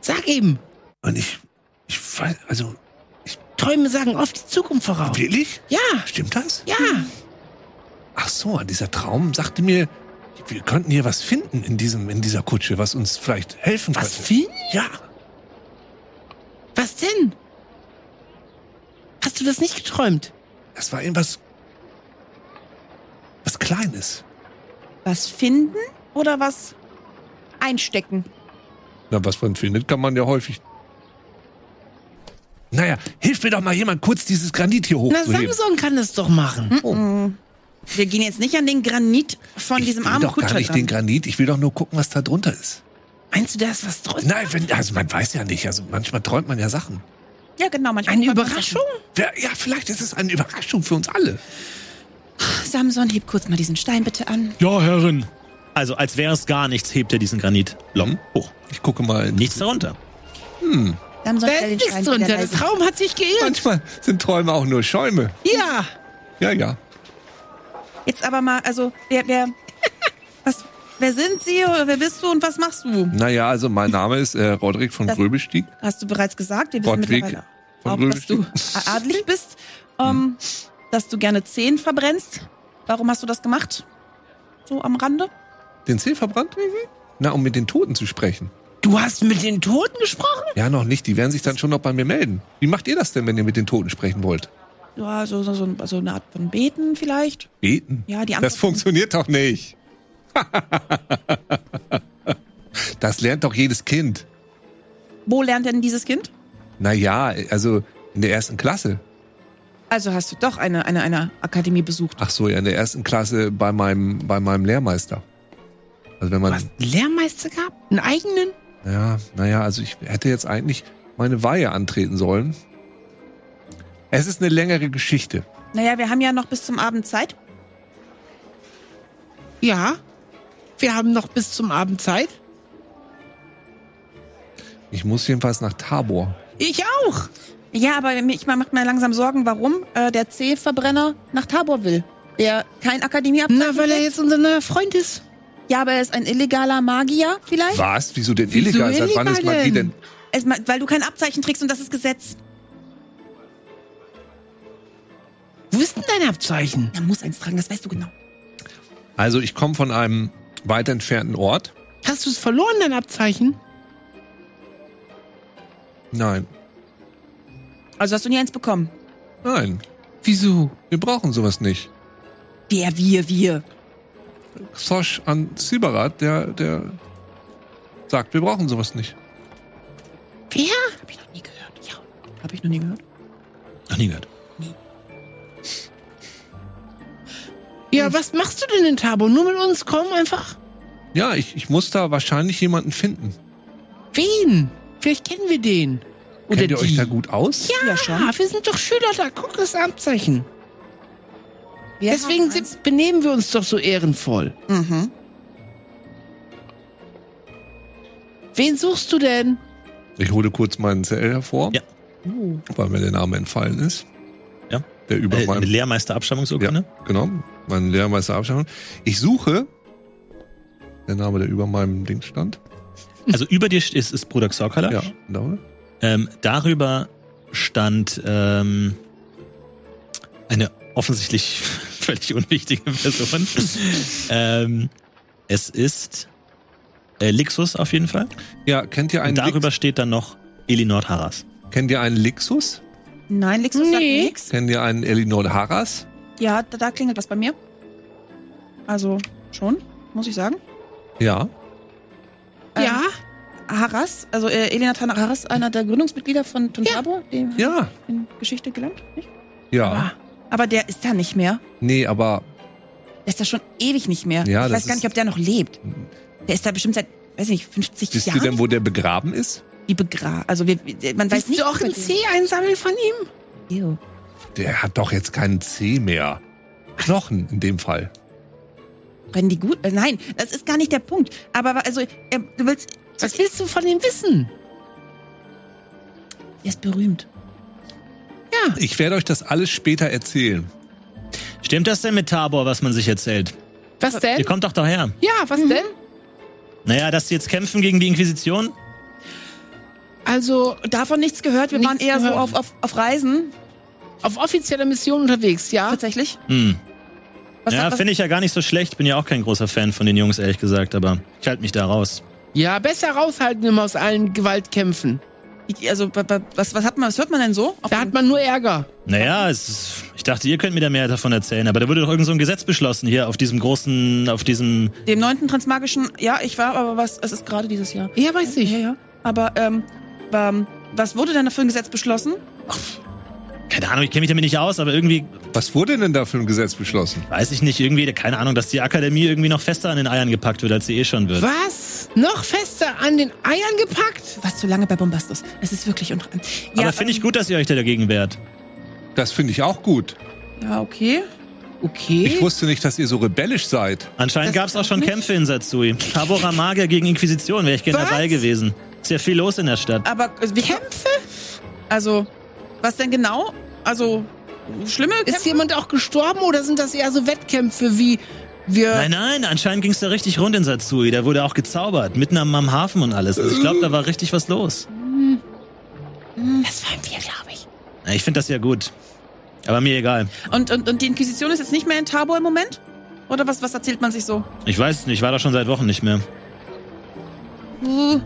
E: Sag eben,
B: Und ich. Ich weiß, also.
E: Träume sagen oft die Zukunft voraus.
B: Wirklich?
E: Ja,
B: Stimmt das?
E: ja.
B: Ach so, dieser Traum sagte mir, Wir könnten hier was finden in, diesem, in dieser Kutsche, was uns vielleicht helfen
C: Was
B: könnte.
C: finden?
B: Ja,
C: Was denn? Hast du das nicht geträumt?
B: das war irgendwas. Was Kleines.
D: Was finden oder was einstecken?
B: Na, was man findet, kann man ja häufig. Naja, hilf mir doch mal jemand kurz, dieses Granit hier
C: Na,
B: hochzuheben.
C: Samson kann das doch machen.
D: Wir gehen jetzt nicht an den Granit von
B: ich
D: diesem
B: will
D: armen
B: doch gar
D: Kutscher
B: nicht den
D: dran.
B: Granit, ich will doch nur gucken, was da drunter ist.
C: Meinst du, da ist was drin?
B: Nein, wenn, also man weiß ja nicht. Also manchmal träumt man ja Sachen.
D: Ja, genau. Manchmal
C: Eine
D: kommt man-
C: Überraschung?
B: Ja, ja, vielleicht ist es eine Überraschung für uns alle.
D: Samson, heb kurz mal diesen Stein bitte an.
A: Ja, Herrin. Hm? Also, als wäre es gar nichts, hebt er diesen Granit lomm hoch.
B: Ich gucke mal.
A: Nichts darunter.
D: Samson,
C: Da
D: stell den
C: ist
D: Stein
C: nichts
D: wieder
C: drunter. Der
D: leise.
C: Traum hat sich geirrt.
B: Manchmal sind Träume auch nur Schäume.
C: Ja.
B: Ja, ja.
D: Jetzt aber mal, also, wer, wer, was, wer sind Sie oder wer bist du und was machst du?
B: Naja, also mein Name ist äh, Rodrik von
D: Das-
B: Gröbestieg.
D: Hast du bereits gesagt, wir wissen
B: Rodrik
D: mittlerweile auch,
B: von Hm.
D: dass du
B: Gröbestieg.
D: adelig bist, ähm, dass du gerne Zehen verbrennst. Warum hast du das gemacht? So am Rande?
B: Den Zeh verbrannt?
D: Mhm.
B: Na, um mit den Toten zu sprechen.
C: Du hast mit den Toten gesprochen?
B: Ja, noch nicht. Die werden sich dann schon noch bei mir melden. Wie macht ihr das denn, wenn ihr mit den Toten sprechen wollt?
D: Ja, so, so, so, so eine Art von Beten vielleicht.
B: Beten?
D: Ja, die
B: Das
D: Antwort-
B: funktioniert doch nicht. das lernt doch jedes Kind.
D: Wo lernt denn dieses Kind?
B: Naja, also in der ersten Klasse.
D: Also hast du doch eine, eine, eine Akademie besucht.
B: Ach so, ja, in der ersten Klasse bei meinem, bei meinem Lehrmeister. Also wenn man,
C: Du hast einen Lehrmeister gehabt? Einen eigenen?
B: ja, naja, also ich hätte jetzt eigentlich meine Weihe antreten sollen. Es ist eine längere Geschichte.
D: Naja, wir haben ja noch bis zum Abend Zeit.
C: Ja. Wir haben noch bis zum Abend Zeit.
B: Ich muss jedenfalls nach Tabor.
C: Ich auch.
D: Ja, aber ich mache mir langsam Sorgen, warum äh, der C-Verbrenner nach Tabor will. Der kein Akademieabzeichen
C: Na, weil er jetzt unser neuer Freund ist.
D: Ja, aber er ist ein illegaler Magier vielleicht.
B: Was? Wieso denn
C: Wieso
B: illegal? Seit wann
C: illegal
B: ist Magie denn?
C: denn?
D: Es, ma- weil du kein Abzeichen trägst und das ist Gesetz.
C: Wo ist denn dein Abzeichen?
D: Er muss eins tragen, das weißt du genau.
B: Also ich komme von einem weit entfernten Ort.
C: Hast du es verloren, dein Abzeichen?
B: Nein,
D: Also hast du nie eins bekommen.
B: nein,
C: Wieso?
B: wir brauchen sowas nicht.
D: Wer, wir, wir.
B: Sosch an Sibarat, der, der sagt, wir brauchen sowas nicht.
C: Wer?
D: Hab ich noch nie gehört. Ja, hab ich noch nie gehört.
A: Noch nie gehört.
C: Ja, was machst du denn in Tabor? Nur mit uns kommen einfach?
B: Ja, ich, ich muss da wahrscheinlich jemanden finden.
C: Wen? Vielleicht kennen wir den. Oder
B: Kennt ihr
C: die.
B: euch da gut aus?
C: Ja,
D: schon.
C: wir sind doch Schüler da. Guck das Abzeichen.
D: Wir
C: Deswegen
D: haben eins.
C: sind, benehmen wir uns doch so ehrenvoll.
D: Mhm.
C: Wen suchst du denn?
B: Ich hole kurz meinen Zell hervor, Oh.
A: Ja.
B: weil mir der Name entfallen ist.
A: Ja.
B: Der über
A: Äh, eine
B: meinem,
A: Lehrmeisterabstammungsurkunde.
B: genau, meinen Lehrmeister abschauen. Ich suche, der Name, der über meinem Ding stand.
A: Also über dir ist, ist Bruder Xorkala.
B: Ja, da.
A: Ähm, darüber stand ähm, eine offensichtlich völlig unwichtige Person. ähm, es ist äh, Lixus auf jeden Fall.
B: Ja, kennt ihr einen,
A: Und darüber
B: Lix,
A: steht dann noch Elinor Harras.
B: kennt ihr einen Lixus?
D: Nein, Lixus sagt
C: Nee.
D: nichts.
B: Kennt ihr einen Elinor Harras?
D: Ja, da, da klingelt was bei mir. Also schon, muss ich sagen.
B: Ja.
D: Ähm,
C: Ja?
D: Harras, also äh, Elena Tan Harras, einer der Gründungsmitglieder von Tuntabur, dem
B: Ja.
D: in Geschichte gelernt, nicht? Ah.
B: Ja.
A: Ah.
D: Aber der ist da nicht mehr.
B: Nee, aber
D: Der ist da schon ewig nicht mehr.
B: Ja, das
D: ich weiß gar
B: ist-
D: nicht, ob der noch lebt. Der ist da bestimmt seit, weiß nicht, 50
B: wisst ihr
D: Jahren.
B: denn, wo der begraben ist?
D: wie begra. Also wir, wir- man weiß
C: Willst
D: nicht.
C: du auch
D: über
C: ein
D: den.
C: C einsammeln von ihm?
D: Ew.
B: Der hat doch jetzt keinen Zeh mehr. Knochen in dem Fall.
D: Brennen die gut? Äh, Nein, das ist gar nicht der Punkt. Aber wa- also, äh, du willst.
C: Was willst du von ihm wissen?
D: Er ist berühmt.
B: Ich werde euch das alles später erzählen.
A: Stimmt das denn mit Tabor, was man sich erzählt?
C: Was
A: Ihr
C: denn?
A: kommt doch daher.
C: Ja,
D: Mhm.
C: was denn?
A: Naja, dass sie jetzt kämpfen gegen die Inquisition?
C: Also,
D: Davon nichts gehört. Wir
C: Nichts
D: waren eher
C: gehört.
D: so auf, auf, auf Reisen,
C: auf offizieller Mission unterwegs, ja?
D: tatsächlich.
A: Hm.
C: Was,
A: Ja,
C: was,
A: finde ich ja gar nicht so schlecht. Bin ja auch kein großer Fan von den Jungs, ehrlich gesagt, aber ich halte mich da raus.
C: ja, besser raushalten immer aus allen Gewaltkämpfen.
D: Ich, also, ba- ba- was, was, hat man, was hört man denn so? Auf
C: Da hat man nur Ärger.
A: Naja, es ist, ich dachte, ihr könnt mir da mehr davon erzählen, aber da wurde doch irgend so ein Gesetz beschlossen hier auf diesem großen, auf diesem.
D: dem neunten transmagischen, ja, ich war, aber was, es ist gerade dieses Jahr.
C: Ja, weiß ich.
D: Ja, ja. Aber, ähm, ähm, was wurde denn dafür ein Gesetz beschlossen?
A: Keine Ahnung, ich kenne mich damit nicht aus, aber irgendwie,
B: Was wurde denn da für ein Gesetz beschlossen?
A: weiß ich nicht, irgendwie, keine Ahnung, dass die Akademie irgendwie noch fester an den Eiern gepackt wird, als sie eh schon wird.
C: Was? Noch fester an den Eiern gepackt?
D: Du warst zu lange bei Bombastus. Es ist wirklich unrein.
A: aber finde
C: ähm,
A: ich gut, dass ihr euch da dagegen wehrt.
B: Das finde ich auch gut.
D: Ja, okay.
B: Ich
C: Okay.
B: wusste nicht, dass ihr so rebellisch seid.
A: Anscheinend gab es auch schon Kämpfe in Satsui. Tabora Magier gegen Inquisition, wäre ich gerne
C: Was?
A: dabei gewesen. Ist ja viel los in der Stadt.
D: Aber äh, wir Kämpfe? Also, was denn genau? Also, schlimme
C: Ist
D: Kämpfe?
C: jemand auch gestorben oder sind das eher so Wettkämpfe wie wir.
A: Nein, nein, anscheinend ging es da richtig rund in Satsui. Da wurde auch gezaubert, mitten am, am Hafen und alles. Also ich glaube, da war richtig was los.
C: Das waren wir, glaube ich.
A: Na, Ich finde das ja gut. Aber mir egal.
D: Und, und, und die Inquisition ist jetzt nicht mehr in Tabor im Moment? Oder was, was erzählt man sich so?
A: Ich weiß es nicht, war da schon seit Wochen nicht mehr.
D: Uh,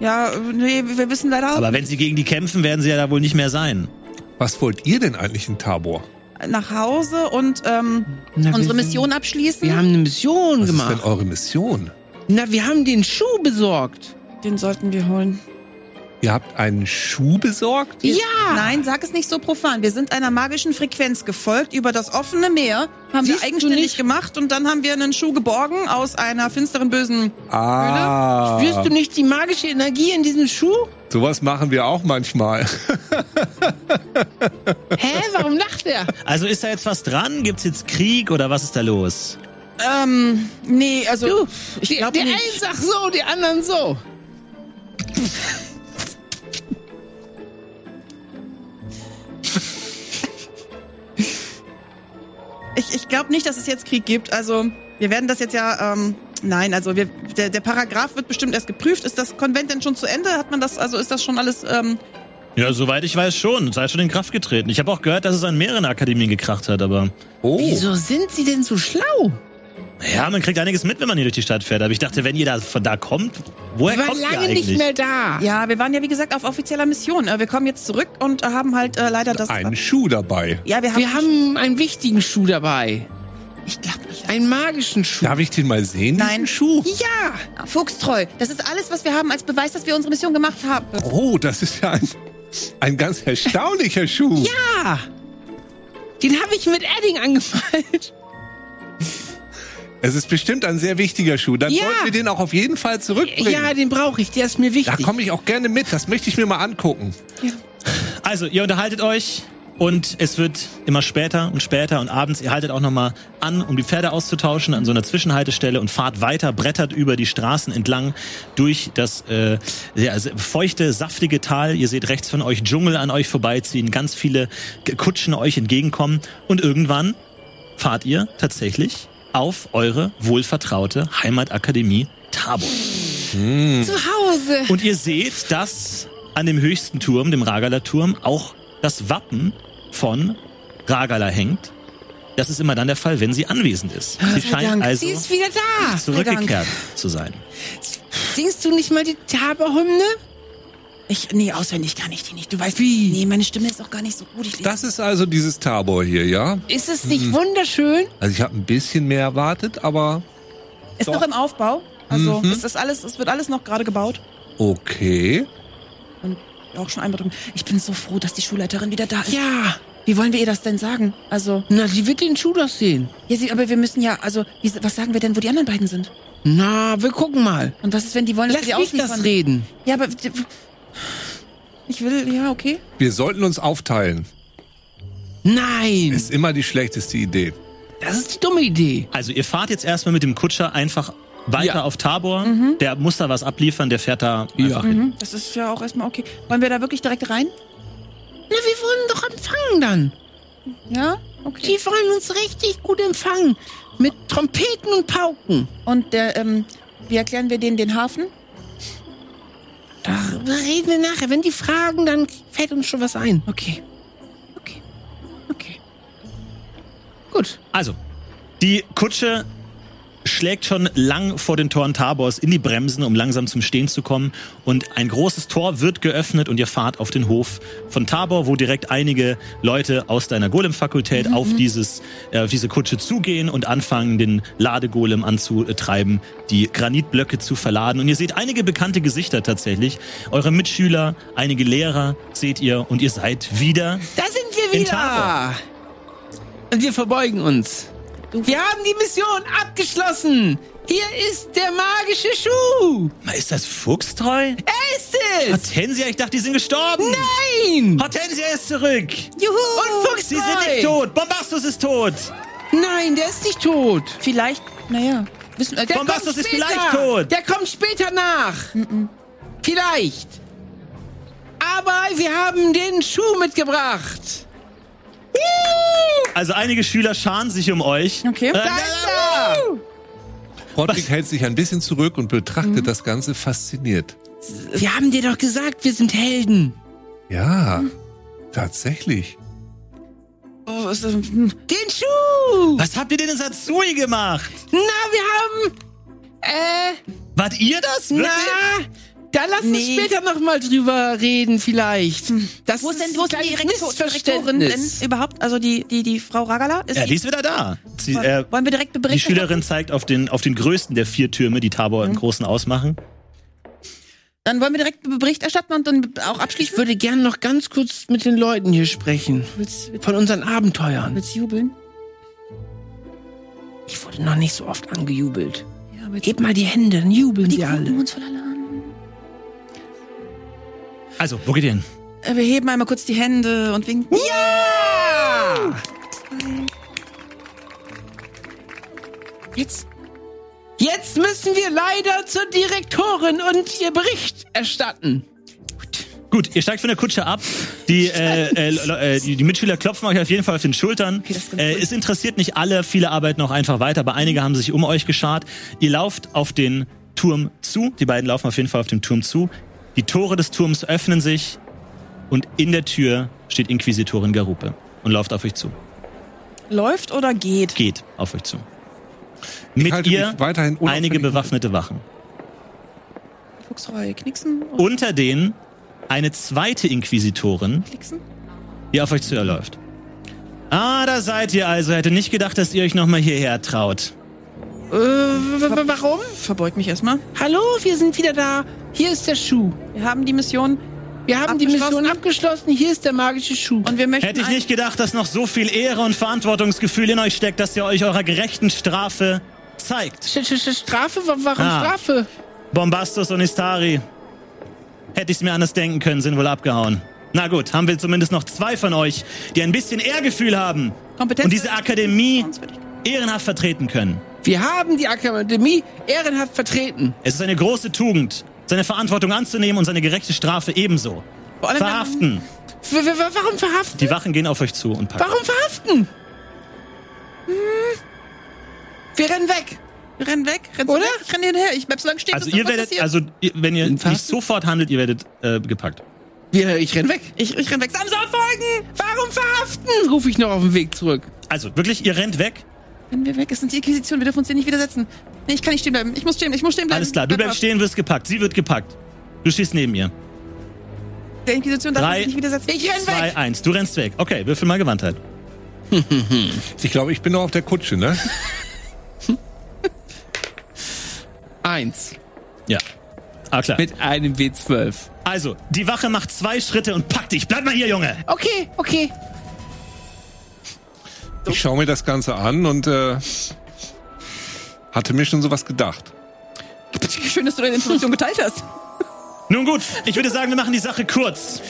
D: ja, äh, nee, wir wissen leider
A: Aber wenn sie gegen die kämpfen, werden sie ja da wohl nicht mehr sein.
B: Was wollt ihr denn eigentlich in Tabor?
D: nach Hause und ähm,
C: Na, wir
D: unsere
C: sind-
D: Mission abschließen.
C: Wir haben eine Mission
B: Was ist
C: gemacht.
B: denn eure Mission?
C: Na, wir haben den Schuh besorgt.
D: Den sollten wir holen.
B: Ihr habt einen Schuh besorgt?
D: Wir-
C: Ja.
D: Nein, sag es nicht so profan. Wir sind einer magischen Frequenz gefolgt über das offene Meer, haben
C: Siehst
D: wir
C: du
D: eigenständig
C: nicht?
D: gemacht und dann haben wir einen Schuh geborgen aus einer finsteren, bösen...
B: Ah,
C: Spürst du nicht die magische Energie in diesem Schuh?
B: sowas machen wir auch manchmal.
C: Hä? Warum lacht er?
A: Also ist da jetzt was dran? Gibt's jetzt Krieg oder was ist da los?
D: Ähm, nee, also...
C: Du,
D: ich
C: die,
D: glaub
C: die
D: nicht.
C: einen sagt so, die anderen
B: Oh.
C: so.
D: Ich, ich glaube nicht, dass es jetzt Krieg gibt. Also, wir werden das jetzt ja. Ähm, nein, also wir, der, der Paragraph wird bestimmt erst geprüft. Ist das Konvent denn schon zu Ende? Hat man das, also ist das schon alles. Ähm,
A: Ja, soweit ich weiß schon. Sei schon in Kraft getreten. Ich habe auch gehört, dass es an mehreren Akademien gekracht hat, aber.
B: Oh,
C: Wieso sind sie denn so schlau?
A: Ja, man kriegt einiges mit, wenn man hier durch die Stadt fährt. Aber ich dachte, wenn ihr da von da kommt, woher
C: Ich war
A: kommt ihr
C: lange
A: eigentlich?
C: nicht mehr da.
D: ja, wir waren ja wie gesagt auf offizieller Mission. Äh, Wir kommen jetzt zurück und äh, haben halt äh, leider das.
B: einen Schuh dabei.
D: Ja, wir haben.
C: Wir haben einen wichtigen Schuh dabei.
D: ich glaube nicht.
C: Einen magischen Schuh.
B: Darf ich den mal sehen?
D: Nein.
B: Diesen Schuh.
C: Ja.
D: Fuchstreu. Das ist alles, was wir haben als Beweis, dass wir unsere Mission gemacht haben.
B: Oh, das ist ja ein, ein ganz erstaunlicher Schuh. Ja.
C: Ah. Den habe ich mit Edding angemalt.
B: Es ist bestimmt ein sehr wichtiger Schuh. Dann
C: Ja.
B: sollten wir den auch auf jeden Fall zurückbringen.
C: Ja, den brauche ich. Der ist mir
B: da
C: wichtig.
B: komme ich auch gerne mit. Das möchte ich mir mal angucken.
A: Also, ihr unterhaltet euch und es wird immer später und später und abends, ihr haltet auch nochmal an, um die Pferde auszutauschen an so einer Zwischenhaltestelle und fahrt weiter, brettert über die Straßen entlang durch das äh, ja, se- feuchte, saftige Tal. Ihr seht rechts von euch Dschungel an euch vorbeiziehen, ganz viele K- Kutschen euch entgegenkommen und irgendwann fahrt ihr tatsächlich auf eure wohlvertraute Heimatakademie Tabor.
C: zu Hause.
A: Und ihr seht, dass an dem höchsten Turm, dem Ragala-Turm, auch das Wappen von Ragala hängt. Das ist immer dann der Fall, wenn sie anwesend ist. Sie scheint
C: Ah, Dank.
A: also
C: sie ist wieder da.
A: zurückgekehrt zu sein.
C: Singst du nicht mal die Taberhymne?
D: Ich, nee, auswendig kann ich die nicht. Du weißt wie? Nee, meine Stimme ist auch gar nicht so gut. Ich Hm.
B: Das ist also dieses Tabor hier, ja?
C: Ist es nicht wunderschön?
B: Also ich habe ein bisschen mehr erwartet, aber
D: ist
B: doch.
D: noch im Aufbau. Also
B: Mhm.
D: es ist alles, es wird alles noch gerade gebaut.
B: okay.
D: Auch schon einmal drüben. Ich bin so froh, dass die Schulleiterin wieder da ist.
C: Ja.
D: Wie wollen wir ihr das denn sagen? Also,
C: Na, die wird den Schuh doch sehen.
D: ja, sie, aber wir müssen ja, also, wie, was sagen wir denn, wo die anderen beiden sind?
C: Na, wir gucken mal.
D: Und was ist, wenn die wollen, dass
C: Lass
D: wir
C: mich
D: sie
C: das
D: ausliefern?
C: reden.
D: ja, aber ich will, ja, okay.
B: Wir sollten uns aufteilen.
C: Nein,
B: Ist immer die schlechteste Idee.
C: das ist die dumme Idee.
A: Also ihr fahrt jetzt erstmal mit dem Kutscher einfach weiter
C: Ja.
A: auf Tabor.
C: Mhm.
A: Der muss da was abliefern, der fährt da einfach
C: Ja.
A: hin.
D: Hm, Das ist ja auch erstmal okay. Wollen wir da wirklich direkt rein?
C: Na, wir wurden doch empfangen dann.
D: Ja, okay.
C: Die wollen uns richtig gut empfangen. Mit Trompeten und Pauken.
D: Und der, ähm, wie erklären wir denen den Hafen?
C: Darüber reden wir nachher. Wenn die fragen, dann fällt uns schon was ein.
D: Okay. Okay. Okay.
C: Gut.
A: Also, Die Kutsche schlägt schon lang vor den Toren Tabors in die Bremsen, um langsam zum Stehen zu kommen. Und ein großes Tor wird geöffnet und ihr fahrt auf den Hof von Tabor, wo direkt einige Leute aus deiner Golem-Fakultät auf, dieses, äh, auf diese Kutsche zugehen und anfangen, den Ladegolem anzutreiben, die Granitblöcke zu verladen. Und ihr seht einige bekannte Gesichter tatsächlich. Eure Mitschüler, einige Lehrer seht ihr und ihr seid wieder
C: Da sind wir
A: In
C: wieder.
A: Tabor.
C: Und wir verbeugen uns. Wir haben die Mission abgeschlossen. Hier ist der magische Schuh.
A: Na, Ist das fuchstreu?
C: Er ist es.
A: Hortensia, ich dachte, die sind gestorben.
C: Nein.
A: Hortensia ist zurück.
D: Juhu!
C: Und Fuchs
A: Sie sind nicht tot. Bombastus ist tot.
C: Nein, der ist nicht tot.
D: Vielleicht, naja, wissen wir.
C: Der
A: Bombastus
C: kommt
A: ist
C: später.
A: vielleicht tot.
C: Der kommt später nach. Vielleicht. Aber wir haben den Schuh mitgebracht.
A: Also einige Schüler scharen sich um euch.
D: Okay.
A: Äh,
C: Da ist er.
B: Podrick hält sich ein bisschen zurück und betrachtet das Ganze fasziniert.
C: Wir haben dir doch gesagt, wir sind Helden.
B: Ja, tatsächlich.
D: Oh, ist, das- hm.
C: Den Schuh.
A: was habt ihr denn in Satsui gemacht?
C: Na, wir haben... Äh,
A: Wart ihr das?
C: na,
A: Wirklich?
C: da lassen
D: Nee. Hm.
C: wir später noch mal drüber reden vielleicht. Das
D: wo ist denn,
C: ist
D: wo
C: ein
D: ist denn die
C: kleines
D: Rektor- Rektorin denn
C: Missverständnis.
D: überhaupt? Also die, die, die Frau Ragala? Ist
A: Ja, die ist wieder da. Sie, äh,
D: wollen wir direkt
A: die
D: berichten?
A: Schülerin zeigt auf den, auf den größten der vier Türme, die Tabor im Großen ausmachen.
D: Dann wollen wir direkt Bericht erstatten und dann auch
C: Ich
D: abschließen.
C: würde gern noch ganz kurz mit den Leuten hier sprechen.
D: Willst, willst,
C: Von unseren Abenteuern.
D: willst du jubeln?
C: Ich wurde noch nicht so oft angejubelt.
D: Ja, aber jetzt-
C: Hebt mal die Hände, dann jubeln
D: die
C: wir
D: gucken
C: alle.
D: uns voll alle an.
A: Also, wo geht ihr hin?
D: Äh, Wir heben einmal kurz die Hände und winken.
C: Ja!
D: Jetzt.
C: Jetzt müssen wir leider zur Direktorin und ihr Bericht erstatten.
A: Gut, ihr steigt von der Kutsche ab. Die, äh, äh, Le- äh, die, die Mitschüler klopfen euch auf jeden Fall auf den Schultern.
D: das ist ganz
A: äh,
D: cool.
A: es interessiert nicht alle, viele arbeiten auch einfach weiter, aber einige haben sich um euch geschart. Ihr lauft auf den Turm zu. Die beiden laufen auf jeden Fall auf den Turm zu. Die Tore des Turms öffnen sich und in der Tür steht Inquisitorin Garupe und läuft auf euch zu.
D: Läuft oder geht?
A: Geht auf euch zu. Mit
B: halte
A: ihr
B: mich weiterhin unauffällig
A: einige
B: zurück.
A: bewaffnete Wachen.
D: Fuchsreu knicksen und
A: Unter denen eine zweite Inquisitorin,
D: klicksen.
A: die auf euch zuerläuft. Ah, da seid ihr also. Hätte nicht gedacht, dass ihr euch nochmal hierher traut.
C: Äh, w- w- warum?
D: Verbeug mich erstmal.
C: Hallo, wir sind wieder da. Hier ist der Schuh.
D: Wir haben die Mission
C: Wir haben die
D: Abgeschlossen.
C: Mission abgeschlossen. Hier ist der magische Schuh.
D: und wir möchten.
A: Hätte ich
D: ein-
A: nicht gedacht, dass noch so viel Ehre und Verantwortungsgefühl in euch steckt, dass ihr euch eurer gerechten Strafe zeigt.
C: Sch -sch -sch Strafe? Wa- Warum
A: Ah.
C: Strafe?
A: Bombastus und Istari. Hätte ich es mir anders denken können, sind wohl abgehauen. Na gut, haben wir zumindest noch zwei von euch, die ein bisschen Ehrgefühl haben
D: Kompetenz-
A: und diese Akademie ehrenhaft vertreten können.
C: Wir haben die Akademie ehrenhaft vertreten.
A: Es ist eine große Tugend, seine Verantwortung anzunehmen und seine gerechte Strafe ebenso.
D: Vor allem-
A: Verhaften.
C: W -w -w warum verhaften?
A: Die Wachen gehen auf euch zu und packen.
C: Warum verhaften? Hm. Wir rennen weg.
D: Renn weg, renn
C: Oder?
D: Oder? weg, ich renn hinterher. Ich bleib so lange stehen,
A: Also
D: bis
A: ihr
D: was
A: werdet,
D: passiert.
A: also ihr, wenn ihr
C: Verhaften?
A: nicht sofort handelt, ihr werdet äh, gepackt.
C: Wir, ich renn weg.
D: ich, ich renn weg. Samson, folgen!
C: Warum verhaften? Rufe ich noch auf dem Weg zurück.
A: Also wirklich, ihr rennt weg.
D: Wenn wir weg ist, sind die Inquisition. Wir dürfen uns hier nicht widersetzen. Nee, ich kann nicht stehen bleiben. Ich muss stehen, ich muss stehen bleiben.
A: Alles klar, du
D: Bleib
A: bleibst stehen, wirst gepackt. Sie wird gepackt. Du stehst neben ihr.
D: auf. Der Inquisition darf
A: Drei.
D: ich mich nicht widersetzen.
C: Ich renn weg.
A: Zwei, eins. Du rennst weg. Okay, würfel mal Gewandtheit.
B: Ich glaube, ich bin noch auf der Kutsche, ne?
C: Eins.
A: Ja. Ah, klar.
C: Mit einem W12.
A: Also, die Wache macht zwei Schritte und packt dich. Bleib mal hier, Junge.
C: Okay, okay.
B: Ich schaue mir das Ganze an und äh, hatte mir schon sowas gedacht.
D: Schön, dass du deine Information geteilt hast.
A: Nun gut, ich würde sagen, wir machen die Sache kurz.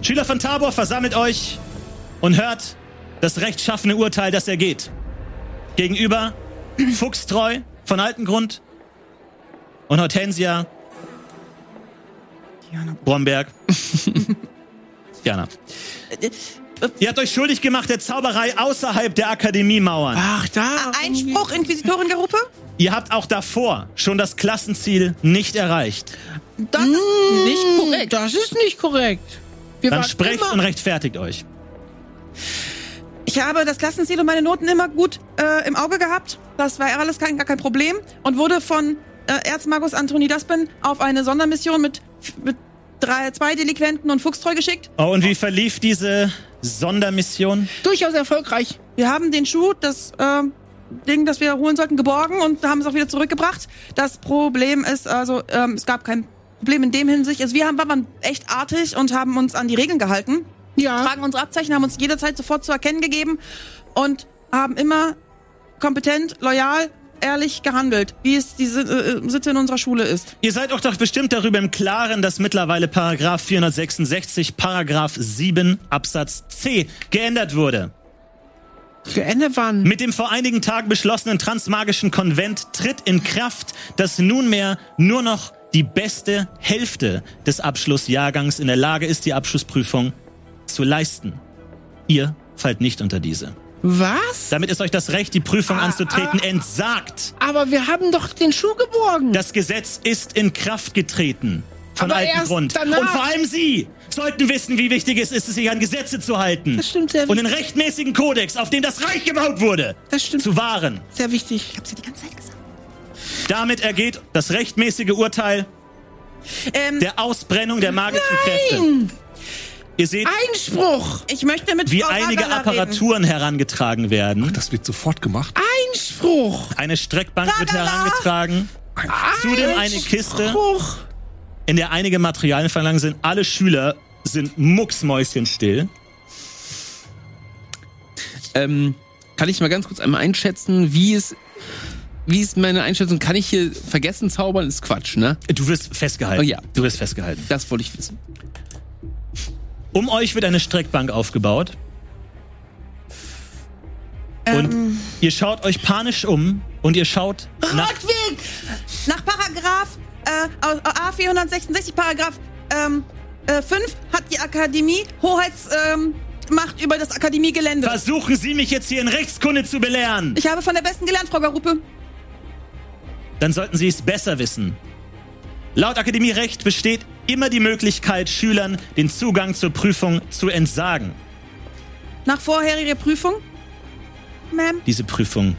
A: Schüler von Tabor, versammelt euch und hört das rechtschaffene Urteil, das er geht. Gegenüber Fuchstreu von Altengrund und Hortensia Bromberg. Jana. Ihr habt euch schuldig gemacht der Zauberei außerhalb der Akademiemauern.
C: Ach, da.
D: Einspruch, Inquisitorin Garupe?
A: Ihr habt auch davor schon das Klassenziel nicht erreicht.
D: Das ist
C: Hm,
D: nicht korrekt.
C: Das ist nicht korrekt. Wir
A: Dann
C: waren
A: sprecht
C: immer-
A: und rechtfertigt euch.
D: Ich habe das Klassenziel und meine Noten immer gut äh, im Auge gehabt. Das war alles kein, gar kein Problem und wurde von äh, Erzmagus Anthony Daspen auf eine Sondermission mit, mit drei, zwei Delinquenten und Fuchstreu geschickt.
A: Oh, und wie verlief diese Sondermission?
C: Durchaus erfolgreich.
D: Wir haben den Schuh, das äh, Ding, das wir holen sollten, geborgen und haben es auch wieder zurückgebracht. Das Problem ist also, ähm, es gab kein Problem in dem Hinsicht. Also wir haben, waren echt artig und haben uns an die Regeln gehalten,
C: Ja.
D: tragen unsere Abzeichen, haben uns jederzeit sofort zu erkennen gegeben und haben immer kompetent, loyal, ehrlich gehandelt, wie es die Si- äh, Sitte in unserer Schule ist.
A: Ihr seid auch doch bestimmt darüber im Klaren, dass mittlerweile Paragraph 466, Paragraph 7 Absatz C geändert wurde.
C: Geändert waren.
A: Mit dem vor einigen Tagen beschlossenen transmagischen Konvent tritt in Kraft, dass nunmehr nur noch die beste Hälfte des Abschlussjahrgangs in der Lage ist, die Abschlussprüfung zu leisten. Ihr fallt nicht unter diese.
C: Was?
A: Damit ist euch das Recht, die Prüfung anzutreten, entsagt.
C: Aber wir haben doch den Schuh geborgen.
A: Das Gesetz ist in Kraft getreten. Von
C: Aber
A: altem
C: erst
A: Grund.
C: danach.
A: Und vor allem Sie sollten wissen, wie wichtig es ist, sich an Gesetze zu halten.
C: Das stimmt, sehr
A: Und den rechtmäßigen Kodex, auf dem das Reich gebaut wurde,
C: Das stimmt.
A: zu wahren.
C: Sehr wichtig.
D: Ich hab's ja die ganze Zeit gesagt.
A: Damit ergeht das rechtmäßige Urteil
D: Ähm,
A: der Ausbrennung der magischen Kräfte. Ihr seht,
C: Einspruch.
D: ich möchte mit
A: wie
D: Frau
A: einige
D: Radala reden.
A: Apparaturen herangetragen werden.
B: Das wird sofort gemacht.
C: Einspruch.
A: Eine Streckbank wird
D: Radala!
A: herangetragen, zudem eine Kiste,
C: Einspruch.
A: in der einige Materialien verlangt sind. Alle Schüler sind mucksmäuschenstill.
C: Ähm, kann ich mal ganz kurz einmal einschätzen, wie es. Wie ist meine Einschätzung? Kann ich hier vergessen zaubern? Ist Quatsch, ne?
A: Du wirst festgehalten.
C: Oh ja.
A: Du wirst festgehalten.
C: Das wollte ich wissen.
A: Um euch wird eine Streckbank aufgebaut.
C: Ähm.
A: Und ihr schaut euch panisch um und ihr schaut
C: Ah!
A: nach
D: Rückweg! Nach Paragraph äh, A466, Paragraph ähm, äh, 5 hat die Akademie Hoheitsmacht ähm, Macht über das Akademiegelände.
A: Versuchen Sie mich jetzt hier in Rechtskunde zu belehren.
D: Ich habe von der Besten gelernt, Frau Garupe.
A: dann sollten Sie es besser wissen. Laut Akademierecht besteht immer die Möglichkeit, Schülern den Zugang zur Prüfung zu entsagen.
D: Nach vorheriger Prüfung? Ma'am,
A: Diese Prüfung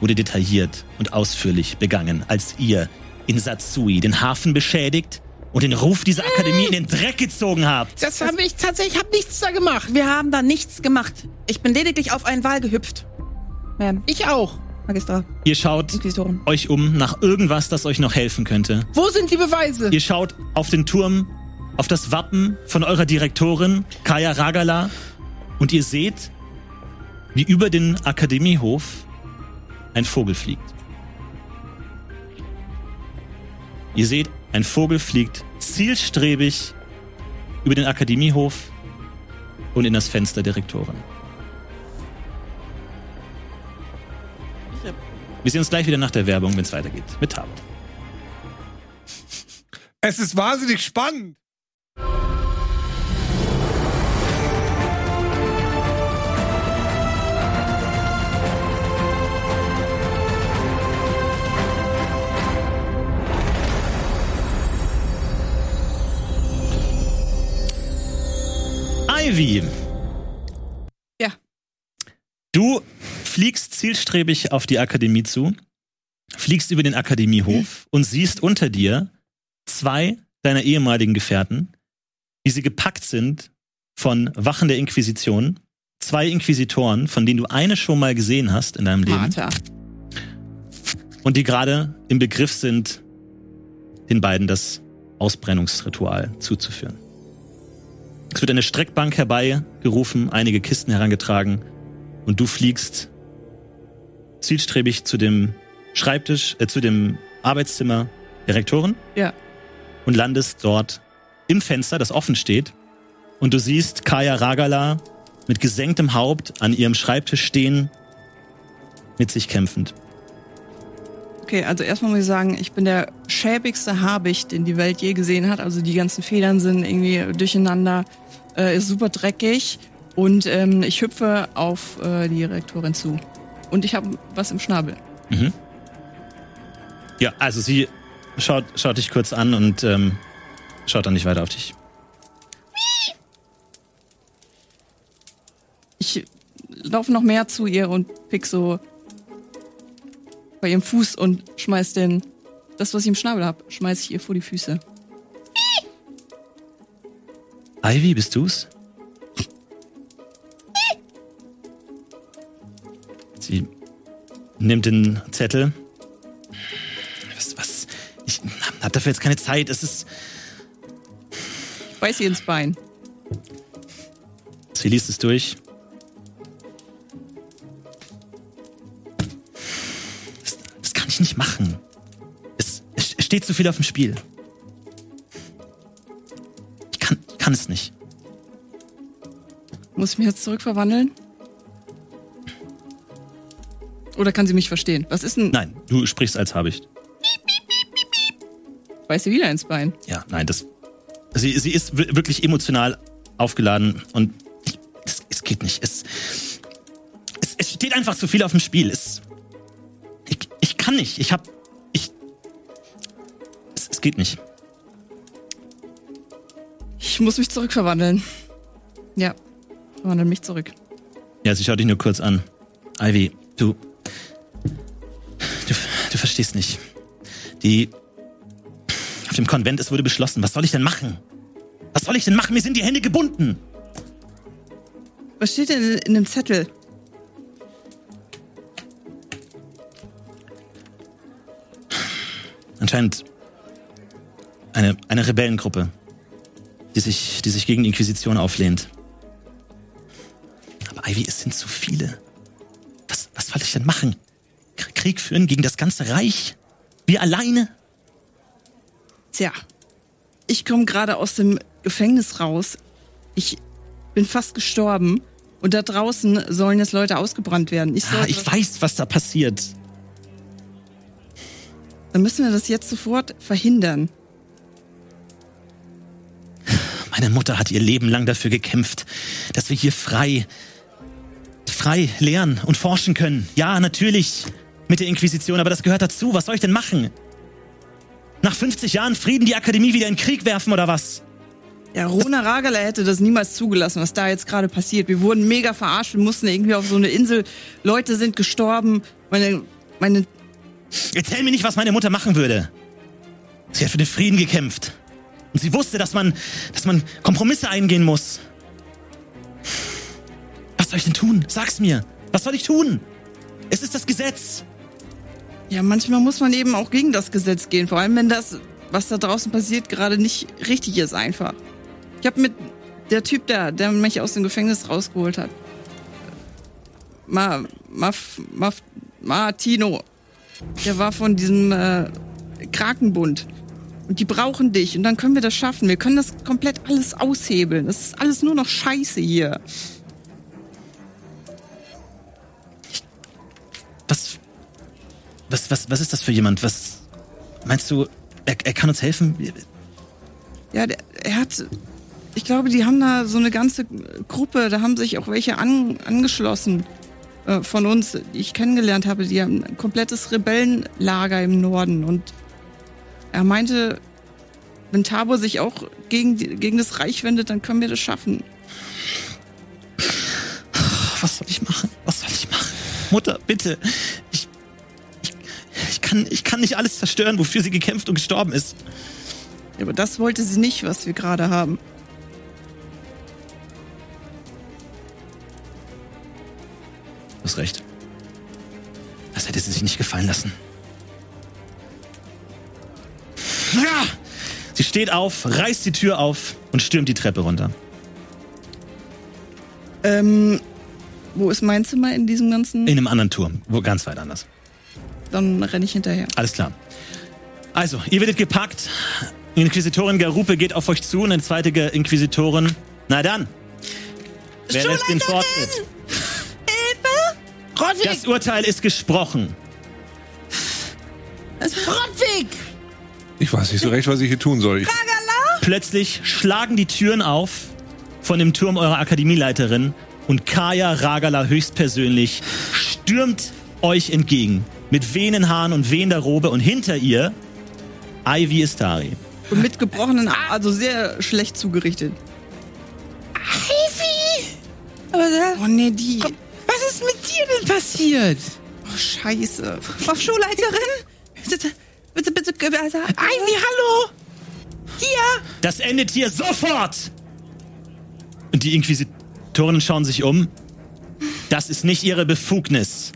A: wurde detailliert und ausführlich begangen, als ihr in Satsui den Hafen beschädigt und den Ruf dieser Akademie in den Dreck gezogen habt.
C: Das habe ich tatsächlich, ich habe nichts da gemacht.
D: wir haben da nichts gemacht. Ich bin lediglich auf einen Wal gehüpft. Ma'am,
C: Ich auch.
D: Magistra,
A: Ihr schaut
D: Inquisitorin.
A: euch um nach irgendwas, das euch noch helfen könnte.
C: Wo sind die Beweise?
A: Ihr schaut auf den Turm, auf das Wappen von eurer Direktorin Kaya Ragala und ihr seht, wie über den Akademiehof ein Vogel fliegt. Ihr seht, ein Vogel fliegt zielstrebig über den Akademiehof und in das Fenster der Rektorin. Wir sehen uns gleich wieder nach der Werbung, wenn es weitergeht mit Tabor.
B: Es ist wahnsinnig spannend.
A: Ivy.
D: Ja.
A: Du fliegst zielstrebig auf die Akademie zu, fliegst über den Akademiehof und siehst unter dir zwei deiner ehemaligen Gefährten, wie sie gepackt sind von Wachen der Inquisition, zwei Inquisitoren, von denen du eine schon mal gesehen hast in deinem Leben
D: Martha.
A: und die gerade im Begriff sind, den beiden das Ausbrennungsritual zuzuführen. Es wird eine Streckbank herbeigerufen, einige Kisten herangetragen und du fliegst zielstrebig zu dem Schreibtisch, äh, zu dem Arbeitszimmer der Rektorin.
D: Ja.
A: Und landest dort im Fenster, das offen steht. Und du siehst Kaya Ragala mit gesenktem Haupt an ihrem Schreibtisch stehen, mit sich kämpfend.
F: Okay, also erstmal muss ich sagen, ich bin der schäbigste Habicht, den die Welt je gesehen hat. Also die ganzen Federn sind irgendwie durcheinander, äh, ist super dreckig. Und ähm, ich hüpfe auf äh, die Rektorin zu. Und ich habe was im Schnabel.
A: Ja, also sie schaut, schaut dich kurz an und ähm, schaut dann nicht weiter auf dich.
F: Ich laufen noch mehr zu ihr und pick so bei ihrem Fuß und schmeiß den, das, was ich im Schnabel hab, schmeiß ich ihr vor die Füße.
A: Ivy, bist du's? Sie nimmt den Zettel. Was, was? Ich hab dafür jetzt keine Zeit. Es ist.
F: Ich beiß ihr ins Bein.
A: Sie liest es durch. Das, das kann ich nicht machen. Es, es steht zu viel auf dem Spiel. Ich kann, ich kann es nicht.
F: Muss ich mich jetzt zurückverwandeln? Oder kann sie mich verstehen? Was ist denn?
A: Nein, du sprichst als Habicht.
F: Beiß ihr wieder ins Bein.
A: Ja, nein, das. Sie, sie ist wi- wirklich emotional aufgeladen und ich, es, es geht nicht. Es, es, es steht einfach zu viel auf dem Spiel. Es, ich, ich kann nicht. Ich hab. Ich. Es, es geht nicht.
F: Ich muss mich zurückverwandeln. Ja, verwandel mich zurück.
A: Ja, sie schaut dich nur kurz an. Ivy, du. Du, du verstehst nicht. Die. Auf dem Konvent, es wurde beschlossen. Was soll ich denn machen? Was soll ich denn machen? Mir sind die Hände gebunden.
F: Was steht denn in dem Zettel?
A: Anscheinend eine, eine Rebellengruppe, die sich, die sich gegen die Inquisition auflehnt. Aber Ivy, es sind zu viele. Was, was soll ich denn machen? K- Krieg führen gegen das ganze Reich? Wir alleine?
F: Tja, ich komme gerade aus dem Gefängnis raus. Ich bin fast gestorben. Und da draußen sollen jetzt Leute ausgebrannt werden. Ich
A: Ah,
F: sollte
A: ich weiß, was da passiert.
F: Dann müssen wir das jetzt sofort verhindern.
A: Meine Mutter hat ihr Leben lang dafür gekämpft, dass wir hier frei, frei lernen und forschen können. Ja, natürlich mit der Inquisition, aber das gehört dazu. Was soll ich denn machen? Nach 50 Jahren Frieden die Akademie wieder in Krieg werfen oder was?
F: Ja, Rona Ragala hätte das niemals zugelassen, was da jetzt gerade passiert. Wir wurden mega verarscht, wir mussten irgendwie auf so eine Insel. Leute sind gestorben. Meine, meine,
A: Erzähl mir nicht, was meine Mutter machen würde. Sie hat für den Frieden gekämpft. Und sie wusste, dass man, dass man Kompromisse eingehen muss. Was soll ich denn tun? Sag's mir. Was soll ich tun? Es ist das Gesetz.
F: ja, manchmal muss man eben auch gegen das Gesetz gehen. Vor allem, wenn das, was da draußen passiert, gerade nicht richtig ist einfach. Ich habe mit der Typ da, der mich aus dem Gefängnis rausgeholt hat. Ma, Maf, Maf, Martino. Der war von diesem äh, Krakenbund. Und die brauchen dich. Und dann können wir das schaffen. Wir können das komplett alles aushebeln. Das ist alles nur noch Scheiße hier.
A: Was, was, was, was ist das für jemand? Was meinst du? Er, er kann uns helfen?
F: Ja, der, er hat. Ich glaube, die haben da so eine ganze Gruppe, da haben sich auch welche an, angeschlossen äh, von uns, die ich kennengelernt habe. Die haben ein komplettes Rebellenlager im Norden. Und er meinte, wenn Tabor sich auch gegen, die, gegen das Reich wendet, dann können wir das schaffen.
A: Was soll ich machen? Was soll ich machen? Mutter, bitte. Ich, ich, ich, kann, ich kann nicht alles zerstören, wofür sie gekämpft und gestorben ist.
F: Aber das wollte sie nicht, was wir gerade haben.
A: Du hast recht. Das hätte sie sich nicht gefallen lassen. Ja! Sie steht auf, reißt die Tür auf und stürmt die Treppe runter.
F: Ähm, wo ist mein Zimmer in diesem ganzen?
A: In einem anderen Turm, wo ganz weit anders.
F: dann renne ich hinterher.
A: Alles klar. Also, ihr werdet gepackt. Inquisitorin Garupe geht auf euch zu und eine zweite Ge- Inquisitorin. Na dann. Wer lässt den Fortschritt?
E: Rottweg!
A: Das Urteil ist gesprochen.
E: Rottweg!
B: Ich weiß nicht so recht, was ich hier tun soll. Ich,
A: Plötzlich schlagen die Türen auf von dem Turm eurer Akademieleiterin und Kaya Ragala höchstpersönlich stürmt euch entgegen mit wehenden Haaren und wehender Robe und hinter ihr Ivy Istari.
F: Und mit gebrochenen, also sehr schlecht zugerichtet.
E: Ivy!
D: Aber da,
F: Oh nee, die.
E: Was ist mit dir denn passiert?
D: Oh, scheiße. Frau Schulleiterin? Bitte, bitte, bitte. bitte also,
E: Ivy, hallo!
A: Das endet hier sofort! Und die Inquisitoren schauen sich um. Das ist nicht ihre Befugnis.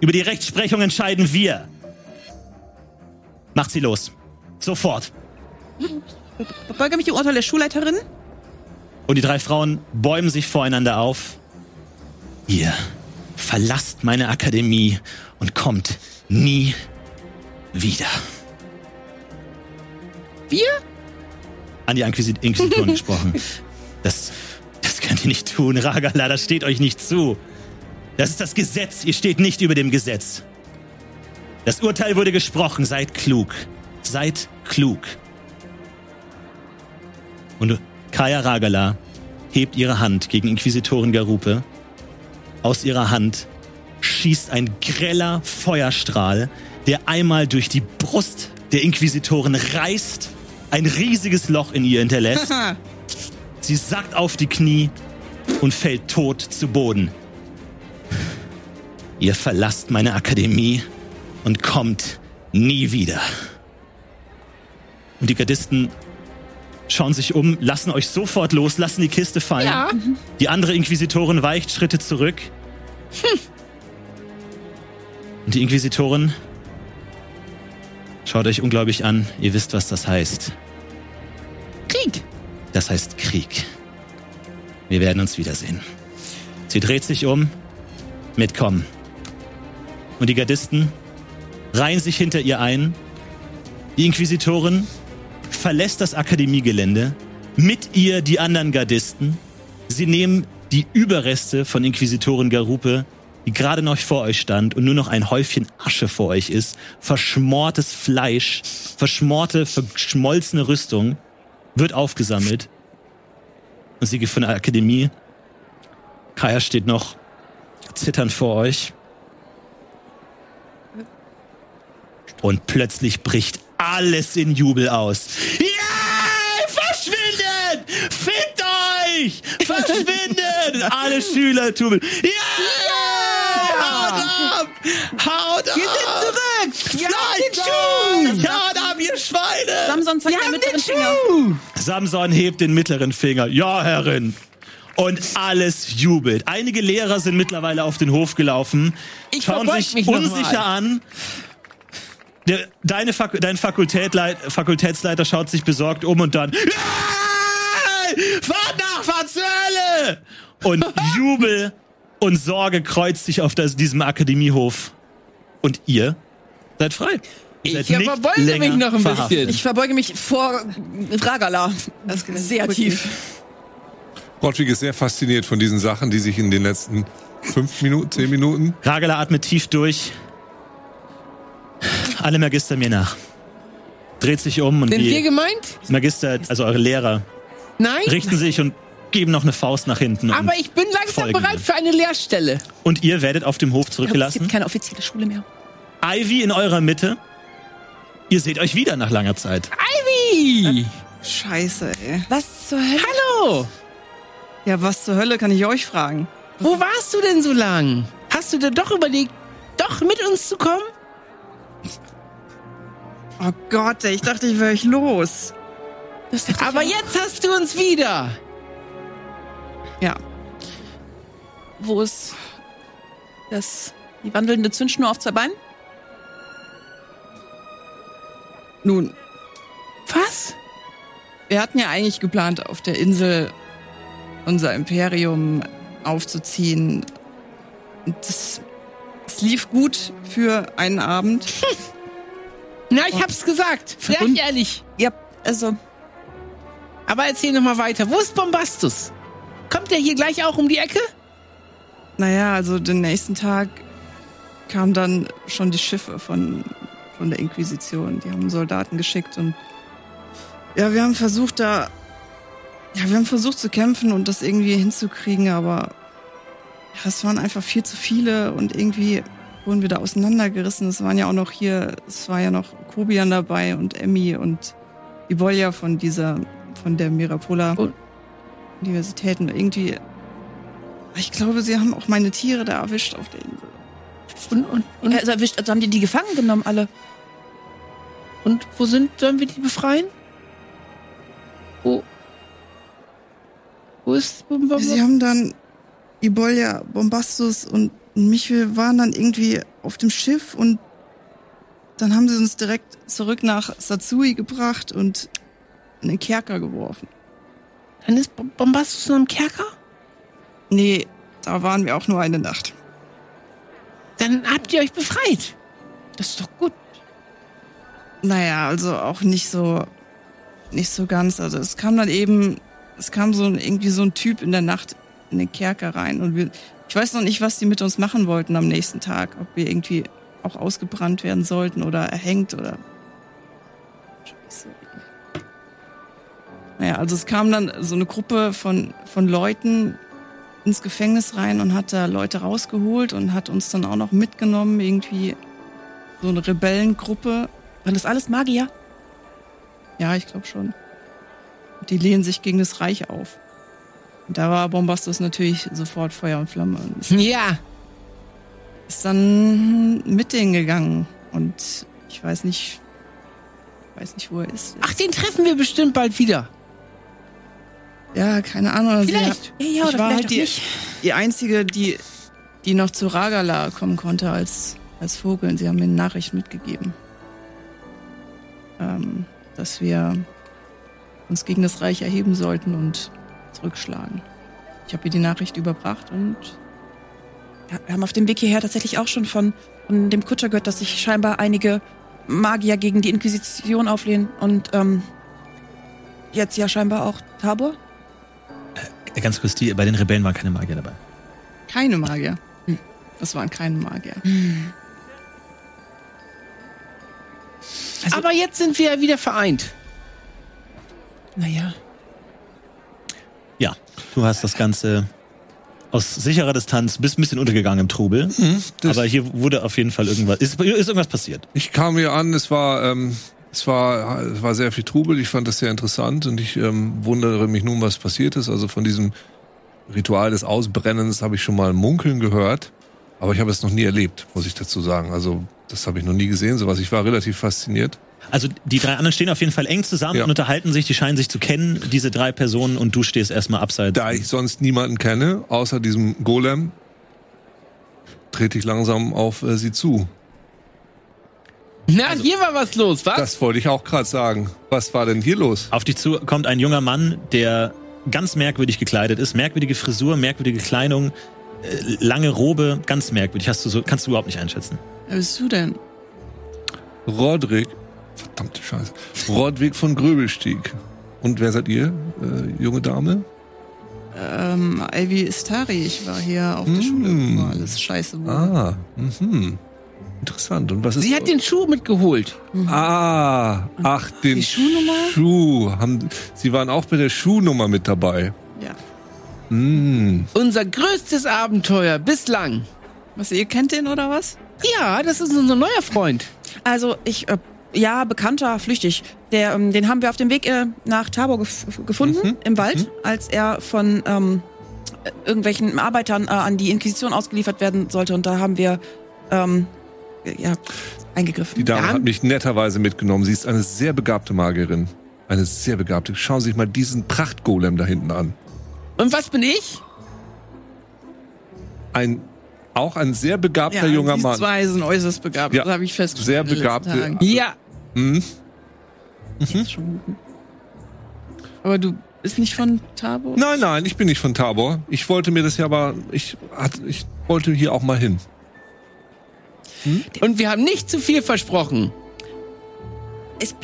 A: Über die Rechtsprechung entscheiden wir. Macht sie los. Sofort.
D: beuge mich dem Urteil der Schulleiterin.
A: Und die drei Frauen bäumen sich voreinander auf. Ihr verlasst meine Akademie und kommt nie wieder.
C: Wir?
A: An die Inquisi- Inquisitoren gesprochen. Das, das könnt ihr nicht tun, Ragala, das steht euch nicht zu. Das ist das Gesetz, ihr steht nicht über dem Gesetz. Das Urteil wurde gesprochen, seid klug. Seid klug. Und Kaya Ragala hebt ihre Hand gegen Inquisitorin Garupe. Aus ihrer Hand schießt ein greller Feuerstrahl, der einmal durch die Brust der Inquisitorin reißt, ein riesiges Loch in ihr hinterlässt. Sie sackt auf die Knie und fällt tot zu Boden. Ihr verlasst meine Akademie und kommt nie wieder. Und die Gardisten schauen sich um, lassen euch sofort los, lassen die Kiste fallen.
C: Ja.
A: Die andere Inquisitorin weicht Schritte zurück. Und die Inquisitorin schaut euch unglaublich an. Ihr wisst, was das heißt.
C: Krieg.
A: Das heißt Krieg. Wir werden uns wiedersehen. Sie dreht sich um. Mitkommen. Und die Gardisten reihen sich hinter ihr ein. Die Inquisitorin verlässt das Akademiegelände. Mit ihr die anderen Gardisten. Sie nehmen die Überreste von Inquisitorin Garupe, die gerade noch vor euch stand und nur noch ein Häufchen Asche vor euch ist, verschmortes Fleisch, verschmorte, verschmolzene Rüstung, wird aufgesammelt. Und sie geht von der Akademie. Kaya steht noch zitternd vor euch. Und plötzlich bricht alles in Jubel aus. Ja! Verschwindet! Fickt euch! Verschwindet! Alle Schüler jubeln. Ja! Haut ab! Haut ab! Wir sind zurück! Fleisch! Haut ab, ihr Schweine!
D: Samson zeigt den mittleren Finger.
A: Samson hebt den mittleren Finger. Ja, Herrin. Und alles jubelt. Einige Lehrer sind mittlerweile auf den Hof gelaufen,
C: Ich
A: schauen
C: verbeug
A: sich
C: mich noch
A: unsicher
C: mal.
A: an. Der, deine Fak dein Fakultätleit Fakultätsleiter schaut sich besorgt um und dann. Fahrt nach, fahrt zur Hölle! Und Jubel und Sorge kreuzt sich auf das, diesem Akademiehof. Und ihr seid frei. Ihr
C: Ich verbeugte mich
A: länger
C: noch ein bisschen.
A: verhaftet.
D: Ich verbeuge mich vor Dragala. Sehr tief.
B: Gottwig ist sehr fasziniert von diesen Sachen, die sich in den letzten fünf Minuten, zehn Minuten.
A: Ragela atmet tief durch. Alle Magister mir nach. Dreht sich um und
C: Sind wir
A: die
C: gemeint?
A: Magister, also eure Lehrer,
C: Nein.
A: richten sich und geben noch eine Faust nach hinten.
C: Aber
A: und,
C: ich bin langsam
A: Folgende.
C: bereit für eine Lehrstelle.
A: und ihr werdet auf dem Hof
D: Es gibt
A: zurückgelassen.
D: keine offizielle Schule mehr.
A: Ivy in eurer Mitte. Ihr seht euch wieder nach langer Zeit.
C: Ivy!
F: Scheiße, ey.
D: Was zur Hölle?
C: Hallo!
F: Ja, was zur Hölle kann ich euch fragen?
C: Wo warst du denn so lang? Hast du dir doch überlegt, doch mit uns zu kommen?
F: Oh Gott, ey, ich dachte, ich wäre euch los.
C: Aber jetzt hast du uns wieder.
F: Ja,
D: Wo ist das, die wandelnde Zündschnur auf zwei Beinen?
F: nun,
C: Was?
F: wir hatten ja eigentlich geplant, auf der Insel unser Imperium aufzuziehen. Und Das, das lief gut für einen Abend.
C: Na, ich hab's gesagt. Ja,
D: Verbunden.
C: ehrlich.
D: Ja, also,
C: Aber erzähl noch mal weiter. Wo ist Bombastus? Kommt der hier gleich auch um die Ecke?
F: Naja, also den nächsten Tag kamen dann schon die Schiffe von, von der Inquisition. Die haben Soldaten geschickt und ja, wir haben versucht da, ja, wir haben versucht zu kämpfen und das irgendwie hinzukriegen, aber ja, es waren einfach viel zu viele und irgendwie wurden wir da auseinandergerissen. Es waren ja auch noch hier, es war ja noch Kobian dabei und Emmy und Ibolja von dieser, von der Mirapola
C: Oh.
F: Universitäten. Irgendwie Ich glaube, sie haben auch meine Tiere da erwischt auf der Insel.
C: Und, und, und,
D: Also, erwischt, also haben die die gefangen genommen, alle.
C: und wo sind, sollen wir die befreien? Wo? Wo ist. Wo, wo,
F: Sie
C: wo?
F: haben dann Ibolia, Bombastus und Michel waren dann irgendwie auf dem Schiff und dann haben sie uns direkt zurück nach Satsui gebracht und in den Kerker geworfen.
C: Dann ist Bom- Bombastus in einem Kerker?
F: Nee, da waren wir auch nur eine Nacht.
C: Dann habt ihr euch befreit. Das ist doch gut.
F: Naja, also auch nicht so, nicht so ganz. Also es kam dann eben, es kam so ein, irgendwie so ein Typ in der Nacht in den Kerker rein und wir, ich weiß noch nicht, was die mit uns machen wollten am nächsten Tag, ob wir irgendwie auch ausgebrannt werden sollten oder erhängt oder. Scheiße. Naja, also es kam dann so eine Gruppe von, von Leuten ins Gefängnis rein und hat da Leute rausgeholt und hat uns dann auch noch mitgenommen, irgendwie so eine Rebellengruppe
D: Waren das alles Magier?
F: ja, ich glaube schon. Die lehnen sich gegen das Reich auf. Und da war Bombastus natürlich sofort Feuer und Flamme und ist-
C: Ja.
F: ist dann mit denen gegangen. Und ich weiß nicht, ich weiß nicht, wo er ist.
C: Ach, den treffen wir bestimmt bald wieder.
F: Ja, keine Ahnung. Also
C: Vielleicht.
D: Ja, ja,
F: ich
D: oder
F: war
D: vielleicht
F: halt
D: auch
F: die,
D: nicht.
F: die einzige, die, die noch zu Ragala kommen konnte als, als Vogel. Und sie haben mir eine Nachricht mitgegeben, ähm, dass wir uns gegen das Reich erheben sollten und zurückschlagen. Ich habe ihr die Nachricht überbracht und
D: Ja, wir haben auf dem Weg hierher tatsächlich auch schon von, von dem Kutscher gehört, dass sich scheinbar einige Magier gegen die Inquisition auflehnen und ähm, jetzt ja scheinbar auch Tabor.
A: Äh, Ganz kurz, die, bei den Rebellen waren keine Magier dabei.
F: keine Magier. Das waren keine Magier.
D: Hm.
F: Also
C: Aber jetzt sind wir ja wieder vereint.
D: Naja.
A: Ja, du hast das Ganze aus sicherer Distanz, bist ein bisschen untergegangen im Trubel.
B: das-
A: aber hier wurde auf jeden Fall irgendwas, ist, ist irgendwas passiert.
B: Ich kam hier an, es war, ähm, es war, es war sehr viel Trubel. Ich fand das sehr interessant und ich ähm, wundere mich nun, was passiert ist. Also von diesem Ritual des Ausbrennens habe ich schon mal munkeln gehört, aber ich habe es noch nie erlebt, muss ich dazu sagen. Also das habe ich noch nie gesehen, sowas. Ich war relativ fasziniert.
A: Also die drei anderen stehen auf jeden Fall eng zusammen
B: Ja.
A: und unterhalten sich, die scheinen sich zu kennen, diese drei Personen und du stehst erstmal abseits.
B: Da ich sonst niemanden kenne, außer diesem Golem, trete ich langsam auf äh, sie zu.
C: Na, hier war was los, was?
B: Das wollte ich auch gerade sagen. Was war denn hier los?
A: Auf dich zu kommt ein junger Mann, der ganz merkwürdig gekleidet ist, merkwürdige Frisur, merkwürdige Kleidung, äh, lange Robe, ganz merkwürdig. Hast du so, kannst du überhaupt nicht einschätzen.
F: Wer bist du denn?
B: Rodrik. Verdammte Scheiße. Rodwig von Gröbelstieg. Und wer seid ihr, äh, junge Dame?
F: Ähm, Ivy Istari, ich war hier auf der
B: Mm.
F: Schule, wo alles scheiße wurde.
B: Ah, mhm. Interessant. Und was ist.
C: Sie hat den Schuh mitgeholt.
B: Ah, ach, den
F: Die Schuhnummer?
B: Schuh. Haben, Sie waren auch bei der Schuhnummer mit dabei.
F: Ja.
B: Mhm.
C: Unser größtes Abenteuer bislang.
F: Was, ihr kennt den oder was?
C: Ja, das ist unser neuer Freund.
D: Also ich, äh, ja, bekannter, flüchtig. Der, ähm, den haben wir auf dem Weg äh, nach Tabor gef gefunden,
B: Mhm.
D: im Wald, als er von ähm, äh, irgendwelchen Arbeitern äh, an die Inquisition ausgeliefert werden sollte. Und da haben wir ähm, äh, ja,
B: Die
D: eingegriffen.
B: Dame
C: Ja.
B: hat mich netterweise mitgenommen. Sie ist eine sehr begabte Magierin. Eine sehr begabte. Schauen Sie sich mal diesen Prachtgolem da hinten an.
C: Und was bin ich?
B: Ein, auch ein sehr begabter junger
F: die
B: Mann.
F: zwei sind äußerst begabt,
B: Ja.
F: das habe ich festgestellt.
B: Sehr
F: in den letzten
B: begabte-
F: Tagen.
C: Ja.
B: Mhm.
F: Das ist schon gut. ne? Aber du bist nicht von Tabo?
B: Nein, nein, ich bin nicht von Tabor. Ich wollte mir das ja aber, ich, hat, ich wollte hier auch mal hin.
C: Und wir haben nicht zu viel versprochen.
D: Es-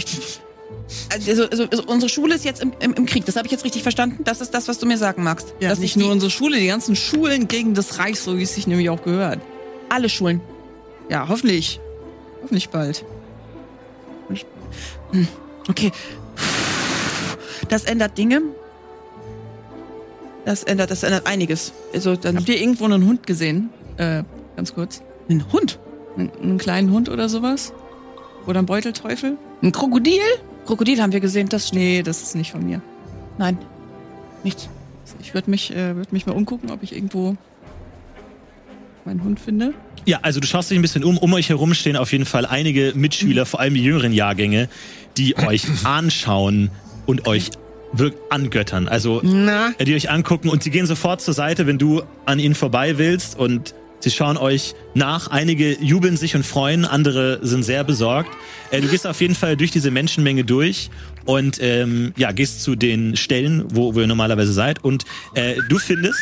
D: Also, also, also unsere Schule ist jetzt im, im, im Krieg. Das habe ich jetzt richtig verstanden. Das ist das, was du mir sagen magst.
F: Ja,
D: Dass
F: nicht
D: ich
F: nur
D: die,
F: unsere Schule, die ganzen Schulen gegen das Reich, so wie es sich nämlich auch gehört.
D: alle Schulen.
F: Ja, hoffentlich. Hoffentlich bald.
D: Hm, Okay. Das ändert Dinge. Das ändert, das ändert einiges. Also dann
F: Habt ihr irgendwo einen Hund gesehen? Äh, ganz kurz.
D: einen Hund.
F: Einen, einen kleinen Hund oder sowas? Oder einen Beutelteufel?
C: Ein Krokodil?
D: Krokodil haben wir gesehen. Das
F: Nee, das ist nicht von mir.
D: nein, nichts.
F: Ich würde mich, äh, würd mich mal umgucken, ob ich irgendwo meinen Hund finde.
A: Ja, also du schaust dich ein bisschen um. Um euch herum stehen auf jeden Fall einige Mitschüler, vor allem die jüngeren Jahrgänge, die euch anschauen und euch wirk angöttern. Also
C: Na,
A: äh, die euch angucken und sie gehen sofort zur Seite, wenn du an ihnen vorbei willst und sie schauen euch nach. Einige jubeln sich und freuen, andere sind sehr besorgt. Äh, du gehst auf jeden Fall durch diese Menschenmenge durch und ähm, ja, gehst zu den Stellen, wo, wo ihr normalerweise seid und äh, du findest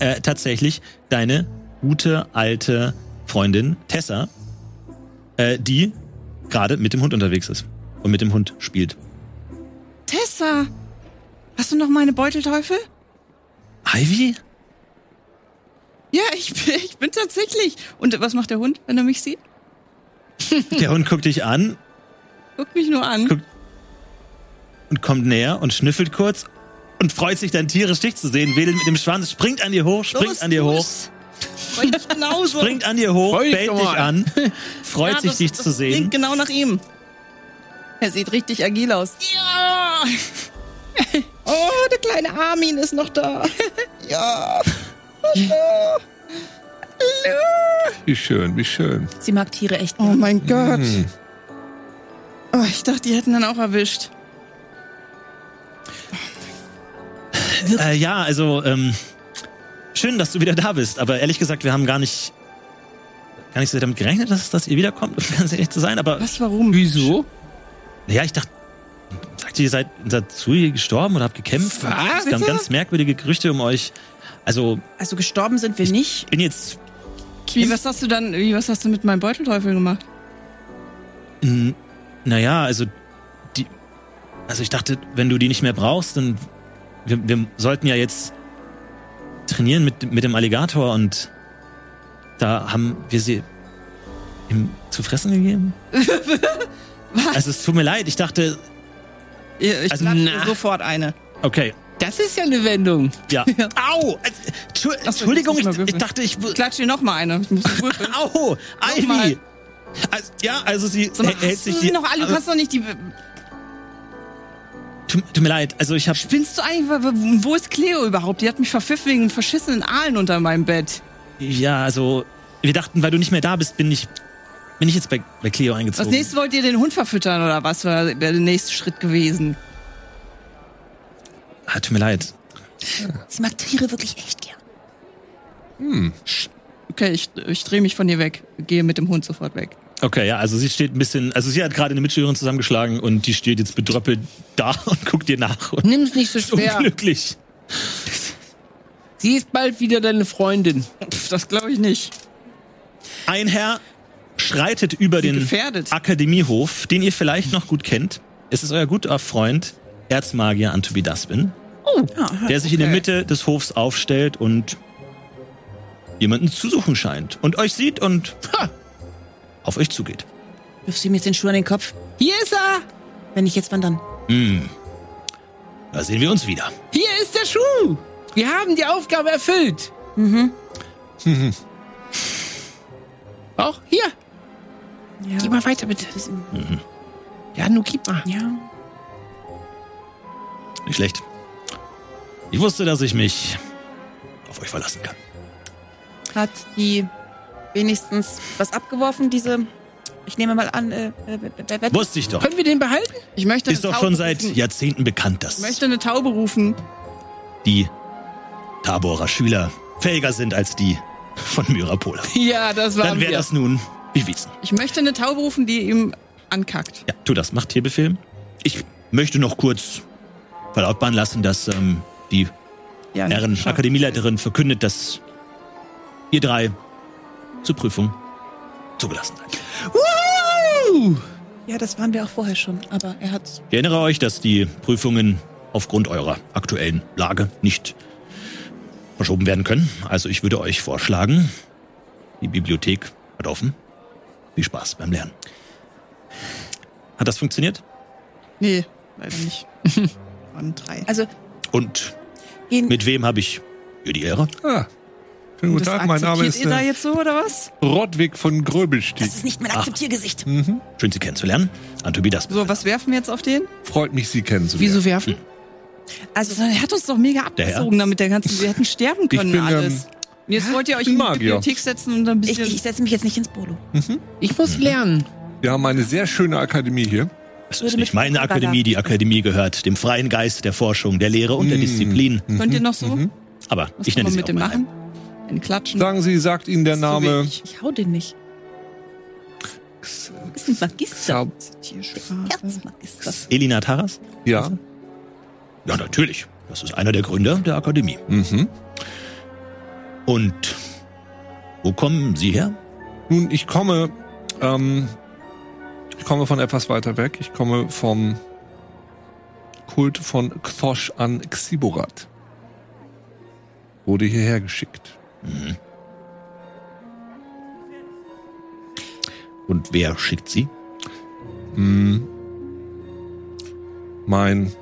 A: äh, tatsächlich deine gute alte Freundin Tessa, äh, die gerade mit dem Hund unterwegs ist und mit dem Hund spielt.
D: Tessa! Hast du noch meine Beutelteufel?
A: Ivy?
F: Ja, ich bin, ich bin tatsächlich. Und was macht der Hund, wenn er mich sieht?
A: Der Hund guckt dich an
F: Guckt mich nur an.
A: Guck- und kommt näher und schnüffelt kurz und freut sich dann tierisch dich zu sehen, wedelt mit dem Schwanz, springt an dir hoch, springt
F: Los,
A: an dir hoch,
F: los. Wollte ich genauso.
A: springt an dir hoch,
C: Freu dich
A: bellt
C: doch
A: dich
C: mal.
A: an, freut
F: Ja,
A: sich
F: das-
A: dich
F: das
A: zu sehen.
F: Klingt genau nach ihm. Er sieht richtig agil aus. Ja! Oh, der kleine Armin ist noch da. ja.
B: Wie schön, wie schön.
G: Sie mag Tiere echt.
F: Oh mein Gott.
B: Hm.
F: Oh, ich dachte, die hätten dann auch erwischt.
A: Äh, ja, also ähm, schön, dass du wieder da bist, aber ehrlich gesagt, wir haben gar nicht gar nicht so damit gerechnet, dass, dass ihr wiederkommt, um ganz ehrlich zu sein, aber
F: Was, warum?
C: wieso?
A: ja, ich dachte, sagt ihr, ihr seid, seid zu ihr gestorben oder habt gekämpft?
C: Was?
A: Es kamen ganz merkwürdige Gerüchte um euch. Also,
D: Also gestorben sind wir nicht.
A: bin jetzt
F: Wie, was hast du dann, wie, was hast du mit meinem Beutelteufel gemacht?
A: N- Naja, also die. Also ich dachte, wenn du die nicht mehr brauchst, dann. Wir, wir sollten ja jetzt trainieren mit, mit dem Alligator und da haben wir sie ihm zu fressen gegeben. Also es tut mir leid, ich dachte,
F: Ich ich
A: Also,
F: platze
C: na.
F: dir sofort eine.
A: okay,
C: Das ist ja eine Wendung.
A: ja. Au! Also, Entschu- Entschuldigung, ich,
F: mal würfeln.
A: ich dachte, ich.
F: Ich klatsche dir noch mal eine. Ich muss würfeln.
A: Au! Ivy!
F: Nochmal.
A: Also, ja, also sie
F: Sag mal,
A: hä- hält
F: hast du
A: sich
F: sie
A: die.
F: noch alle? Du
A: aber-
F: hast doch nicht die.
A: Tut, tut mir leid, also ich habe
F: Spinnst du eigentlich? wo- Wo ist Cleo überhaupt? Die hat mich verpfiffen wegen verschissenen Aalen unter meinem Bett.
A: Ja, also wir dachten, weil du nicht mehr da bist, bin ich bin ich jetzt bei, bei Cleo
F: Als
A: eingezogen.
F: nächstes wollt ihr den Hund verfüttern oder was? Wäre wär der nächste Schritt gewesen.
A: Ah, tut mir leid.
G: Sie mag Tiere wirklich echt gern.
F: Okay, ich, ich drehe mich von dir weg. Gehe mit dem Hund sofort weg.
A: Okay, ja, also sie steht ein bisschen, also sie hat gerade eine Mitschülerin zusammengeschlagen und die steht jetzt bedröppelt da und guckt dir nach und
C: Nimm's nicht so
A: ist
C: schwer.
A: unglücklich.
C: Sie ist bald wieder deine Freundin.
F: Pff, das glaube ich nicht.
A: Ein Herr schreitet über
F: Sie
A: den
F: gefährdet.
A: Akademiehof, den ihr vielleicht noch gut kennt. Es ist euer guter Freund Erzmagier Antobi Daspin,
F: Oh.
A: der sich in der Mitte des Hofs aufstellt und jemanden zu suchen scheint und euch sieht und ha, auf euch zugeht.
D: Wirf sie mir jetzt den Schuh an den Kopf.
C: Hier ist er!
D: Wenn ich jetzt wandern.
A: Hm. Da sehen wir uns wieder.
C: Hier ist der Schuh! Wir haben die Aufgabe erfüllt.
D: Mhm.
C: Auch hier.
D: Ja.
C: Gib mal weiter, bitte. Ja, nun gib mal.
D: Ja.
A: Nicht schlecht. Ich wusste, dass ich mich auf euch verlassen kann.
D: Hat die wenigstens was abgeworfen, diese. Ich nehme mal an, äh, äh, äh, äh,
A: Wusste ich doch.
C: Können wir den behalten?
F: Ich möchte
A: Ist
F: eine
A: doch
F: Taube
A: schon seit
F: rufen.
A: Jahrzehnten bekannt, dass
F: Ich möchte eine Taube rufen.
A: die Taborer Schüler fähiger sind als die von Myrapola.
C: Ja, das war
A: Dann wäre das nun bewiesen.
F: Ich möchte eine Taube rufen, die ihm ankackt.
A: Ja, tu das. Macht Tierbefehl. Ich möchte noch kurz verlautbaren lassen, dass ähm, die
F: Ja, ne?
A: Herren Akademieleiterin verkündet, dass ihr drei zur Prüfung zugelassen seid.
D: Ja, das waren wir auch vorher schon, aber er hat.
A: Ich erinnere euch, dass die Prüfungen aufgrund eurer aktuellen Lage nicht verschoben werden können. Also ich würde euch vorschlagen, die Bibliothek hat offen. Viel Spaß beim Lernen. Hat das funktioniert?
F: Nee, leider nicht. Waren drei.
D: Also,
A: Und
D: gehen.
A: mit wem habe ich hier die Ehre?
B: Ah. Schönen guten Tag, mein Name
F: akzeptiert
B: ist
F: ihr da
B: äh,
F: jetzt so oder was?
B: Rodwig von Gröbelstieg.
G: Das ist nicht mein Akzeptiergesicht.
A: Schön, Sie kennenzulernen. Antobi, das
F: So, was werfen wir jetzt auf den?
B: Freut mich, Sie kennenzulernen.
C: Wieso werfen?
F: Also er hat uns doch mega abgezogen damit der ganzen. Wir hätten sterben können
B: bin,
F: alles.
B: ähm,
F: Und jetzt wollt ihr euch
B: bin
F: in die
B: Magier.
F: Bibliothek setzen und ein
D: Ich,
F: bisschen.
D: ich setze mich jetzt nicht ins Bolo.
C: Ich
A: Mhm.
C: muss lernen.
B: Wir haben eine sehr schöne Akademie hier.
A: Das
D: Würde
A: ist
D: mit
A: nicht meine
D: Propaganda.
A: Akademie. Die Akademie gehört dem freien Geist der Forschung, der Lehre und der Disziplin.
F: könnt ihr noch so?
A: Aber
F: Was
A: ich nenne
F: kann man
A: sie
F: mit
A: auch
F: dem
A: mal
F: machen? Ein Klatschen.
B: Sagen Sie, sagt Ihnen der
F: Ist Mhm. zu
B: Name
F: wenig.
D: Ich hau den nicht.
G: Ist ein Magister.
F: Tierschwabe.
G: Herzmagister.
A: Elina Taras?
B: Ja.
A: Ja, natürlich. Das ist einer der Gründer der Akademie.
B: Mhm.
A: Und wo kommen Sie her?
B: Nun, ich komme, ähm, ich komme von etwas weiter weg. Ich komme vom Kult von Ktosh an Xiborat. Wurde hierher geschickt.
A: Und wer schickt Sie?
B: Hm. Mein,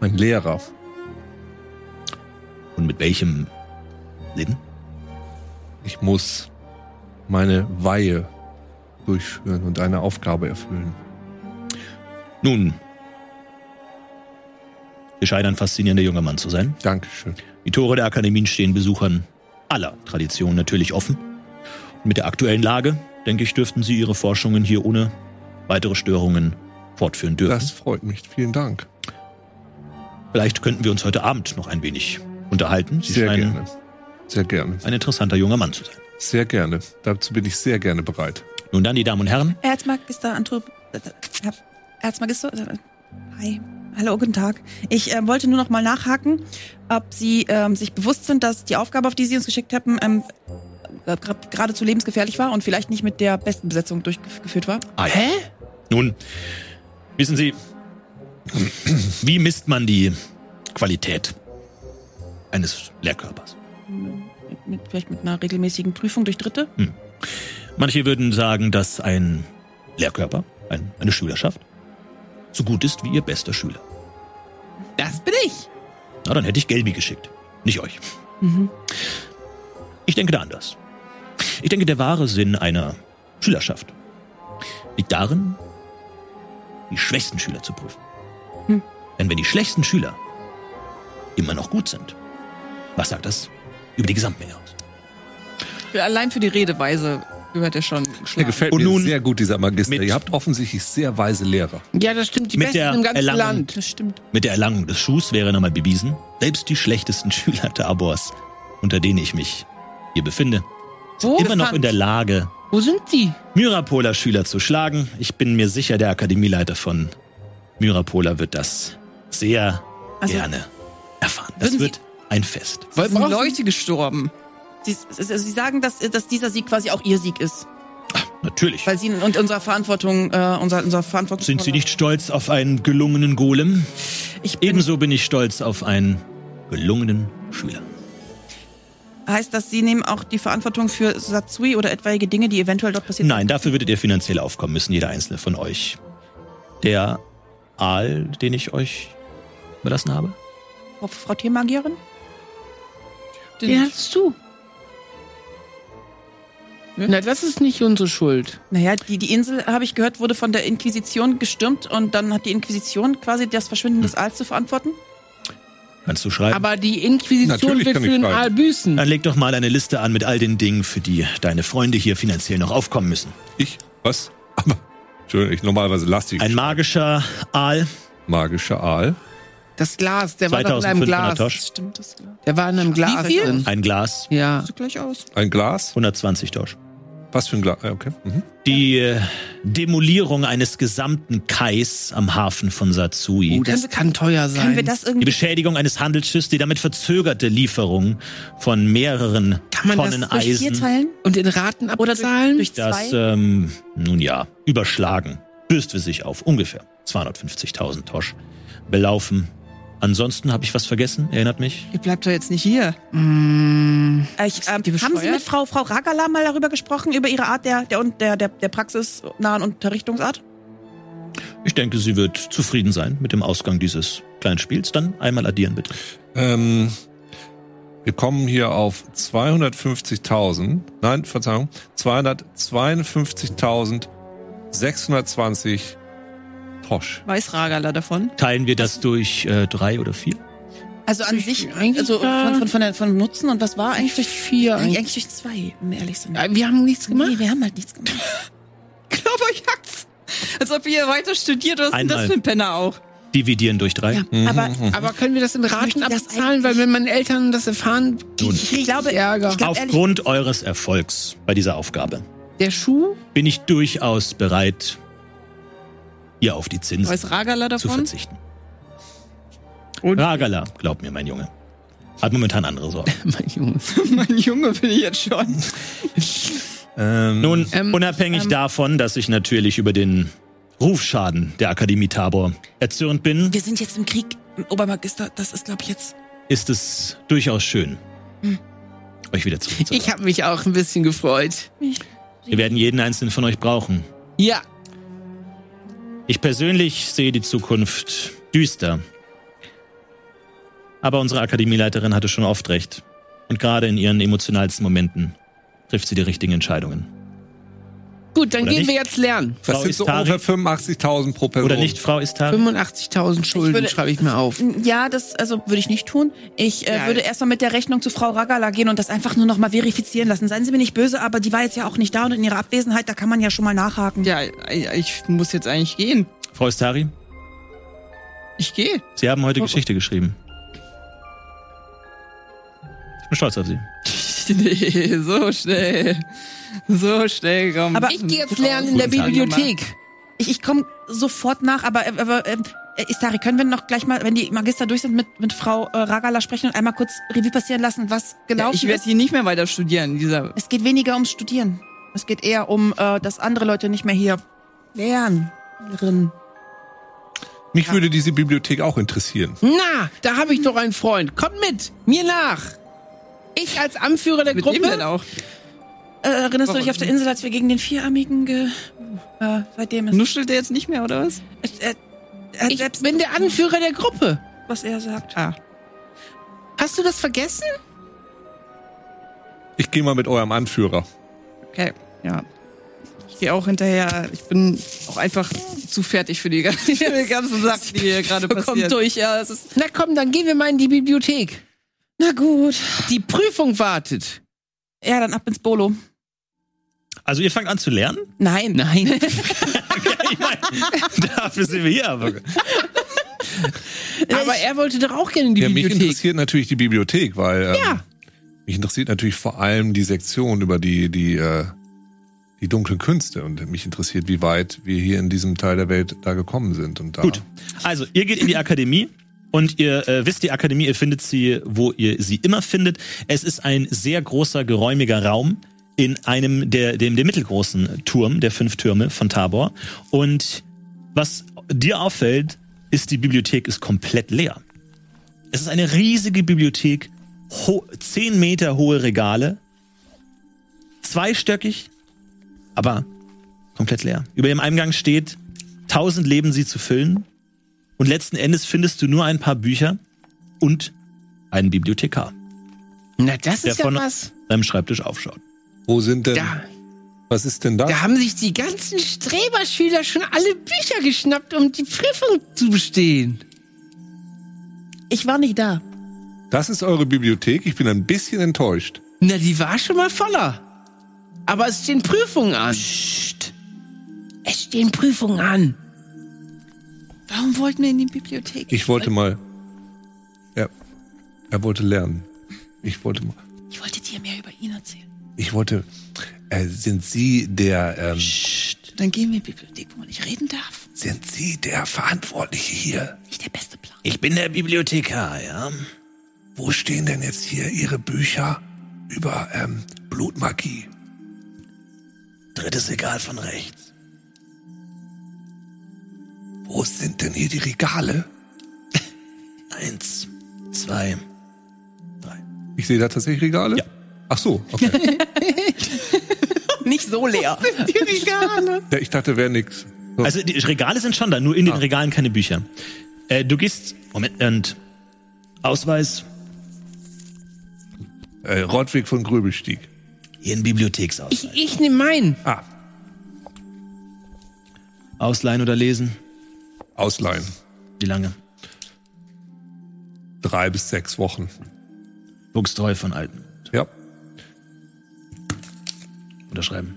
B: mein Lehrer.
A: Und mit welchem Sinn?
B: Ich muss meine Weihe durchführen und eine Aufgabe erfüllen.
A: Nun, Sie scheinen ein faszinierender junger Mann zu sein.
B: Dankeschön.
A: Die Tore der Akademien stehen Besuchern aller Traditionen natürlich offen. Und mit der aktuellen Lage, denke ich, dürften Sie Ihre Forschungen hier ohne weitere Störungen fortführen dürfen.
B: Das freut mich. Vielen Dank.
A: Vielleicht könnten wir uns heute Abend noch ein wenig unterhalten. Sie
B: Sehr
A: scheinen
B: gerne. Sehr gerne.
A: ein interessanter junger Mann zu sein.
B: Sehr gerne. Dazu bin ich sehr gerne bereit.
A: Nun dann, die Damen und Herren,
D: Erzmagister Antrop. äh, äh, Erzmagister. äh, Hi. Hallo, guten Tag. Ich äh, wollte nur noch mal nachhaken, ob Sie ähm, sich bewusst sind, dass die Aufgabe, auf die Sie uns geschickt haben, ähm, äh, gra- geradezu lebensgefährlich war und vielleicht nicht mit der besten Besetzung durchgeführt war.
A: Ah, Hä? Nun, wissen Sie, wie misst man die Qualität eines Lehrkörpers?
D: Mit, mit, vielleicht mit einer regelmäßigen Prüfung durch Dritte.
A: Manche würden sagen, dass ein Lehrkörper, ein, eine Schülerschaft, so gut ist wie ihr bester Schüler.
C: Das bin ich.
A: Na, dann hätte ich Gelbi geschickt, nicht euch.
C: Mhm.
A: Ich denke da anders. Ich denke, der wahre Sinn einer Schülerschaft liegt darin, die schwächsten Schüler zu prüfen.
C: Hm.
A: Denn wenn die schlechten Schüler immer noch gut sind, was sagt das über die Gesamtmenge aus?
F: Allein für die Redeweise gehört er schon.
B: Mir
F: Schlag.
B: gefällt
A: Und
B: mir
A: nun
B: sehr gut dieser Magister.
A: mit-
B: Ihr habt offensichtlich sehr weise Lehrer.
C: Ja, das stimmt. Die
A: Mit der
C: Besten im ganzen
A: Erlangung-
C: Land.
D: Das stimmt.
A: Mit der Erlangung des Schuhs wäre nochmal bewiesen, selbst die schlechtesten Schüler Tabors, unter denen ich mich hier befinde, sind
C: Wo
A: immer noch
C: befand?
A: in der Lage,
C: Wo sind die?
A: Myrapoler Schüler zu schlagen. Ich bin mir sicher, der Akademieleiter von Myrapola wird das sehr
D: Also-
A: gerne erfahren. Das
D: Würden Sie-
A: wird ein Fest.
F: Weil sind
C: brauchen-
F: Leute gestorben.
D: Sie, also Sie sagen, dass, dass dieser Sieg quasi auch Ihr Sieg ist,
A: Natürlich.
D: weil Sie und unserer Verantwortung, äh, unser, unser Verantwortung.
A: Sind Sie nicht stolz auf einen gelungenen Golem?
D: Ich bin,
A: Ebenso bin ich stolz auf einen gelungenen Schüler.
D: heißt das, Sie nehmen auch die Verantwortung für Satsui oder etwaige Dinge, die eventuell dort passiert
A: Nein, dafür würdet ihr finanziell aufkommen müssen, jeder einzelne von euch. Der Aal, den ich euch überlassen habe?
D: Frau, Frau Tiermagierin?
F: Den-
C: Den hattest du. Hm? Na, das ist nicht unsere Schuld.
D: Naja, die, die Insel, habe ich gehört, wurde von der Inquisition gestürmt und dann hat die Inquisition quasi das Verschwinden des Aals zu verantworten.
A: Kannst du schreiben?
C: Aber die Inquisition
B: Natürlich
C: wird
B: kann
C: für
B: ich
C: den
B: schreiben.
C: Aal büßen.
A: Dann leg doch mal eine Liste an mit all den Dingen, für die deine Freunde hier finanziell noch aufkommen müssen.
B: Ich? Was? Aber, Entschuldigung, ich normalerweise lasse ich.
A: Ein magischer Aal,
B: magischer Aal.
C: Das Glas, der war doch in einem
A: 2500
C: Glas.
A: Tosch.
F: Stimmt das? ja.
C: Der war in einem Glas
D: viel?
C: drin.
A: ein Glas,
C: Ja.
D: Sieht gleich aus.
B: Ein Glas?
A: 120 Dorsch.
B: Was für ein Glas? Ah, Okay. Mhm.
A: Die äh, Demolierung eines gesamten Kais am Hafen von Satsui.
C: Oh, das kann teuer sein.
D: Können wir das
A: die
D: irgendwie.
A: Beschädigung eines Handelsschiffs, die damit verzögerte Lieferung von mehreren
C: Kann man das
A: Tonnen
D: Durch vier
A: Eisen.
D: teilen?
C: Und in Raten
D: Oder
C: abzahlen?
D: durch, durch
A: Das,
D: zwei?
A: ähm, nun ja, überschlagen. Bürste sich auf ungefähr 250.000 Tosch. Belaufen. Ansonsten habe ich was vergessen, erinnert mich.
F: Ihr bleibt doch jetzt nicht hier.
C: Mm,
D: Äh, ich, ähm,
F: die
D: haben Sie
F: bescheuert?
D: mit Frau, Frau Ragala mal darüber gesprochen, über Ihre Art der, der, der, der, der praxisnahen Unterrichtungsart?
A: Ich denke, sie wird zufrieden sein mit dem Ausgang dieses kleinen Spiels. Dann einmal addieren, bitte.
B: Ähm, wir kommen hier auf 250.000. Nein, Verzeihung. 252.620 Tosch.
F: Weißragala davon.
A: Teilen wir das durch äh, drei oder vier?
D: Also an sich,
C: eigentlich
D: also
C: war-
D: von, von, von, der, von Nutzen und was war eigentlich durch
C: vier
D: Eigentlich,
C: eigentlich.
D: eigentlich durch zwei, um ehrlich zu sein.
C: Äh, Wir haben nichts gemacht.
D: Nee, wir haben halt nichts gemacht.
F: Glaub euch Hacks. Als ob ihr weiter studiert, was ist denn das
A: Einmal.
F: für ein Penner auch?
A: Dividieren durch drei. Hm.
D: Ja, aber
C: Mhm. Aber können wir das im Raten
D: möchte das
C: abzahlen? Weil wenn meine Eltern das erfahren, kriege ich
D: ich glaube,
C: richtig Ärger.
D: ich glaub, ehrlich,
A: Aufgrund eures Erfolgs bei dieser Aufgabe
C: der Schuh?
A: bin ich durchaus bereit, hier auf die Zinsen
F: Weißragala
A: zu
F: davon.
A: verzichten.
C: Und-
A: Ragala, glaub mir, mein Junge. Hat momentan andere Sorgen.
C: Mein Junge.
F: mein Junge bin ich jetzt schon.
B: Ähm,
A: Nun,
C: Ähm,
A: unabhängig
C: ähm,
A: davon, dass ich natürlich über den Rufschaden der Akademie Tabor erzürnt bin,
D: wir sind jetzt im Krieg, im Obermagister, das ist, glaube ich, jetzt.
A: ist es durchaus schön,
C: Hm.
A: euch wieder zurückzuholen.
C: Ich habe mich auch ein bisschen gefreut.
A: Wir werden jeden einzelnen von euch brauchen.
C: Ja.
A: Ich persönlich sehe die Zukunft düster. Aber unsere Akademieleiterin hatte schon oft recht. Und gerade in ihren emotionalsten Momenten trifft sie die richtigen Entscheidungen.
C: Gut, dann
A: Oder
C: gehen
A: nicht?
C: wir jetzt lernen.
A: Frau
B: das sind so
A: Istari?
B: ungefähr 85.000 pro Person.
A: Oder nicht, Frau Istari?
C: 85.000
D: Ich
C: Schulden
D: würde-
C: schreibe ich mir auf.
D: Ja, das also würde ich nicht tun. Ich äh,
C: Ja.
D: würde erstmal mit der Rechnung zu Frau Ragala gehen und das einfach nur noch mal verifizieren lassen. Seien Sie mir nicht böse, aber die war jetzt ja auch nicht da und in ihrer Abwesenheit, da kann man ja schon mal nachhaken.
F: Ja, ich, ich muss jetzt eigentlich gehen.
A: Frau Istari,
F: Ich gehe.
A: Sie haben
C: Oh,
A: heute Geschichte geschrieben. Ich bin stolz auf Sie.
F: Nee, so schnell. So schnell komm.
D: Aber
C: Ich gehe jetzt lernen in der
F: Guten Tag,
C: Bibliothek.
D: Ich, ich komme sofort nach, aber, äh, aber äh, äh, Istari, können wir noch gleich mal, wenn die Magister durch sind, mit, mit Frau äh, Ragala sprechen und einmal kurz Revue passieren lassen, was
F: Ja,
D: gelaufen
F: ich werde
D: ist?
F: hier nicht mehr weiter studieren. in Dieser
D: Es geht weniger ums Studieren. Es geht eher um, äh, dass andere Leute nicht mehr hier lernen.
B: Mich würde diese Bibliothek auch interessieren.
A: Hm?
C: Na, da habe ich doch einen Freund. Kommt mit, mir nach. Ich als Anführer der
F: mit
C: Gruppe.
F: dem denn auch?
D: Äh, erinnerst du
F: Warum?
D: dich auf der Insel, als wir gegen den Vierarmigen ge... Äh, seitdem ist...
F: Nuschelt der jetzt nicht mehr, oder was?
D: Äh, äh, er hat
C: Ich
D: selbst,
C: bin der Anführer der Gruppe.
D: was er sagt.
F: Ah.
C: Hast du das vergessen?
B: Ich gehe mal mit eurem Anführer.
F: Okay, ja. Ich gehe auch hinterher. Ich bin auch einfach zu fertig für die, gan- für die ganzen Sachen, die hier gerade passieren.
D: durch, ja. Es ist
C: Na komm, dann gehen wir mal in die Bibliothek.
D: Na gut.
C: Die Prüfung wartet.
D: Ja, dann ab ins Bolo.
A: Also ihr fangt an zu lernen?
D: Nein.
C: Nein.
A: Ich meine, dafür sind wir hier. Aber
C: Aber er wollte doch auch gerne in die
B: Ja, mich
C: Bibliothek.
B: interessiert natürlich die Bibliothek, weil ähm,
C: Ja.
B: mich interessiert natürlich vor allem die Sektion über die, die, äh, die dunklen Künste. Und mich interessiert, wie weit wir hier in diesem Teil der Welt da gekommen sind. Und da
A: Gut. Also, ihr geht in die Akademie und ihr äh, wisst die Akademie, ihr findet sie, wo ihr sie immer findet. Es ist ein sehr großer, geräumiger Raum in einem der, dem, dem mittelgroßen Turm der fünf Türme von Tabor. Und was dir auffällt, ist, die Bibliothek ist komplett leer. Es ist eine riesige Bibliothek, ho- zehn Meter hohe Regale, zweistöckig, aber komplett leer. Über dem Eingang steht, tausend Leben sie zu füllen. Und letzten Endes findest du nur ein paar Bücher und einen Bibliothekar,
C: Na, das
A: der
C: ist ja
A: von
C: was.
A: seinem Schreibtisch aufschaut.
B: Wo sind denn,
C: Da,
B: was ist denn da?
C: da haben sich die ganzen Streberschüler schon alle Bücher geschnappt, um die Prüfung zu bestehen.
D: Ich war nicht da.
B: Das ist eure Bibliothek. Ich bin ein bisschen enttäuscht.
C: Na, die war schon mal voller. Aber es stehen Prüfungen an. Es stehen Prüfungen an.
F: Warum wollten wir in die Bibliothek?
B: Ich wollte mal. Er, er wollte lernen. Ich wollte mal.
G: Ich wollte dir mehr über ihn erzählen.
B: Ich wollte. Äh, sind Sie der. Ähm,
F: Dann gehen wir in die Bibliothek, wo man nicht reden darf.
B: sind Sie der Verantwortliche hier?
G: Nicht der beste Plan.
A: Ich bin der Bibliothekar, ja.
B: Wo stehen denn jetzt hier Ihre Bücher über ähm, Blutmagie?
A: Drittes Regal von rechts.
B: Wo sind denn hier die Regale?
A: Eins, zwei.
B: Ich sehe da tatsächlich Regale?
A: Ja.
B: Ach so, okay.
D: Nicht so leer.
B: ja, ich dachte, wäre nix. So.
A: Also die Regale sind schon da, nur in den Regalen keine Bücher. Äh, du gehst. Moment, und Ausweis
B: äh, Rottweg von Gröbelstieg.
A: hier in Bibliotheksausweis.
C: Ich,
A: Ah.
C: ich nehme meinen.
B: Ah,
A: Ausleihen oder lesen?
B: Ausleihen.
A: Wie lange?
B: Drei bis sechs Wochen.
A: Buchstreu von Alten.
B: Ja.
A: Unterschreiben.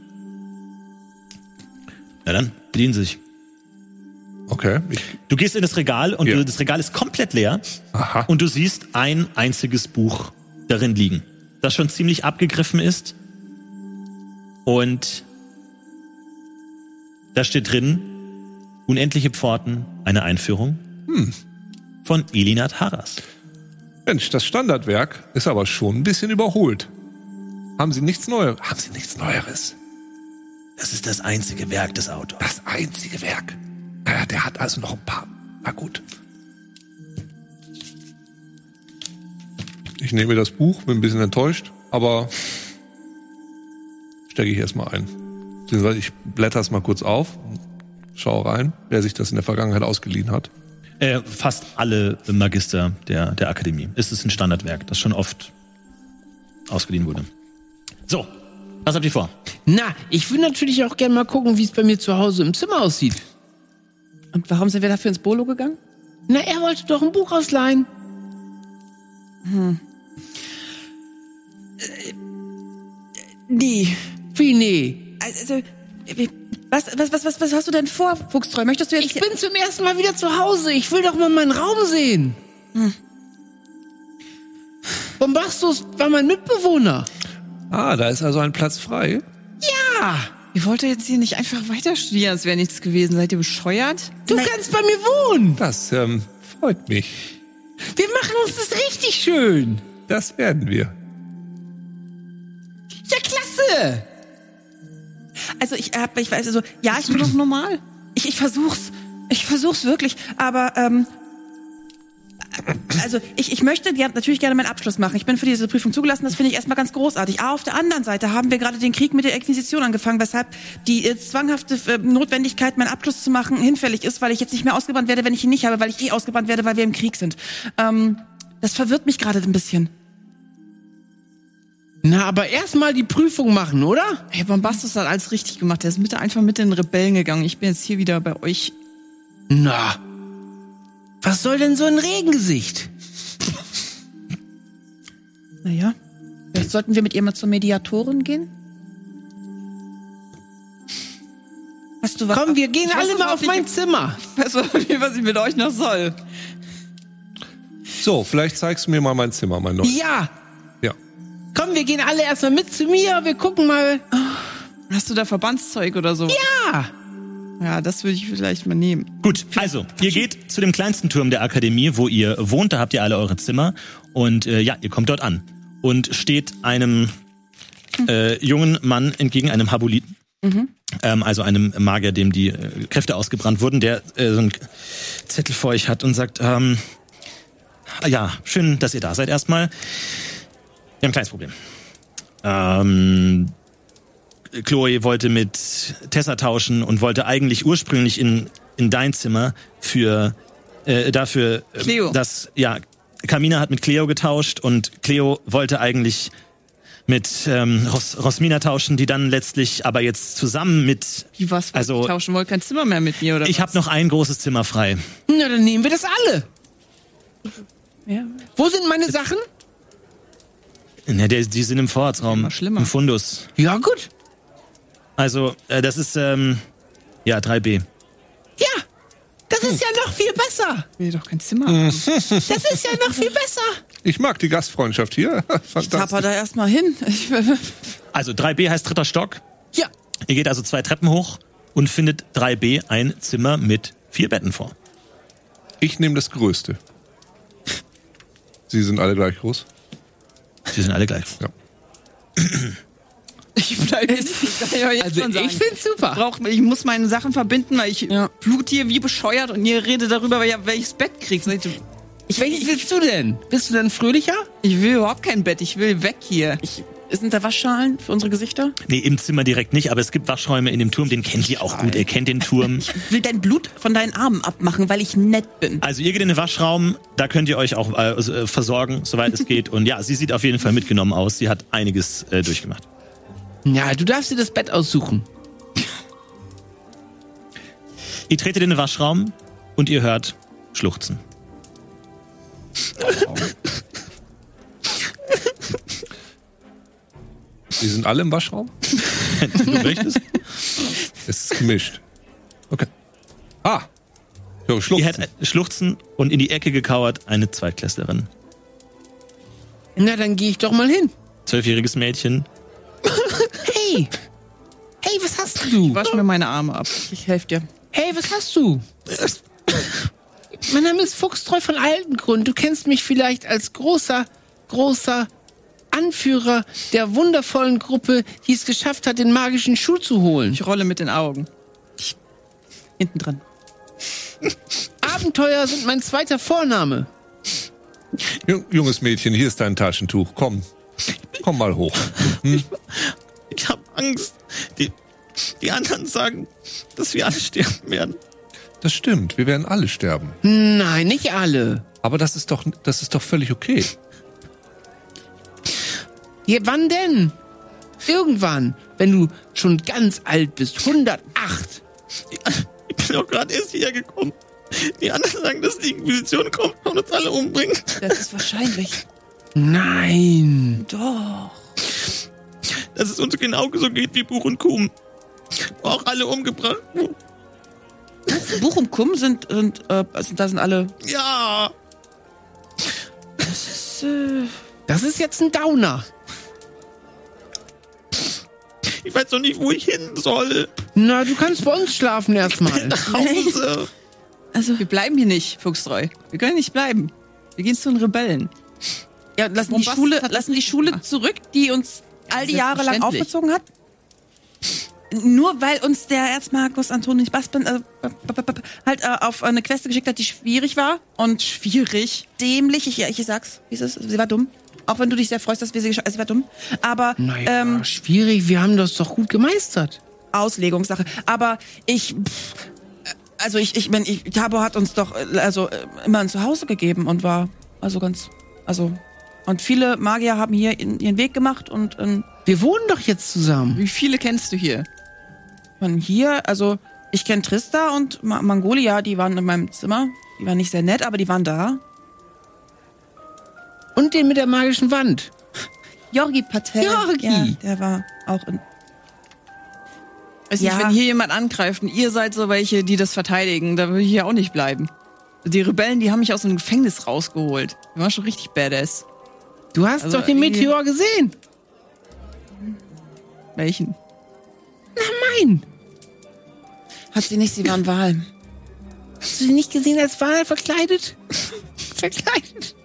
A: Na dann, bedienen Sie sich.
B: Okay. Ich,
A: Du gehst in das Regal und
B: Ja.
A: du, das Regal ist komplett leer
B: aha.
A: und du siehst ein einziges Buch darin liegen, das schon ziemlich abgegriffen ist. Und da steht drin, unendliche Pforten, eine Einführung von Elinat Harras.
B: Mensch, das Standardwerk ist aber schon ein bisschen überholt. Haben Sie nichts Neues? Haben Sie nichts Neueres?
A: Das ist das einzige Werk des Autors.
B: Das einzige Werk. Naja, der hat also noch ein paar. Na gut. Ich nehme das Buch, bin ein bisschen enttäuscht, aber stecke ich erstmal ein. Beziehungsweise Ich blätter es mal kurz auf, schaue rein, wer sich das in der Vergangenheit ausgeliehen hat.
A: Äh, fast alle Magister der, der Akademie. Es ist ein Standardwerk, das schon oft ausgeliehen wurde. So, was habt ihr vor?
C: Na, ich will natürlich auch gerne mal gucken, wie es bei mir zu Hause im Zimmer aussieht.
D: Und warum sind wir dafür ins Bolo gegangen?
C: Na, er wollte doch ein Buch ausleihen.
D: Nee.
C: Wie, nee.
D: Also, was, was, was, was, was hast du denn vor, Fuchstreu? Möchtest du jetzt...
C: Ich bin zum ersten Mal wieder zu Hause. Ich will doch mal meinen Raum sehen.
F: Hm.
C: Bombastus war mein Mitbewohner.
B: Ah, da ist also ein Platz frei.
F: Ihr wollt doch jetzt hier nicht einfach weiter studieren, als wäre nichts gewesen. Seid ihr bescheuert?
C: Du kannst bei mir wohnen.
B: Das ähm, freut mich.
C: Wir machen uns das richtig schön.
B: Das werden wir.
C: Ja, klasse.
D: Also ich hab, ich weiß also, ja, ich bin doch normal. Ich, ich versuch's. Ich versuch's wirklich. Aber ähm, also ich, ich möchte ger- natürlich gerne meinen Abschluss machen. Ich bin für diese Prüfung zugelassen, das finde ich erstmal ganz großartig. Aber auf der anderen Seite haben wir gerade den Krieg mit der Inquisition angefangen, weshalb die äh, zwanghafte äh, Notwendigkeit, meinen Abschluss zu machen, hinfällig ist, weil ich jetzt nicht mehr ausgebannt werde, wenn ich ihn nicht habe, weil ich eh ausgebannt werde, weil wir im Krieg sind. Ähm, das verwirrt mich gerade ein bisschen.
C: Na, aber erstmal die Prüfung machen, oder?
F: Hey, Bombastus hat alles richtig gemacht. Der ist mit, einfach mit den Rebellen gegangen. Ich bin jetzt hier wieder bei euch.
C: Na. Was soll denn so ein Regengesicht?
D: Naja, vielleicht sollten wir mit ihr mal zur Mediatorin gehen. Hast du was?
C: Komm, wir gehen
D: Ich weiß
C: alle mal
D: überhaupt
C: auf
D: nicht,
C: mein Zimmer.
F: Weißt du, was ich mit euch noch soll?
B: So, vielleicht zeigst du mir mal mein Zimmer, mein neues.
C: Ja.
B: Ja.
C: Komm, wir gehen alle erstmal mit zu mir. Wir gucken mal.
F: Hast du da Verbandszeug oder so?
C: Ja.
F: Ja, das würde ich vielleicht mal nehmen.
A: Gut, also, ihr geht zu dem kleinsten Turm der Akademie, wo ihr wohnt, da habt ihr alle eure Zimmer. Und äh, ja, ihr kommt dort an und steht einem äh, jungen Mann entgegen, einem Habuliten. Ähm, also einem Magier, dem die äh, Kräfte ausgebrannt wurden, der äh, so einen Zettel vor euch hat und sagt, ähm, ja, schön, dass ihr da seid erstmal. Wir haben ein kleines Problem. Ähm, Chloe wollte mit Tessa tauschen und wollte eigentlich ursprünglich in, in dein Zimmer für äh, dafür, äh,
F: Cleo.
A: dass ja Kamina hat mit Cleo getauscht und Cleo wollte eigentlich mit ähm, Ros Rosmina tauschen, die dann letztlich aber jetzt zusammen mit
F: Wie was?
A: Also-
F: ich tauschen wollt kein Zimmer mehr mit mir oder?
A: ich habe noch ein großes Zimmer frei.
C: Na, dann nehmen wir das alle.
D: Ja.
C: Wo sind meine Sachen?
A: Ne, der, die sind im Vorratsraum,
F: Immer schlimmer.
A: im Fundus.
C: Ja, gut.
A: Also äh, das ist ähm, ja 3b.
C: Ja. Das ist
D: Hm.
C: ja noch viel besser.
F: Ich will doch kein Zimmer. haben.
C: Das ist ja noch viel besser.
B: Ich mag die Gastfreundschaft hier. Fantastisch.
D: Tapper halt da erstmal hin. Ich,
A: Also 3b heißt dritter Stock.
C: Ja.
A: Ihr geht also zwei Treppen hoch und findet 3b ein Zimmer mit vier Betten vor.
B: Ich nehme das Größte. Sie sind alle gleich groß.
A: Die sind alle gleich.
B: Ja.
F: Ich bleibe jetzt. Ich, kann ja jetzt
C: Also
F: schon sagen.
C: ich find's super.
F: brauch, ich muss meine Sachen verbinden, weil ich
D: Ja.
F: blut hier wie bescheuert und ihr redet darüber, wer- welches Bett kriegt. Seid ihr-
C: Ich, Welches willst du denn? Bist du denn fröhlicher?
F: Ich will überhaupt kein Bett, ich will weg hier.
D: ich, sind da Waschschalen für unsere Gesichter?
A: Nee, im Zimmer direkt nicht, aber es gibt Waschräume in dem Turm, den kennt ihr auch gut. Ihr kennt den Turm.
D: Ich will dein Blut von deinen Armen abmachen, weil ich nett bin.
A: Also ihr geht in den Waschraum, da könnt ihr euch auch äh, s- äh, versorgen, soweit es geht. Und ja, sie sieht auf jeden Fall mitgenommen aus. Sie hat einiges äh, durchgemacht.
C: Ja, du darfst dir das Bett aussuchen.
A: Ihr tretet in den Waschraum Und ihr hört Schluchzen.
B: Die sind alle im Waschraum?
A: Wenn du möchtest.
B: Es ist gemischt. Okay. Ah! Ich höre
A: Ihr
B: Schluchzen.
A: hört äh, Schluchzen und in die Ecke gekauert eine Zweitklässlerin.
C: Na, dann gehe ich doch mal hin.
A: Zwölfjähriges Mädchen.
C: Hey! Hey, was hast du?
F: Wasch mir meine Arme ab. Ich helfe dir.
C: Hey, was hast du? mein Name ist Fuchstreu von Altengrund. Du kennst mich vielleicht als großer, großer Anführer der wundervollen Gruppe, die es geschafft hat, den magischen Schuh zu holen.
F: Ich rolle mit den Augen. Hinten dran.
C: Abenteuer sind mein zweiter Vorname.
B: Jung- Junges Mädchen, hier ist dein Taschentuch. Komm. Komm mal hoch.
A: Ich hab Angst. Die, die anderen sagen, dass wir alle sterben werden.
B: Das stimmt, wir werden alle sterben.
C: Nein, nicht alle.
B: Aber das ist doch, das ist doch völlig okay.
C: Ja, wann denn? Irgendwann, wenn du schon ganz alt bist, 108.
A: Ich bin doch gerade erst wiedergekommen. Die anderen sagen, dass die Inquisition kommt und uns alle umbringt.
G: Das ist wahrscheinlich.
C: Nein.
G: Doch.
A: Dass es uns genau so geht wie Buch und Kuhm. Auch alle umgebracht.
D: Buch und Kumm sind, sind, äh, sind da sind alle.
A: Ja.
C: Das ist jetzt ein Downer.
A: Ich weiß noch nicht, wo ich hin soll.
C: Na, du kannst bei uns schlafen erstmal.
A: Hause.
D: Also-
F: Wir bleiben hier nicht, Fuchstreu. Wir können nicht bleiben. Wir gehen zu den Rebellen.
D: Ja, lassen die
F: Bombast
D: Schule,
F: hat das
D: lassen die Schule zurück, die uns all die Jahre lang
F: Selbstverständlich.
D: aufgezogen hat. Nur weil uns der Erzmarkus Antonius Baspen äh, b- b- b- b- halt äh, auf eine Quest geschickt hat, die schwierig war und schwierig, dämlich. Ich, ja, ich sag's, wie ist es? Sie war dumm. Auch wenn du dich sehr freust, dass wir sie geschafft, sie war dumm. Aber
C: Naja,
D: ähm,
C: schwierig, wir haben das doch gut gemeistert.
D: Auslegungssache. Aber ich, pff, äh, also ich, ich, mein, ich, Tabo hat uns doch äh, also äh, immer ein Zuhause gegeben und war also ganz, also und viele Magier haben hier in, ihren Weg gemacht und ähm,
C: Wir wohnen doch jetzt zusammen.
F: Wie viele kennst du hier?
D: von hier, also ich kenne Trista und Ma Mongolia, die waren in meinem Zimmer. Die waren nicht sehr nett, aber die waren da.
C: Und den mit der magischen Wand.
D: Jorgi Patel.
C: Georgi.
D: Ja, der war auch in.
F: Weiß
D: Ja.
F: nicht, wenn hier jemand angreift und ihr seid so welche, die das verteidigen, da will ich hier auch nicht bleiben. Die Rebellen, die haben mich aus dem Gefängnis rausgeholt. Die waren schon richtig badass.
C: Du hast
F: Also,
C: doch den
F: äh,
C: Meteor gesehen.
F: Welchen?
C: Nein.
D: Hat sie nicht, sie waren Wahl.
C: Hast du ihn nicht gesehen als Wahl verkleidet? verkleidet.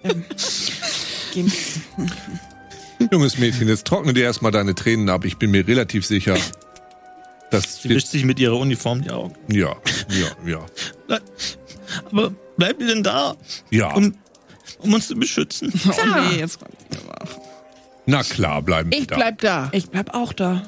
B: Junges Mädchen, jetzt trockne dir erstmal deine Tränen ab. Ich bin mir relativ sicher, dass
A: Sie
B: wir,
A: wischt sich mit ihrer Uniform die Augen.
B: ja, ja, ja,
A: Aber bleibt ihr denn da,
B: ja.
A: um, um uns zu beschützen?
F: Oh nee, jetzt kommt
B: Na klar, bleiben wir
C: Ich
B: da.
C: bleib da.
D: Ich bleib auch da.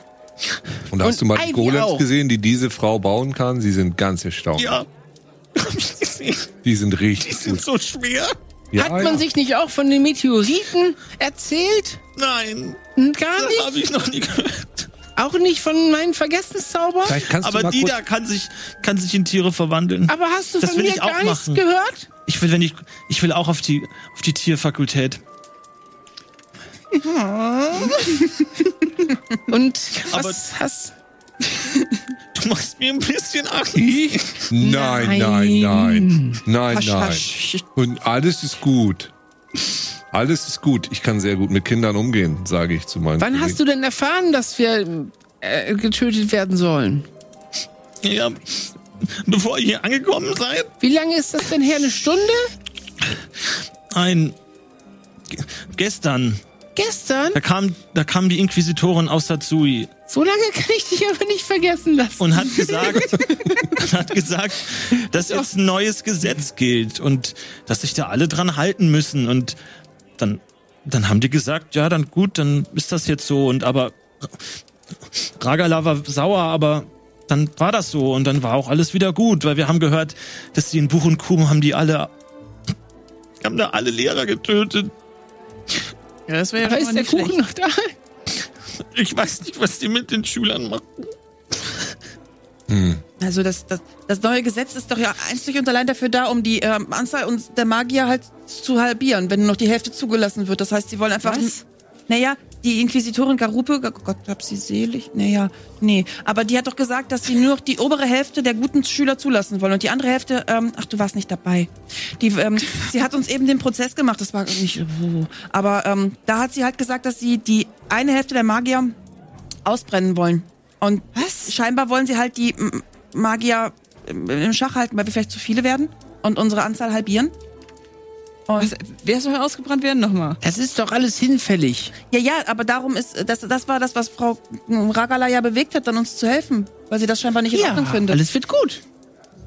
B: Und hast du
C: und
B: mal
C: Ivy
B: die Golems
C: auch.
B: gesehen, die diese Frau bauen kann? Sie sind ganz erstaunt.
A: Ja. Hab ich gesehen.
B: Die sind richtig
A: Die sind
B: gut.
A: so schwer.
B: ja,
C: Hat man
B: ja.
C: sich nicht auch von den Meteoriten erzählt?
A: Nein.
C: Hm, Gar
A: Das
C: nicht.
A: habe ich noch nie gehört.
C: Auch nicht von meinen Vergessenszauber?
B: Vielleicht kannst du
A: Aber
B: mal
A: die
B: kurz,
A: da kann sich, kann sich in Tiere verwandeln.
C: Aber hast du
A: Das
C: von
A: will
C: mir
A: ich auch
C: gar nichts
A: machen.
C: gehört?
A: Ich will, wenn ich, ich will auch auf die, auf die Tierfakultät.
C: Und
A: Aber-
C: was hast
A: Du machst mir ein bisschen Angst.
B: Nein, nein, nein. Nein,
D: Hasch,
B: nein.
D: hasch.
B: Und alles ist gut. Alles ist gut. Ich kann sehr gut mit Kindern umgehen, sage ich zu meinen
C: Wann hast du denn erfahren, dass wir äh, getötet werden sollen?
A: Ja, bevor ihr hier angekommen seid,
C: Wie lange ist das denn her? Eine Stunde?
A: ein G- gestern,
C: Gestern?
A: da kam, da kam die Inquisitorin aus Satsui
C: So lange kann ich dich aber nicht vergessen lassen.
A: und hat gesagt, und hat gesagt, dass jetzt ein neues Gesetz gilt und dass sich da alle dran halten müssen und dann, dann haben die gesagt, ja, dann gut, dann ist das jetzt so und aber Ragala war sauer, aber dann war das so und dann war auch alles wieder gut, weil wir haben gehört, dass sie in Buch und Kuhm haben die alle, haben da alle Lehrer getötet.
F: Ja, das wäre
C: da
F: ja
C: ist
F: schon mal
C: der
F: nicht schlecht.
C: Kuchen noch da.
A: Ich weiß nicht, was die mit den Schülern machen.
D: Also das, das, das neue Gesetz ist doch ja einzig und allein dafür da, um die ähm, Anzahl und der Magier halt zu halbieren, wenn nur noch die Hälfte zugelassen wird. Das heißt, sie wollen einfach.
F: Was?
D: Naja, die Inquisitorin Garupe, G- Gott hab sie selig. Naja, nee. Aber die hat doch gesagt, dass sie nur noch die obere Hälfte der guten Schüler zulassen wollen. Und die andere Hälfte, ähm, ach, du warst nicht dabei. Die, ähm, sie hat uns eben den Prozess gemacht, das war nicht. äh, Aber ähm, da hat sie halt gesagt, dass sie die eine Hälfte der Magier ausbrennen wollen. Und
F: Was?
D: scheinbar wollen sie halt die m, Magier im im Schach halten, weil wir vielleicht zu viele werden und unsere Anzahl halbieren.
F: Was, wer soll ausgebrannt werden? Nochmal.
C: Das ist doch alles hinfällig.
D: Ja, ja, aber darum ist, äh, das, das war das, was Frau m, Ragala ja bewegt hat, dann uns zu helfen, weil sie das scheinbar nicht in Ordnung findet.
C: alles wird gut.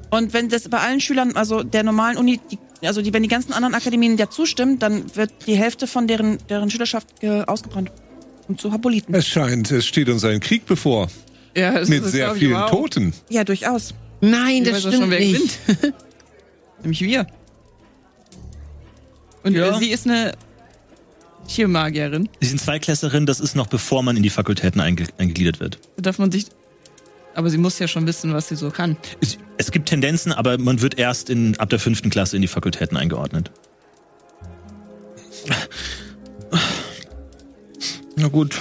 D: Und wenn das bei allen Schülern, also der normalen Uni, die, also die, wenn die ganzen anderen Akademien ja zustimmen, dann wird die Hälfte von deren, deren Schülerschaft äh, ausgebrannt. Und zu Haboliten.
B: Es scheint, es steht uns ein Krieg bevor.
F: Ja, das
B: Mit
F: das
B: sehr
F: glaub ich
B: vielen
F: überhaupt.
B: Toten.
D: Ja, durchaus.
C: Nein,
F: Ich
C: das
F: weiß auch schon,
C: stimmt
F: wer
C: nicht.
F: Nämlich wir. Und
A: Ja.
F: äh, sie ist eine Tiermagierin.
A: Sie sind Zweiklässerin, das ist noch bevor man in die Fakultäten einge eingegliedert wird.
F: Da darf man sich. Aber sie muss ja schon wissen, was sie so kann.
A: Es, es gibt Tendenzen, aber man wird erst in, ab der fünften Klasse in die Fakultäten eingeordnet. Na gut,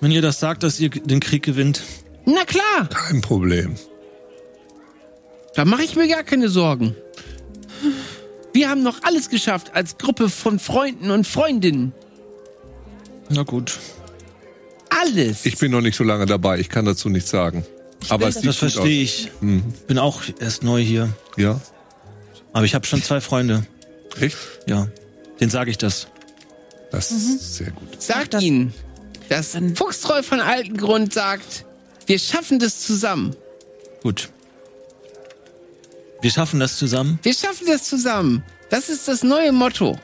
A: wenn ihr das sagt, dass ihr den Krieg gewinnt.
C: Na klar,
B: Kein Problem.
C: da mache ich mir gar keine Sorgen. Wir haben noch alles geschafft als Gruppe von Freunden und Freundinnen.
A: Na gut.
C: Alles.
B: Ich bin noch nicht so lange dabei, ich kann dazu nichts sagen. Aber es sieht
A: das
B: gut
A: verstehe ich. Bin auch erst neu hier.
B: aus. Ja,
A: Aber ich habe schon zwei Freunde.
B: echt?
A: Ja. Den sage ich das.
B: Das ist sehr gut.
C: Sagt
D: das-
C: ihnen, dass Fuchstreu von Altengrund sagt, wir schaffen das zusammen.
A: Gut. Wir schaffen das zusammen.
C: Wir schaffen das zusammen. Das ist das neue Motto.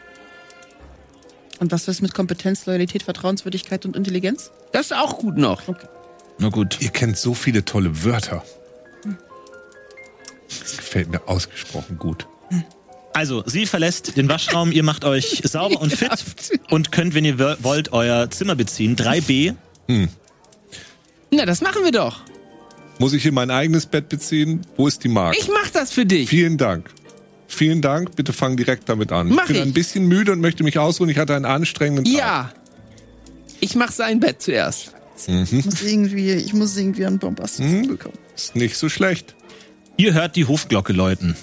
D: Und was ist mit Kompetenz, Loyalität, Vertrauenswürdigkeit und Intelligenz?
C: Das ist auch gut noch.
A: Na gut.
B: Ihr kennt so viele tolle Wörter. Das gefällt mir ausgesprochen gut.
A: Also, sie verlässt den Waschraum, ihr macht euch sauber und fit und könnt, wenn ihr wo- wollt, euer Zimmer beziehen. 3b.
C: Na, das machen wir doch.
B: Muss ich hier mein eigenes Bett beziehen? Wo ist die Mark?
C: Ich mach das für dich.
B: Vielen Dank. Vielen Dank, bitte fang direkt damit an.
C: Mach
B: ich bin
C: ich.
B: ein bisschen müde und möchte mich ausruhen. Ich hatte einen anstrengenden Tag.
C: Ja. Ich mach sein Bett zuerst.
B: Hm?
F: Ich muss irgendwie, ich muss irgendwie an Bombastus bekommen.
B: Ist nicht so schlecht.
A: Ihr hört die Hofglocke läuten.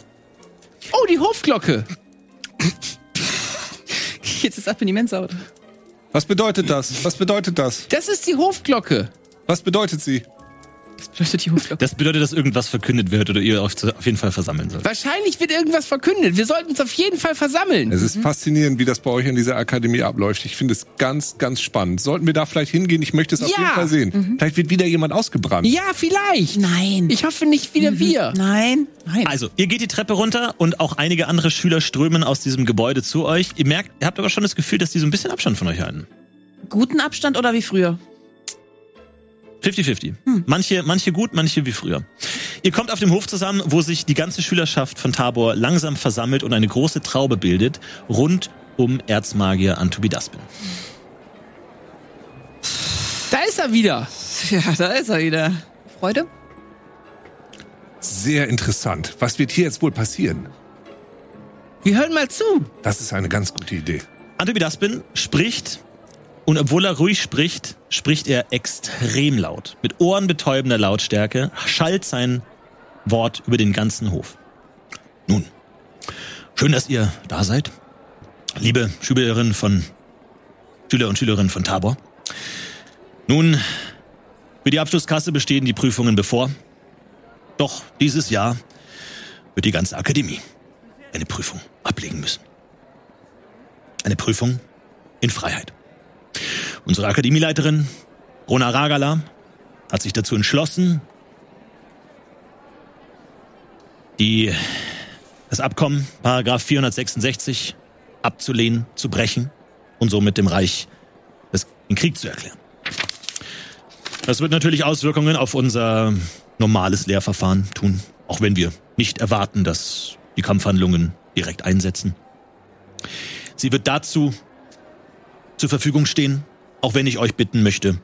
C: Oh, die Hofglocke.
F: Jetzt ist ab in die Mensa.
B: Was bedeutet das? Was bedeutet das?
C: Das ist die Hofglocke.
B: Was bedeutet sie?
F: Das bedeutet die Hofglocke.
A: Das bedeutet, dass irgendwas verkündet wird oder ihr euch zu- auf jeden Fall versammeln sollt.
C: Wahrscheinlich wird irgendwas verkündet. Wir sollten uns auf jeden Fall versammeln.
B: Es ist faszinierend, wie das bei euch in dieser Akademie abläuft. Ich finde es ganz, ganz spannend. Sollten wir da vielleicht hingehen? Ich möchte es auf
C: Ja. Mhm.
B: jeden Fall sehen. Vielleicht wird wieder jemand ausgebrannt.
C: Ja, vielleicht.
D: Nein.
C: Ich hoffe nicht wieder
F: Mhm.
C: wir.
D: Nein. Nein.
A: Also, ihr geht die Treppe runter und auch einige andere Schüler strömen aus diesem Gebäude zu euch. Ihr merkt, ihr habt aber schon das Gefühl, dass die so ein bisschen Abstand von euch halten.
D: Guten Abstand oder wie früher?
A: 50-50. Manche, manche gut, manche wie früher. Ihr kommt auf dem Hof zusammen, wo sich die ganze Schülerschaft von Tabor langsam versammelt und eine große Traube bildet, rund um Erzmagier Antubidaspin.
C: Da ist er wieder.
F: Ja, da ist er wieder.
D: Freude?
B: Sehr interessant. Was wird hier jetzt wohl passieren?
C: Wir hören mal zu.
B: Das ist eine ganz gute Idee.
A: Antibidaspin spricht und obwohl er ruhig spricht, spricht er extrem laut. Mit ohrenbetäubender Lautstärke schallt sein Wort über den ganzen Hof. Nun, schön, dass ihr da seid. Liebe Schülerinnen von Schüler und Schülerinnen von Tabor. Nun, für die Abschlusskasse bestehen die Prüfungen bevor. Doch dieses Jahr wird die ganze Akademie eine Prüfung ablegen müssen eine Prüfung in Freiheit. Unsere Akademieleiterin, Rona Ragala, hat sich dazu entschlossen, die, das Abkommen, Paragraph 466, abzulehnen, zu brechen und somit dem Reich das, den Krieg zu erklären. Das wird natürlich Auswirkungen auf unser normales Lehrverfahren tun, auch wenn wir nicht erwarten, dass die Kampfhandlungen direkt einsetzen. Sie wird dazu zur Verfügung stehen, auch wenn ich euch bitten möchte,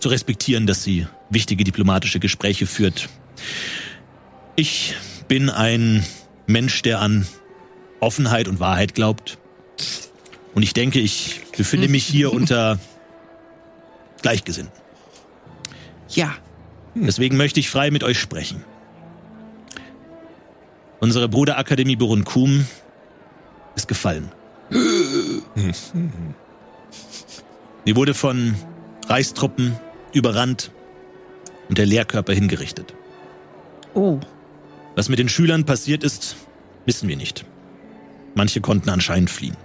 A: zu respektieren, dass sie wichtige diplomatische Gespräche führt. Ich bin ein Mensch, der an Offenheit und Wahrheit glaubt. Und ich denke, ich befinde mich hier unter Gleichgesinnten.
C: Ja,
A: Deswegen möchte ich frei mit euch sprechen. Unsere Bruderakademie Burunkum ist gefallen. Sie wurde von Reichstruppen überrannt und der Lehrkörper hingerichtet.
C: Oh.
A: Was mit den Schülern passiert ist, wissen wir nicht. Manche konnten anscheinend fliehen.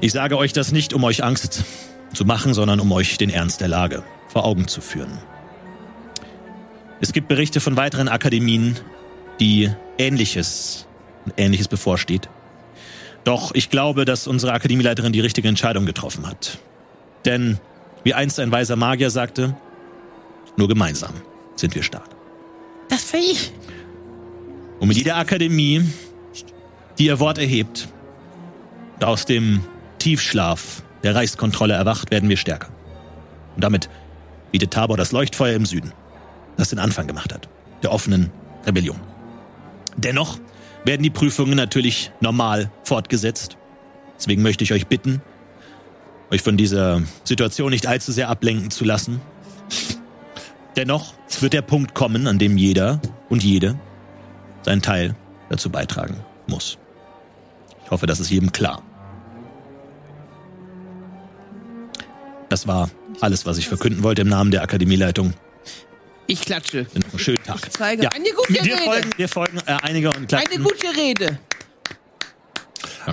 A: Ich sage euch das nicht, um euch Angst zu machen, sondern um euch den Ernst der Lage vor Augen zu führen. Es gibt Berichte von weiteren Akademien, die Ähnliches, Ähnliches bevorsteht. Doch ich glaube, dass unsere Akademieleiterin die richtige Entscheidung getroffen hat. Denn, wie einst ein weiser Magier sagte, nur gemeinsam sind wir stark.
E: Das für ich.
A: Und mit jeder Akademie, die ihr Wort erhebt und aus dem Tiefschlaf der Reichskontrolle erwacht, werden wir stärker. Und damit bietet Tabor das Leuchtfeuer im Süden, das den Anfang gemacht hat, der offenen Rebellion. Dennoch werden die Prüfungen natürlich normal fortgesetzt. Deswegen möchte ich euch bitten, euch von dieser Situation nicht allzu sehr ablenken zu lassen. Dennoch wird der Punkt kommen, an dem jeder und jede seinen Teil dazu beitragen muss. Ich hoffe, das ist jedem klar. Das war alles, was ich verkünden wollte im Namen der Akademieleitung.
C: ich klatsche.
A: Einen schönen Tag.
F: zeige
A: Ja.
C: Eine gute
A: Wir
C: Rede.
A: folgen, wir folgen äh, einige und
C: Eine
A: klatschen.
C: gute Rede.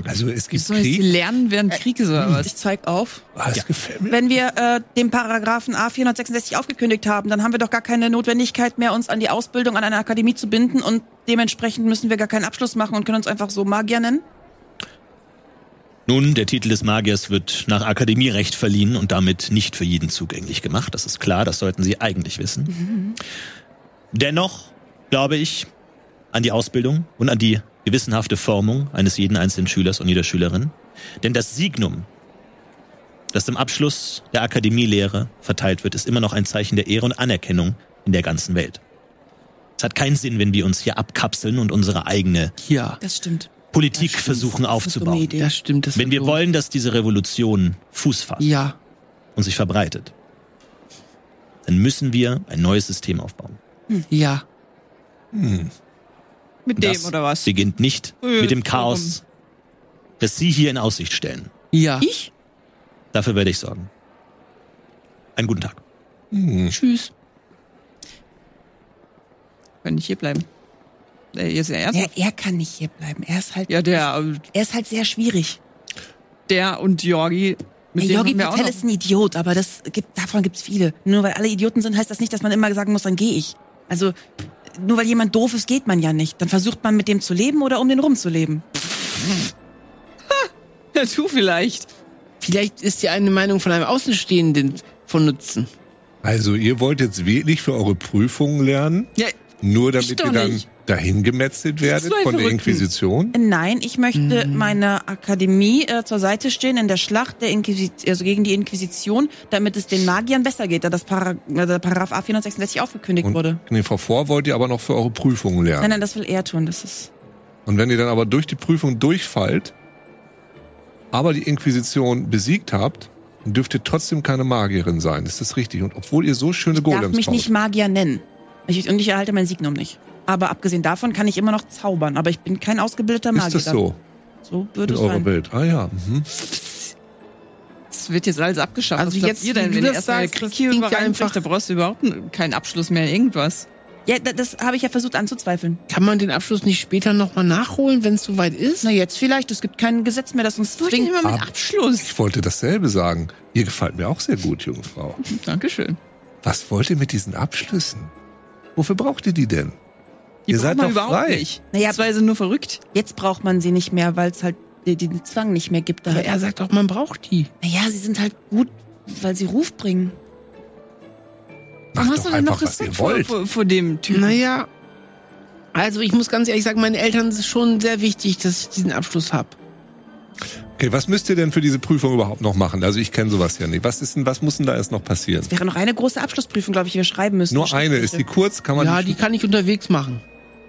B: Also es gibt
F: Soll ich sie
B: Krieg.
F: lernen während
C: Äh,
F: Krieg ist oder was?
D: Ich zeig auf.
B: Ah, das gefällt mir.
D: Wenn wir äh, den Paragraphen A466 aufgekündigt haben, dann haben wir doch gar keine Notwendigkeit mehr, uns an die Ausbildung an einer Akademie zu binden und dementsprechend müssen wir gar keinen Abschluss machen und können uns einfach so Magier nennen.
A: Nun, der Titel des Magiers wird nach Akademierecht verliehen und damit nicht für jeden zugänglich gemacht. Das ist klar, das sollten Sie eigentlich wissen.
D: Mhm.
A: Dennoch glaube ich an die Ausbildung und an die gewissenhafte Formung eines jeden einzelnen Schülers und jeder Schülerin. Denn das Signum, das im Abschluss der Akademielehre verteilt wird, ist immer noch ein Zeichen der Ehre und Anerkennung in der ganzen Welt. Es hat keinen Sinn, wenn wir uns hier abkapseln und unsere eigene
C: Ja,
D: Das stimmt.
A: Politik versuchen aufzubauen.
C: das stimmt. Das
A: Wenn
C: war
A: wir
C: dumm.
A: wollen, dass diese Revolution Fuß fasst
C: Ja,
A: und sich verbreitet, dann müssen wir ein neues System aufbauen.
C: ja.
F: Mit
A: Und
F: dem
A: das
F: oder was?
A: beginnt nicht
F: Äh,
A: mit dem Chaos, das Sie hier in Aussicht stellen.
C: Ja.
D: Ich?
A: Dafür werde ich sorgen. Einen guten Tag.
C: Tschüss.
F: Kann nicht hierbleiben. Äh, jetzt ja ernst?
D: Ja, er kann nicht hier bleiben. Er ist halt,
F: Ja, der, äh,
D: er ist halt sehr schwierig.
F: der und Jorgi.
D: Der
F: Mit dem
D: Yogi
F: haben wir auch
D: Patel
F: noch-
D: ist ein Idiot, aber das gibt, davon gibt's viele. Nur weil alle Idioten sind, heißt das nicht, dass man immer sagen muss, dann gehe ich. Also, nur weil jemand doof ist, geht man ja nicht. Dann versucht man mit dem zu leben oder um den rumzuleben.
F: Ja, du vielleicht.
C: Vielleicht ist dir eine Meinung von einem Außenstehenden von Nutzen.
B: Also ihr wollt jetzt wirklich für eure Prüfungen lernen,
F: Ja,
B: nur damit
F: doch
B: ihr dann
F: nicht.
B: dahin gemetzelt werdet
F: Zwei
B: von der
F: Verrückten.
B: Inquisition?
D: Nein, ich möchte
F: Mhm.
D: meiner Akademie äh, zur Seite stehen in der Schlacht der Inquisi also gegen die Inquisition, damit es den Magiern besser geht, da das Para äh, der Paragraph A466 aufgekündigt wurde.
B: Und nee, Frau Vor wollt ihr aber noch für eure Prüfungen lernen.
D: Nein, nein, das will er tun. Das ist
B: Und wenn ihr dann aber durch die Prüfung durchfallt, aber die Inquisition besiegt habt, dann dürft ihr trotzdem keine Magierin sein. Ist das richtig? Und obwohl ihr so schöne
D: darf
B: Golems
D: mich
B: baut.
D: nicht Magier nennen. Ich, und ich erhalte mein Signum nicht. Aber abgesehen davon kann ich immer noch zaubern. Aber ich bin kein ausgebildeter Magier.
B: ist das so
D: So
B: in
D: würde es
B: eurer
D: sein.
B: Welt? Ah ja. Mhm.
F: das wird jetzt alles abgeschafft.
C: Also
F: Was glaubt
C: jetzt,
F: ihr
C: wie
F: denn,
C: du
F: wenn
C: das
F: erstmal der
C: sagst,
F: Krieg
C: das
F: hier
C: klingt ja
F: einfach.
C: einfach-
F: Da brauchst du überhaupt n- keinen Abschluss mehr, irgendwas.
D: Ja, da, das habe ich ja versucht anzuzweifeln.
C: Kann man den Abschluss nicht später nochmal nachholen, wenn es soweit ist?
D: Na jetzt vielleicht. Es gibt kein Gesetz mehr, das uns zwingt.
F: immer
B: mit
F: Abschluss.
B: Ich wollte dasselbe sagen. Ihr gefällt mir auch sehr gut, junge Frau.
F: Dankeschön.
B: Was wollt ihr mit diesen Abschlüssen? Wofür braucht ihr die denn?
F: Die
B: ihr seid
F: braucht man
B: doch
F: überhaupt
B: frei.
F: nicht.
D: Naja,
F: Zwei sind nur verrückt.
D: Jetzt braucht man sie nicht mehr, weil es halt den, den Zwang nicht mehr gibt. Da
C: Aber er sagt auch, man braucht die.
D: naja, sie sind halt gut, weil sie Ruf bringen.
B: Macht doch
F: hast du denn
B: einfach, was
F: noch
B: ihr
F: Respekt vor,
B: wollt.
F: vor, vor dem Typen?
C: Naja. Also ich muss ganz ehrlich sagen, meinen Eltern ist es schon sehr wichtig, dass ich diesen Abschluss habe.
B: Okay, was müsst ihr denn für diese Prüfung überhaupt noch machen? Also ich kenne sowas ja nicht. Was ist denn, was muss denn da erst noch passieren?
D: Wäre noch eine große Abschlussprüfung, glaube ich, die wir schreiben müssen.
B: Nur eine, ist die kurz, kann man
C: Ja, die kann ich unterwegs machen.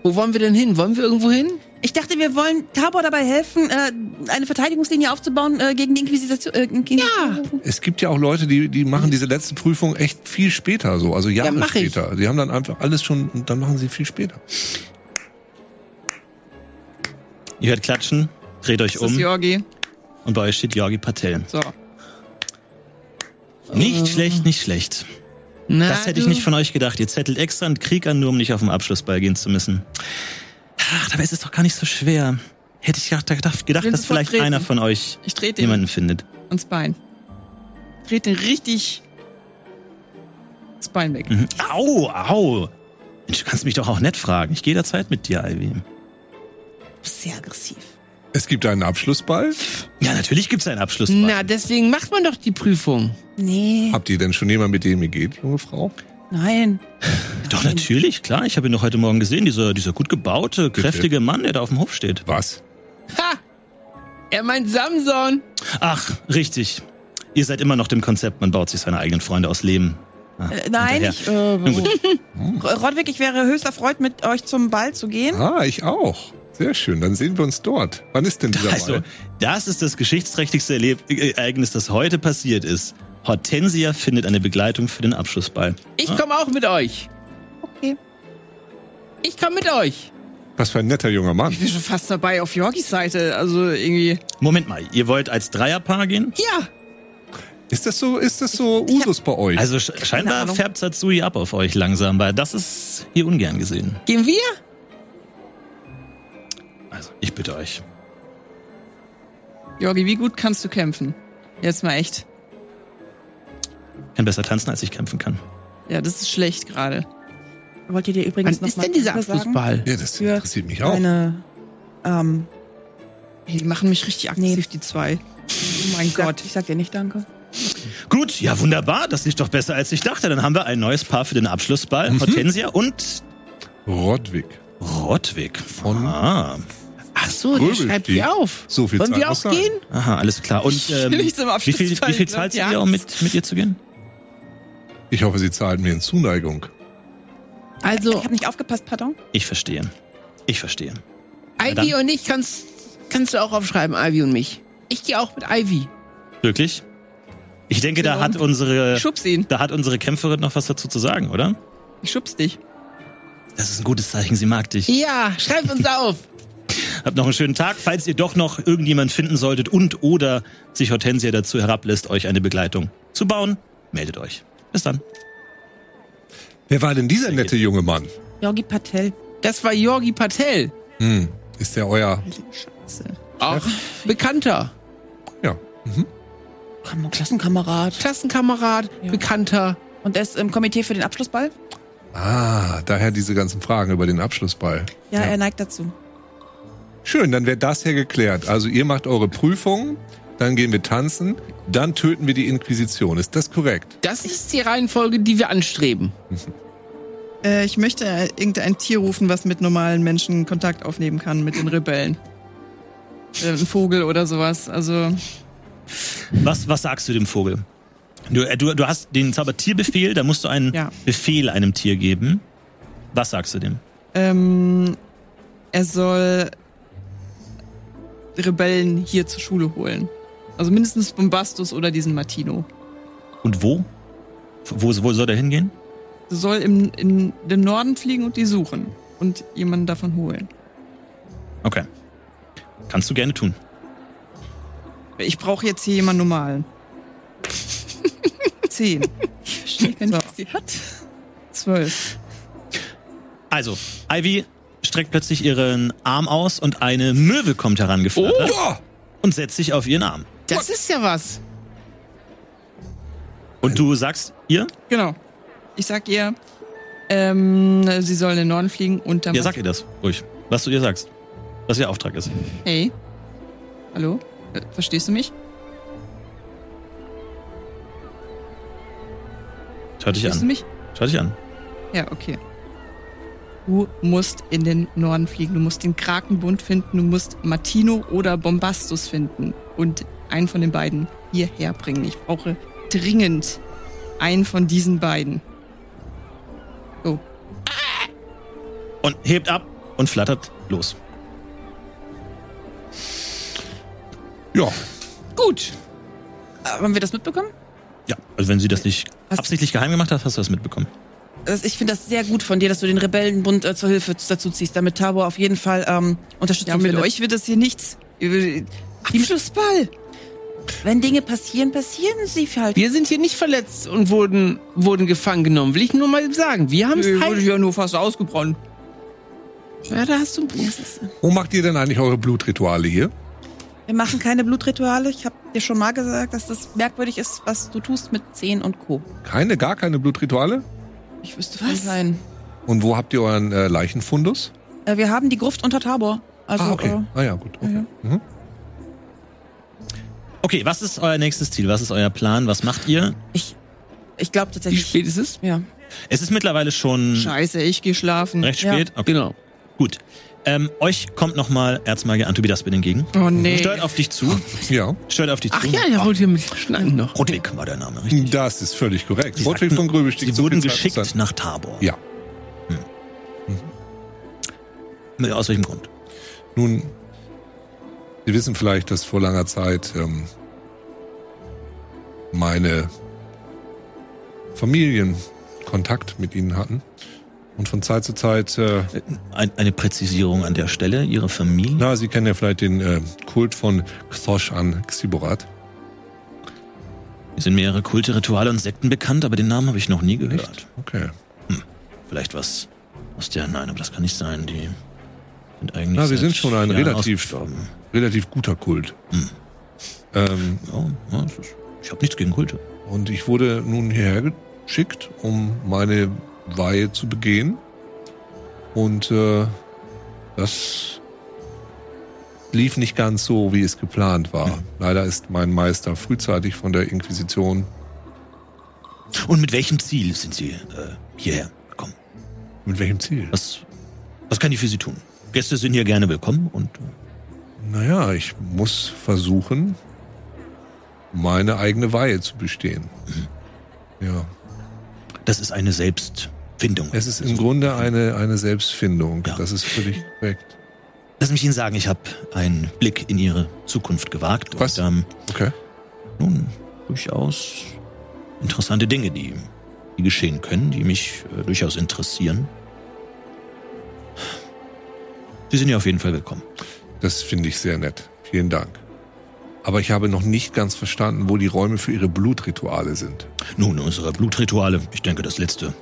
C: Wo wollen wir denn hin? Wollen wir irgendwo hin?
D: Ich dachte, wir wollen Tabor dabei helfen, äh, eine Verteidigungslinie aufzubauen äh, gegen die Inquisition. Äh, gegen ja.
B: Es gibt ja auch Leute, die, die machen diese letzte Prüfung echt viel später so, also Jahre
C: mach ich.
B: später. Die haben dann einfach alles schon und dann machen sie viel später.
A: Ihr hört klatschen, dreht euch
F: Das ist
A: um
F: Jorgi.
A: und bei euch steht Georgi Patel.
F: So.
A: Nicht schlecht, nicht schlecht.
C: Na,
A: Das hätte ich
C: du-
A: nicht von euch gedacht. Ihr zettelt extra einen Krieg an, nur um nicht auf den Abschlussball gehen zu müssen. Ach, dabei ist es doch gar nicht so schwer. Hätte ich gedacht, gedacht, gedacht
F: Willst
A: dass
F: du
A: vielleicht
F: vertreten?
A: einer von euch
F: Ich drehe den
A: jemanden findet.
F: ans Bein. Dreht den richtig das Bein weg.
A: Mhm. Au, au. Mensch, du kannst mich doch auch nett fragen. Ich gehe da Zeit mit dir, Ivy.
D: Sehr aggressiv.
B: Es gibt einen Abschlussball.
A: Ja, natürlich gibt's einen Abschlussball.
C: Na, deswegen macht man doch die Prüfung.
D: Nee.
B: Habt ihr denn schon jemanden, mit dem ihr geht, junge Frau?
D: Nein.
A: Doch, natürlich, klar. Ich habe ihn noch heute Morgen gesehen, dieser, dieser gut gebaute, kräftige Mann, der da auf dem Hof steht.
B: Was?
C: Ha! Er meint Samson.
A: Ach, richtig. Ihr seid immer noch dem Konzept, man baut sich seine eigenen Freunde aus Leben. Ah,
D: Äh, nein,
A: hinterher.
D: ich, äh,
A: Na gut.
D: Rodwig, ich wäre höchst erfreut, mit euch zum Ball zu gehen.
B: Ah, ich auch. Sehr schön, dann sehen wir uns dort. Wann ist denn dieser
A: Also,
B: Ball?
A: das ist das geschichtsträchtigste Erleb äh, Ereignis, das heute passiert ist. Hortensia findet eine Begleitung für den Abschlussball.
C: Ich komme auch mit euch.
D: Okay.
C: Ich komme mit euch.
B: Was für ein netter junger Mann.
F: Ich bin schon fast dabei auf Jorgis Seite. Also irgendwie.
A: Moment mal, ihr wollt als Dreierpaar gehen?
F: Ja!
B: Ist das so, ist das so Usus bei euch?
A: Also sch scheinbar
D: Ahnung.
A: färbt Satsui ab auf euch langsam, weil das ist hier ungern gesehen.
C: Gehen wir?
A: Also, ich bitte euch.
F: Jorgi, wie gut kannst du kämpfen? Jetzt mal echt.
A: Ich kann besser tanzen, als ich kämpfen kann.
F: Ja, das ist schlecht gerade.
D: Wollt ihr dir übrigens
C: Wann
D: noch
C: ist
D: mal
C: denn dieser
D: Danke sagen?
C: Abschlussball?
B: ja, das
D: für
B: interessiert mich auch.
D: Eine, ähm,
F: Hey, die machen mich richtig aggressiv, die zwei. Oh mein
D: ich sag-
F: Gott.
D: Ich sag dir nicht danke.
A: Gut, ja wunderbar, das lief doch besser, als ich dachte. Dann haben wir ein neues Paar für den Abschlussball. Hortensia und
B: Rodwig.
A: Rodwig.
B: Von-
A: Ah.
C: Ach so, der
B: Gröbel
C: schreibt
B: die.
C: die auf.
B: So viel
C: Wollen
B: Zeit
C: wir
B: muss
C: auch
B: sein.
C: gehen?
A: Aha, alles klar. Und ähm,
F: Nicht zum
A: wie viel,
F: Abschlussball,
A: wie viel
F: glaubt
A: zahlst
F: ihr
A: ihr, um mit, mit ihr zu gehen?
B: Ich hoffe, sie zahlen mir in Zuneigung.
C: Also,
D: Ich habe nicht aufgepasst, pardon.
A: Ich verstehe. Ich verstehe.
C: Ivy und ich kannst, kannst du auch aufschreiben, Ivy und mich. Ich gehe auch mit Ivy.
A: Wirklich? Ich denke, da hat unsere
F: Ich schubs ihn.
A: da hat unsere Kämpferin noch was dazu zu sagen, oder?
F: Ich schubs dich.
A: Das ist ein gutes Zeichen, sie mag dich.
C: Ja, schreib uns auf.
A: Habt noch einen schönen Tag. Falls ihr doch noch irgendjemand finden solltet und oder sich Hortensia dazu herablässt, euch eine Begleitung zu bauen, meldet euch. Bis dann.
B: Wer war denn dieser nette junge Mann?
D: Jorgi Patel.
C: Das war Jorgi Patel.
B: Hm, ist der euer?
D: Scheiße.
C: Auch Bekannter.
B: Ja. Mhm.
D: Komm, Klassenkamerad.
C: Klassenkamerad,
D: Ja.
C: Bekannter.
D: Und er ist im Komitee für den Abschlussball?
B: Ah, daher diese ganzen Fragen über den Abschlussball.
D: Ja, er neigt dazu.
B: Schön, dann wäre das ja geklärt. Also ihr macht eure Prüfung, dann gehen wir tanzen, dann töten wir die Inquisition. Ist das korrekt?
C: Das ist die Reihenfolge, die wir anstreben.
F: Äh, ich möchte äh, irgendein Tier rufen, was mit normalen Menschen Kontakt aufnehmen kann, mit den Rebellen. Äh, ein Vogel oder sowas. Also,
A: Was, was sagst du dem Vogel? Du, äh, du, du hast den Zaubertierbefehl, da musst du einen
F: Ja.
A: Befehl einem Tier geben. Was sagst du dem?
F: ähm, er soll Rebellen hier zur Schule holen. Also mindestens Bombastus oder diesen Martino.
A: Und wo? Wo, wo soll der hingehen?
F: Er soll im, in den Norden fliegen und die suchen. Und jemanden davon holen.
A: Okay. Kannst du gerne tun.
F: Ich brauche jetzt hier jemanden normalen. Zehn.
D: Verstehe
F: nicht,
D: was sie hat.
F: Zwölf.
A: Also, Ivy streckt plötzlich ihren Arm aus und eine Möwe kommt herangeflattert und setzt sich auf ihren Arm.
C: Das ist ja was.
A: Und du sagst ihr?
F: Genau. Ich sag ihr, ähm, sie soll in den Norden fliegen und dann.
A: Ja, sag ihr das ruhig. Was du ihr sagst. Was ihr Auftrag ist.
F: Hey. Hallo? Äh, Verstehst du mich?
A: Schau dich
F: Verstehst du
A: an.
F: mich?
A: Schau dich an.
F: Ja, okay. Du musst in den Norden fliegen. Du musst den Krakenbund finden. Du musst Martino oder Bombastus finden. Und einen von den beiden hierher bringen. Ich brauche dringend einen von diesen beiden.
A: und hebt ab und flattert los.
B: Ja,
D: Gut. Äh, haben wir das mitbekommen?
A: Ja, also wenn sie das nicht
D: Hast-
A: absichtlich geheim gemacht hat, hast du das mitbekommen.
D: Also ich finde das sehr gut von dir, dass du den Rebellenbund äh, zur Hilfe dazu ziehst, damit Tabor auf jeden Fall ähm, Unterstützung
F: Ja, mit
D: findet.
F: euch wird das hier nichts.
D: Abschlussball. Wenn Dinge passieren, passieren sie halt.
C: Wir sind hier nicht verletzt und wurden, wurden gefangen genommen. Will ich nur mal sagen. Wir haben es halt.
F: ja nur fast ausgebrannt.
C: Ja, da hast du einen Punkt.
B: wo macht ihr denn eigentlich eure Blutrituale hier?
D: Wir machen keine Blutrituale. Ich habe dir schon mal gesagt, dass das merkwürdig ist, was du tust mit Zehen und Co.
B: Keine, gar keine Blutrituale?
D: Ich wüsste was sein.
B: Und wo habt ihr euren äh, Leichenfundus?
D: Äh, wir haben die Gruft unter Tabor. Also
B: ah, okay.
D: äh,
B: ah ja, gut. Okay. Mhm.
A: Okay, was ist euer nächstes Ziel? Was ist euer Plan? Was macht ihr?
D: ich glaube
C: Wie
D: tatsächlich.
C: spät ist es?
D: Ja.
A: Es ist mittlerweile schon
F: Scheiße, ich gehe schlafen.
A: recht
D: Ja.
A: spät. Okay,
C: Genau.
A: gut. Ähm, euch kommt nochmal Erzmagier Antobidaspin entgegen.
F: Oh nee.
A: Steuert auf dich zu.
B: Ja,
A: Steuert auf dich
C: Ach
A: zu.
C: ja, ja, wollt ihr mit Schneiden noch.
A: Rotweg war der Name, richtig?
B: das ist völlig korrekt.
A: Sie
B: Rotwild
A: sagten,
B: von Gröbelstieg.
A: Sie
B: zu
A: wurden
B: Pizza
A: geschickt
B: Hut.
A: nach Tabor.
B: Ja. Mhm.
A: Hm. Aus welchem Grund?
B: Nun, Sie wissen vielleicht, dass vor langer Zeit ähm, meine Familien Kontakt mit Ihnen hatten. Und von Zeit zu Zeit, äh,
A: Ein, eine Präzisierung an der Stelle. Ihre Familie?
B: na, Sie kennen ja vielleicht den äh, Kult von Xosh an Xiborat.
A: Mir sind mehrere Kulte, Rituale und Sekten bekannt, aber den Namen habe ich noch nie gehört.
B: Okay.
A: Vielleicht was aus der. Nein, aber das kann nicht sein. Die sind eigentlich.
B: Na, wir
A: seit
B: sind schon ein
A: Jahren
B: relativ-
A: ausgestorben.
B: Relativ guter Kult.
A: Hm.
B: Ähm,
A: Ja, ja, es ist, ich habe nichts gegen Kulte.
B: Und ich wurde nun hierher geschickt, um meine Weihe zu begehen. Und äh, das lief nicht ganz so, wie es geplant war. Leider ist mein Meister frühzeitig von der Inquisition
A: Und mit welchem Ziel sind Sie äh, hierher gekommen?
B: mit welchem Ziel?
A: Was, was kann ich für Sie tun? Gäste sind hier gerne willkommen und äh,
B: Naja, ich muss versuchen, meine eigene Weihe zu bestehen. Ja,
A: das ist eine Selbstfindung.
B: es ist im Grunde eine, eine Selbstfindung.
A: Ja.
B: Das ist völlig korrekt.
A: Lass mich Ihnen sagen, ich habe einen Blick in Ihre Zukunft gewagt.
B: Was?
A: Und, ähm,
B: Okay.
A: nun, durchaus interessante Dinge, die, die geschehen können, die mich äh, durchaus interessieren. Sie sind ja auf jeden Fall willkommen.
B: Das finde ich sehr nett. Vielen Dank. Aber ich habe noch nicht ganz verstanden, wo die Räume für ihre Blutrituale sind.
A: Nun, unsere Blutrituale, ich denke, das letzte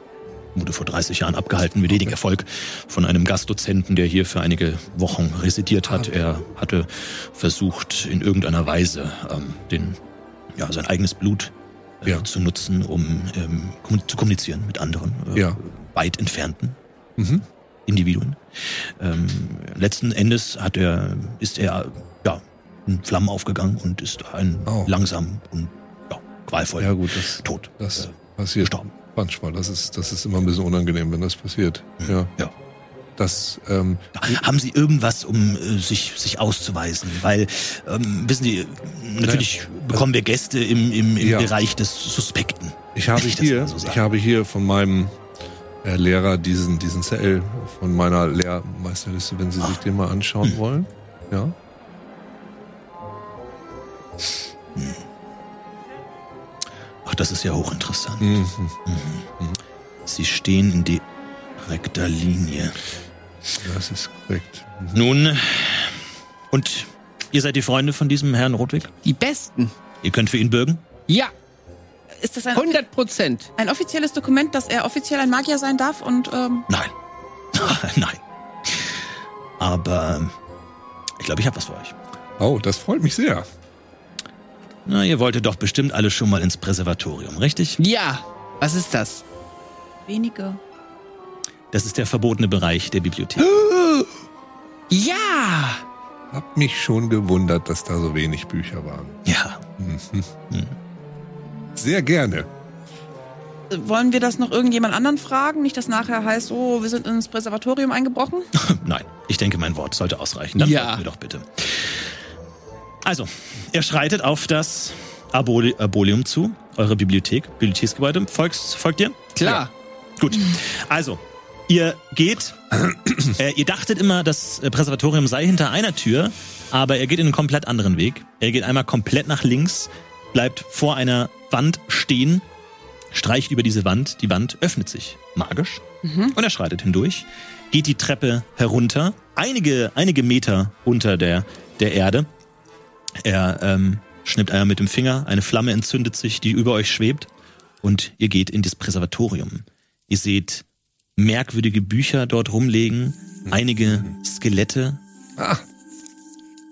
A: wurde vor 30 Jahren abgehalten, mit wenig Erfolg, von einem Gastdozenten, der hier für einige Wochen residiert hat.
B: Ah.
A: Er hatte versucht, in irgendeiner Weise ähm, den, ja, sein eigenes Blut äh,
B: Ja.
A: zu nutzen, um ähm, kommu- zu kommunizieren mit anderen, äh,
B: Ja.
A: weit entfernten
B: Mhm.
A: Individuen. Ähm, letzten Endes hat er, ist er ja, in Flammen aufgegangen und ist ein
B: Oh.
A: langsam und ja, qualvoll
B: Ja gut, das,
A: tot.
B: das
A: Äh,
B: passiert
A: gestorben.
B: manchmal. Das ist, das ist immer ein bisschen unangenehm, wenn das passiert. Ja.
A: Mhm. ja.
B: Das, ähm,
A: Haben Sie irgendwas, um äh, sich, sich auszuweisen? Weil, ähm, wissen Sie, natürlich bekommen wir Gäste im, im, im
B: Ja.
A: Bereich des Suspekten.
B: ich habe
A: Wenn ich das
B: hier,
A: mal so sagen
B: ich habe hier von meinem äh, Lehrer diesen, diesen Zettel von meiner Lehrmeisterliste, wenn Sie
A: Ah.
B: sich den mal anschauen
A: Hm.
B: wollen. Ja.
A: Ach, das ist ja hochinteressant.
B: Mhm.
A: Sie stehen in direkter Linie.
B: Das ist korrekt.
A: Nun, und ihr seid die Freunde von diesem Herrn Rodwig?
C: Die Besten.
A: Ihr könnt für ihn bürgen?
C: Ja,
D: Ist das ein,
C: 100 Prozent.
D: ein offizielles Dokument, dass er offiziell ein Magier sein darf und ähm,
A: Nein. Nein. Aber ich glaube, ich habe was für euch.
B: Oh, das freut mich sehr.
A: Na, ihr wolltet doch bestimmt alle schon mal ins Präservatorium, richtig?
C: Ja. Was ist das?
D: weniger?
A: Das ist der verbotene Bereich der Bibliothek.
C: Ja.
B: Hab mich schon gewundert, dass da so wenig Bücher waren.
A: Ja.
B: Sehr gerne.
D: Äh, wollen wir das noch irgendjemand anderen fragen? Nicht, dass nachher heißt, oh, wir sind ins Präservatorium eingebrochen?
A: Nein, ich denke, mein Wort sollte ausreichen. Dann
C: Ja.
A: folgt mir doch bitte. Also, ihr schreitet auf das Arboli Arbolium zu, eure Bibliothek, Bibliotheksgebäude. Folgst, folgt ihr?
C: Klar.
A: Gut. Also, ihr geht, äh, ihr dachtet immer, das äh, Präservatorium sei hinter einer Tür, aber er geht in einen komplett anderen Weg. Er geht einmal komplett nach links, bleibt vor einer Wand stehen, streicht über diese Wand, die Wand öffnet sich magisch und er schreitet hindurch, geht die Treppe herunter, einige, einige Meter unter der, der Erde. Er ähm, schnippt einmal mit dem Finger, eine Flamme entzündet sich, die über euch schwebt und ihr geht in das Präservatorium. Ihr seht merkwürdige Bücher dort rumlegen, einige Skelette,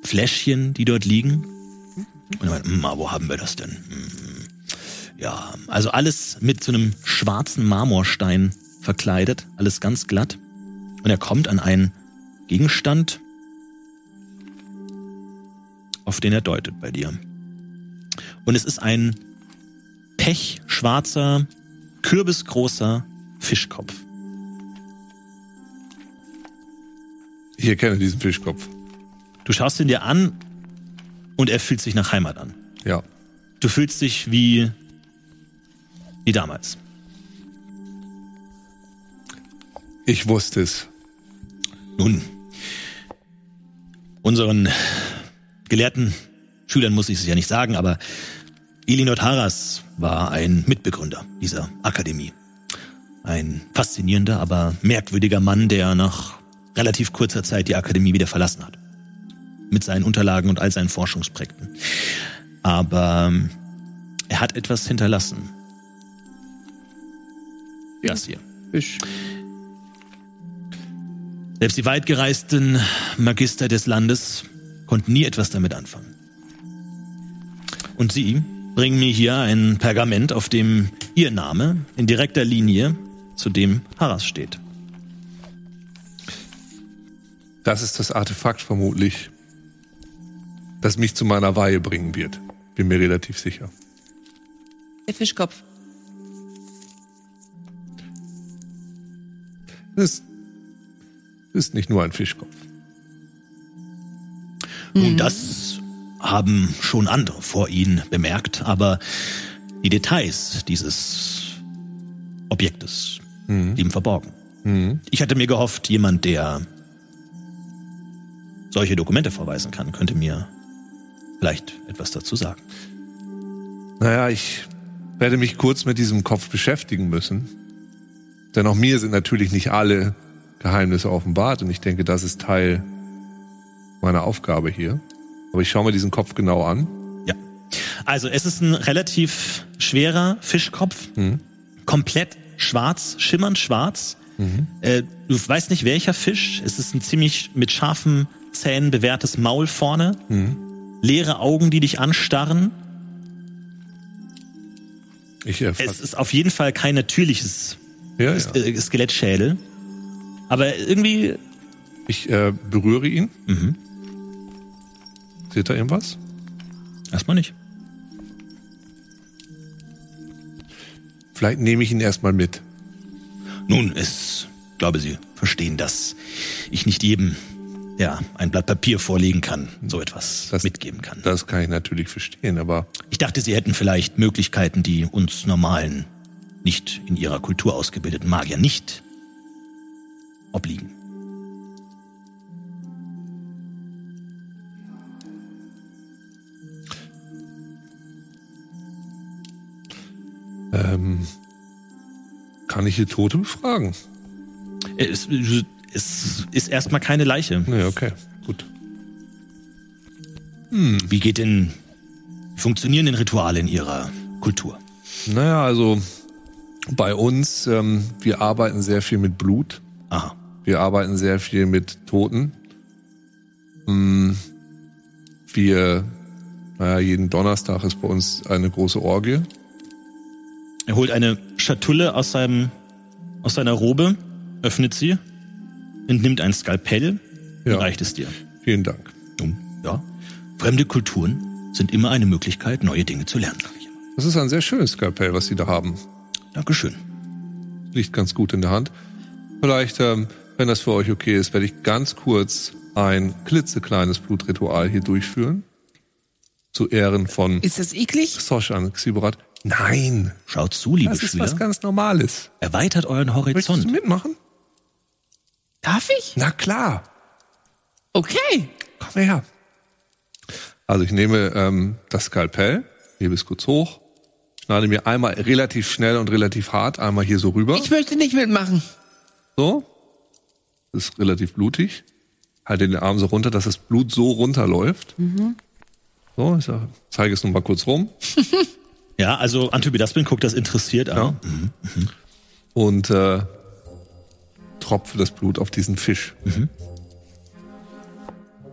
A: Fläschchen, die dort liegen. Und dann, hm, ah, wo haben wir das denn? Hm, Ja, also alles mit so einem schwarzen Marmorstein verkleidet, alles ganz glatt. Und er kommt an einen Gegenstand, auf den er deutet bei dir. Und es ist ein pechschwarzer, kürbisgroßer Fischkopf.
B: Ich erkenne diesen Fischkopf.
A: Du schaust ihn dir an und er fühlt sich nach Heimat an.
B: Ja.
A: Du fühlst dich wie, wie damals.
B: Ich wusste es.
A: Nun, unseren gelehrten Schülern muss ich es ja nicht sagen, aber Elinor Taras war ein Mitbegründer dieser Akademie. Ein faszinierender, aber merkwürdiger Mann, der nach relativ kurzer Zeit die Akademie wieder verlassen hat. Mit seinen Unterlagen und all seinen Forschungsprojekten. Aber ähm, er hat etwas hinterlassen. Das hier.
C: Fisch.
A: Selbst die weitgereisten Magister des Landes konnten nie etwas damit anfangen. Und Sie bringen mir hier ein Pergament, auf dem Ihr Name in direkter Linie zu dem Harras steht.
B: Das ist das Artefakt vermutlich, das mich zu meiner Weihe bringen wird. Bin mir relativ sicher.
D: Der Fischkopf.
B: Es ist, es ist nicht nur ein Fischkopf.
A: Nun, das haben schon andere vor Ihnen bemerkt, aber die Details dieses Objektes blieben verborgen. Ich hatte mir gehofft, jemand, der solche Dokumente verweisen kann, könnte mir vielleicht etwas dazu sagen.
B: Naja, ich werde mich kurz mit diesem Kopf beschäftigen müssen. Denn auch mir sind natürlich nicht alle Geheimnisse offenbart und ich denke, das ist Teil meiner Aufgabe hier. Aber ich schaue mir diesen Kopf genau an.
A: Ja. Also es ist ein relativ schwerer Fischkopf. Komplett schwarz, schimmernd schwarz. Äh, du weißt nicht, welcher Fisch. Es ist ein ziemlich mit scharfen Zähnen bewehrtes Maul vorne. Leere Augen, die dich anstarren.
B: Ich
A: Es
B: erfasse.
A: ist auf jeden Fall kein natürliches
B: Ja, ja.
A: S- äh, Skelettschädel. Aber irgendwie,
B: Ich äh, berühre ihn. Seht ihr irgendwas?
A: erstmal nicht.
B: Vielleicht nehme ich ihn erstmal mit.
A: Nun, es glaube, Sie verstehen, dass ich nicht jedem, ja, ein Blatt Papier vorlegen kann, so etwas
B: Das-
A: mitgeben kann.
B: Das kann ich natürlich verstehen, aber
A: Ich dachte, Sie hätten vielleicht Möglichkeiten, die uns normalen, nicht in Ihrer Kultur ausgebildeten Magier nicht obliegen.
B: ähm, kann ich hier Tote befragen?
A: Äh, Es, es ist erstmal keine Leiche.
B: Nee, okay, gut.
A: Wie geht denn, wie funktionieren denn Rituale in Ihrer Kultur?
B: Naja, also bei uns, ähm, wir arbeiten sehr viel mit Blut.
A: Aha.
B: Wir arbeiten sehr viel mit Toten. Hm, Wir, naja, jeden Donnerstag ist bei uns eine große Orgie.
A: Er holt eine Schatulle aus seinem, aus seiner Robe, öffnet sie, entnimmt ein Skalpell
B: Ja.
A: und reicht es dir.
B: Vielen Dank.
A: Nun, ja. Fremde Kulturen sind immer eine Möglichkeit, neue Dinge zu lernen.
B: Das ist ein sehr schönes Skalpell, was Sie da haben.
A: Dankeschön.
B: liegt ganz gut in der Hand. Vielleicht, ähm, wenn das für euch okay ist, werde ich ganz kurz ein klitzekleines Blutritual hier durchführen. Zu Ehren von
C: Ist das eklig?
B: Soshan Xiborat. Nein,
A: Schaut zu, liebe
B: das ist was
A: Schüler.
B: ganz Normales.
A: Erweitert euren
B: Möchtest du
A: Horizont.
B: mitmachen?
C: Darf ich?
B: Na klar,
C: Okay.
B: komm her. Also ich nehme ähm, das Skalpell, hebe es kurz hoch, schneide mir einmal relativ schnell und relativ hart einmal hier so rüber.
C: Ich möchte nicht mitmachen.
B: So. Das ist relativ blutig. Halte den Arm so runter, dass das Blut so runterläuft. So, ich sag, zeige es nun mal kurz rum.
A: Ja, also Antibidaspin guckt das interessiert an.
B: Und äh, tropfe das Blut auf diesen Fisch.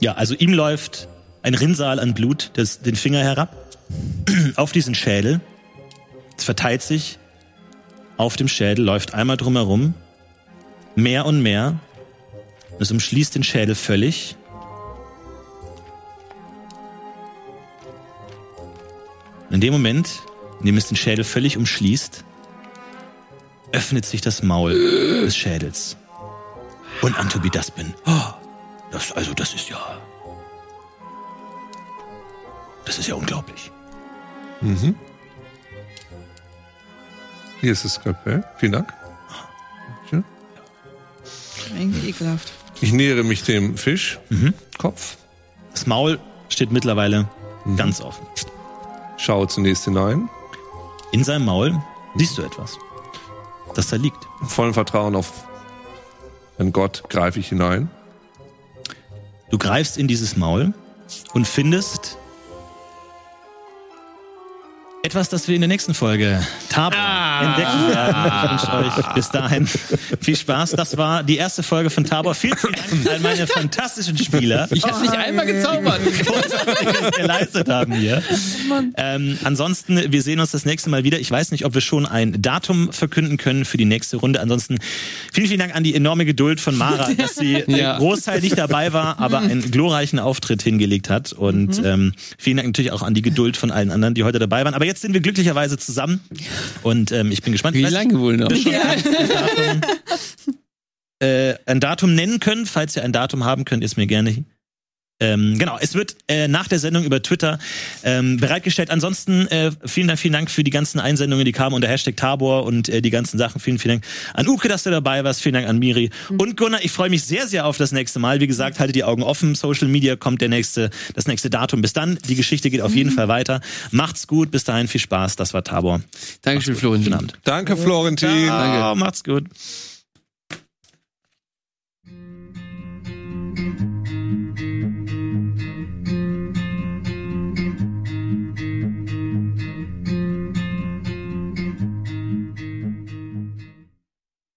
A: Ja, also ihm läuft ein Rinnsal an Blut das, den Finger herab auf diesen Schädel. Es verteilt sich auf dem Schädel, läuft einmal drumherum, mehr und mehr. Es umschließt den Schädel völlig. In dem Moment, in dem es den Schädel völlig umschließt, öffnet sich das Maul des Schädels. Und Antobidaspin. Oh, das, also, das ist ja. Das ist ja unglaublich.
B: Hier ist das Skalpell. Vielen Dank. Schön.
F: Irgendwie ekelhaft.
B: Ich nähere mich dem Fischkopf,
A: Das Maul steht mittlerweile ganz offen.
B: schaue zunächst hinein,
A: In seinem Maul siehst du etwas, das da liegt.
B: Im vollen Vertrauen auf einen Gott greife ich hinein.
A: Du greifst in dieses Maul und findest etwas, das wir in der nächsten Folge Tabor entdecken werden. Ich wünsche euch bis dahin viel Spaß. Das war die erste Folge von Tabor. Vielen, vielen Dank an meine fantastischen Spieler.
C: Ich hab's nicht einmal gezaubert.
A: Großartiges geleistet haben hier. Ähm, ansonsten, wir sehen uns das nächste Mal wieder. Ich weiß nicht, ob wir schon ein Datum verkünden können für die nächste Runde. Ansonsten vielen, vielen Dank an die enorme Geduld von Mara, dass sie
C: Ja.
A: äh, großteilig dabei war, aber einen glorreichen Auftritt hingelegt hat. Und ähm, vielen Dank natürlich auch an die Geduld von allen anderen, die heute dabei waren. Aber jetzt sind wir glücklicherweise zusammen und ähm, ich bin gespannt.
C: Wie
A: Ich weiß
C: lange wohl noch?
A: äh, ein Datum nennen können. Falls ihr ein Datum haben könnt, ist mir gerne. Ähm, genau, es wird äh, nach der Sendung über Twitter ähm, bereitgestellt. Ansonsten äh, vielen Dank, vielen Dank für die ganzen Einsendungen, die kamen unter Hashtag Tabor und äh, die ganzen Sachen. Vielen, vielen Dank an Uke, dass du dabei warst. Vielen Dank an Miri und Gunnar. Ich freue mich sehr, sehr auf das nächste Mal. Wie gesagt, haltet die Augen offen. Social Media kommt der nächste, das nächste Datum. Bis dann, die Geschichte geht auf jeden Fall weiter. Macht's gut, bis dahin viel Spaß. Das war Tabor.
C: Dankeschön, Florian.
A: Guten Abend.
B: Danke, Florentin.
A: Ciao, macht's gut.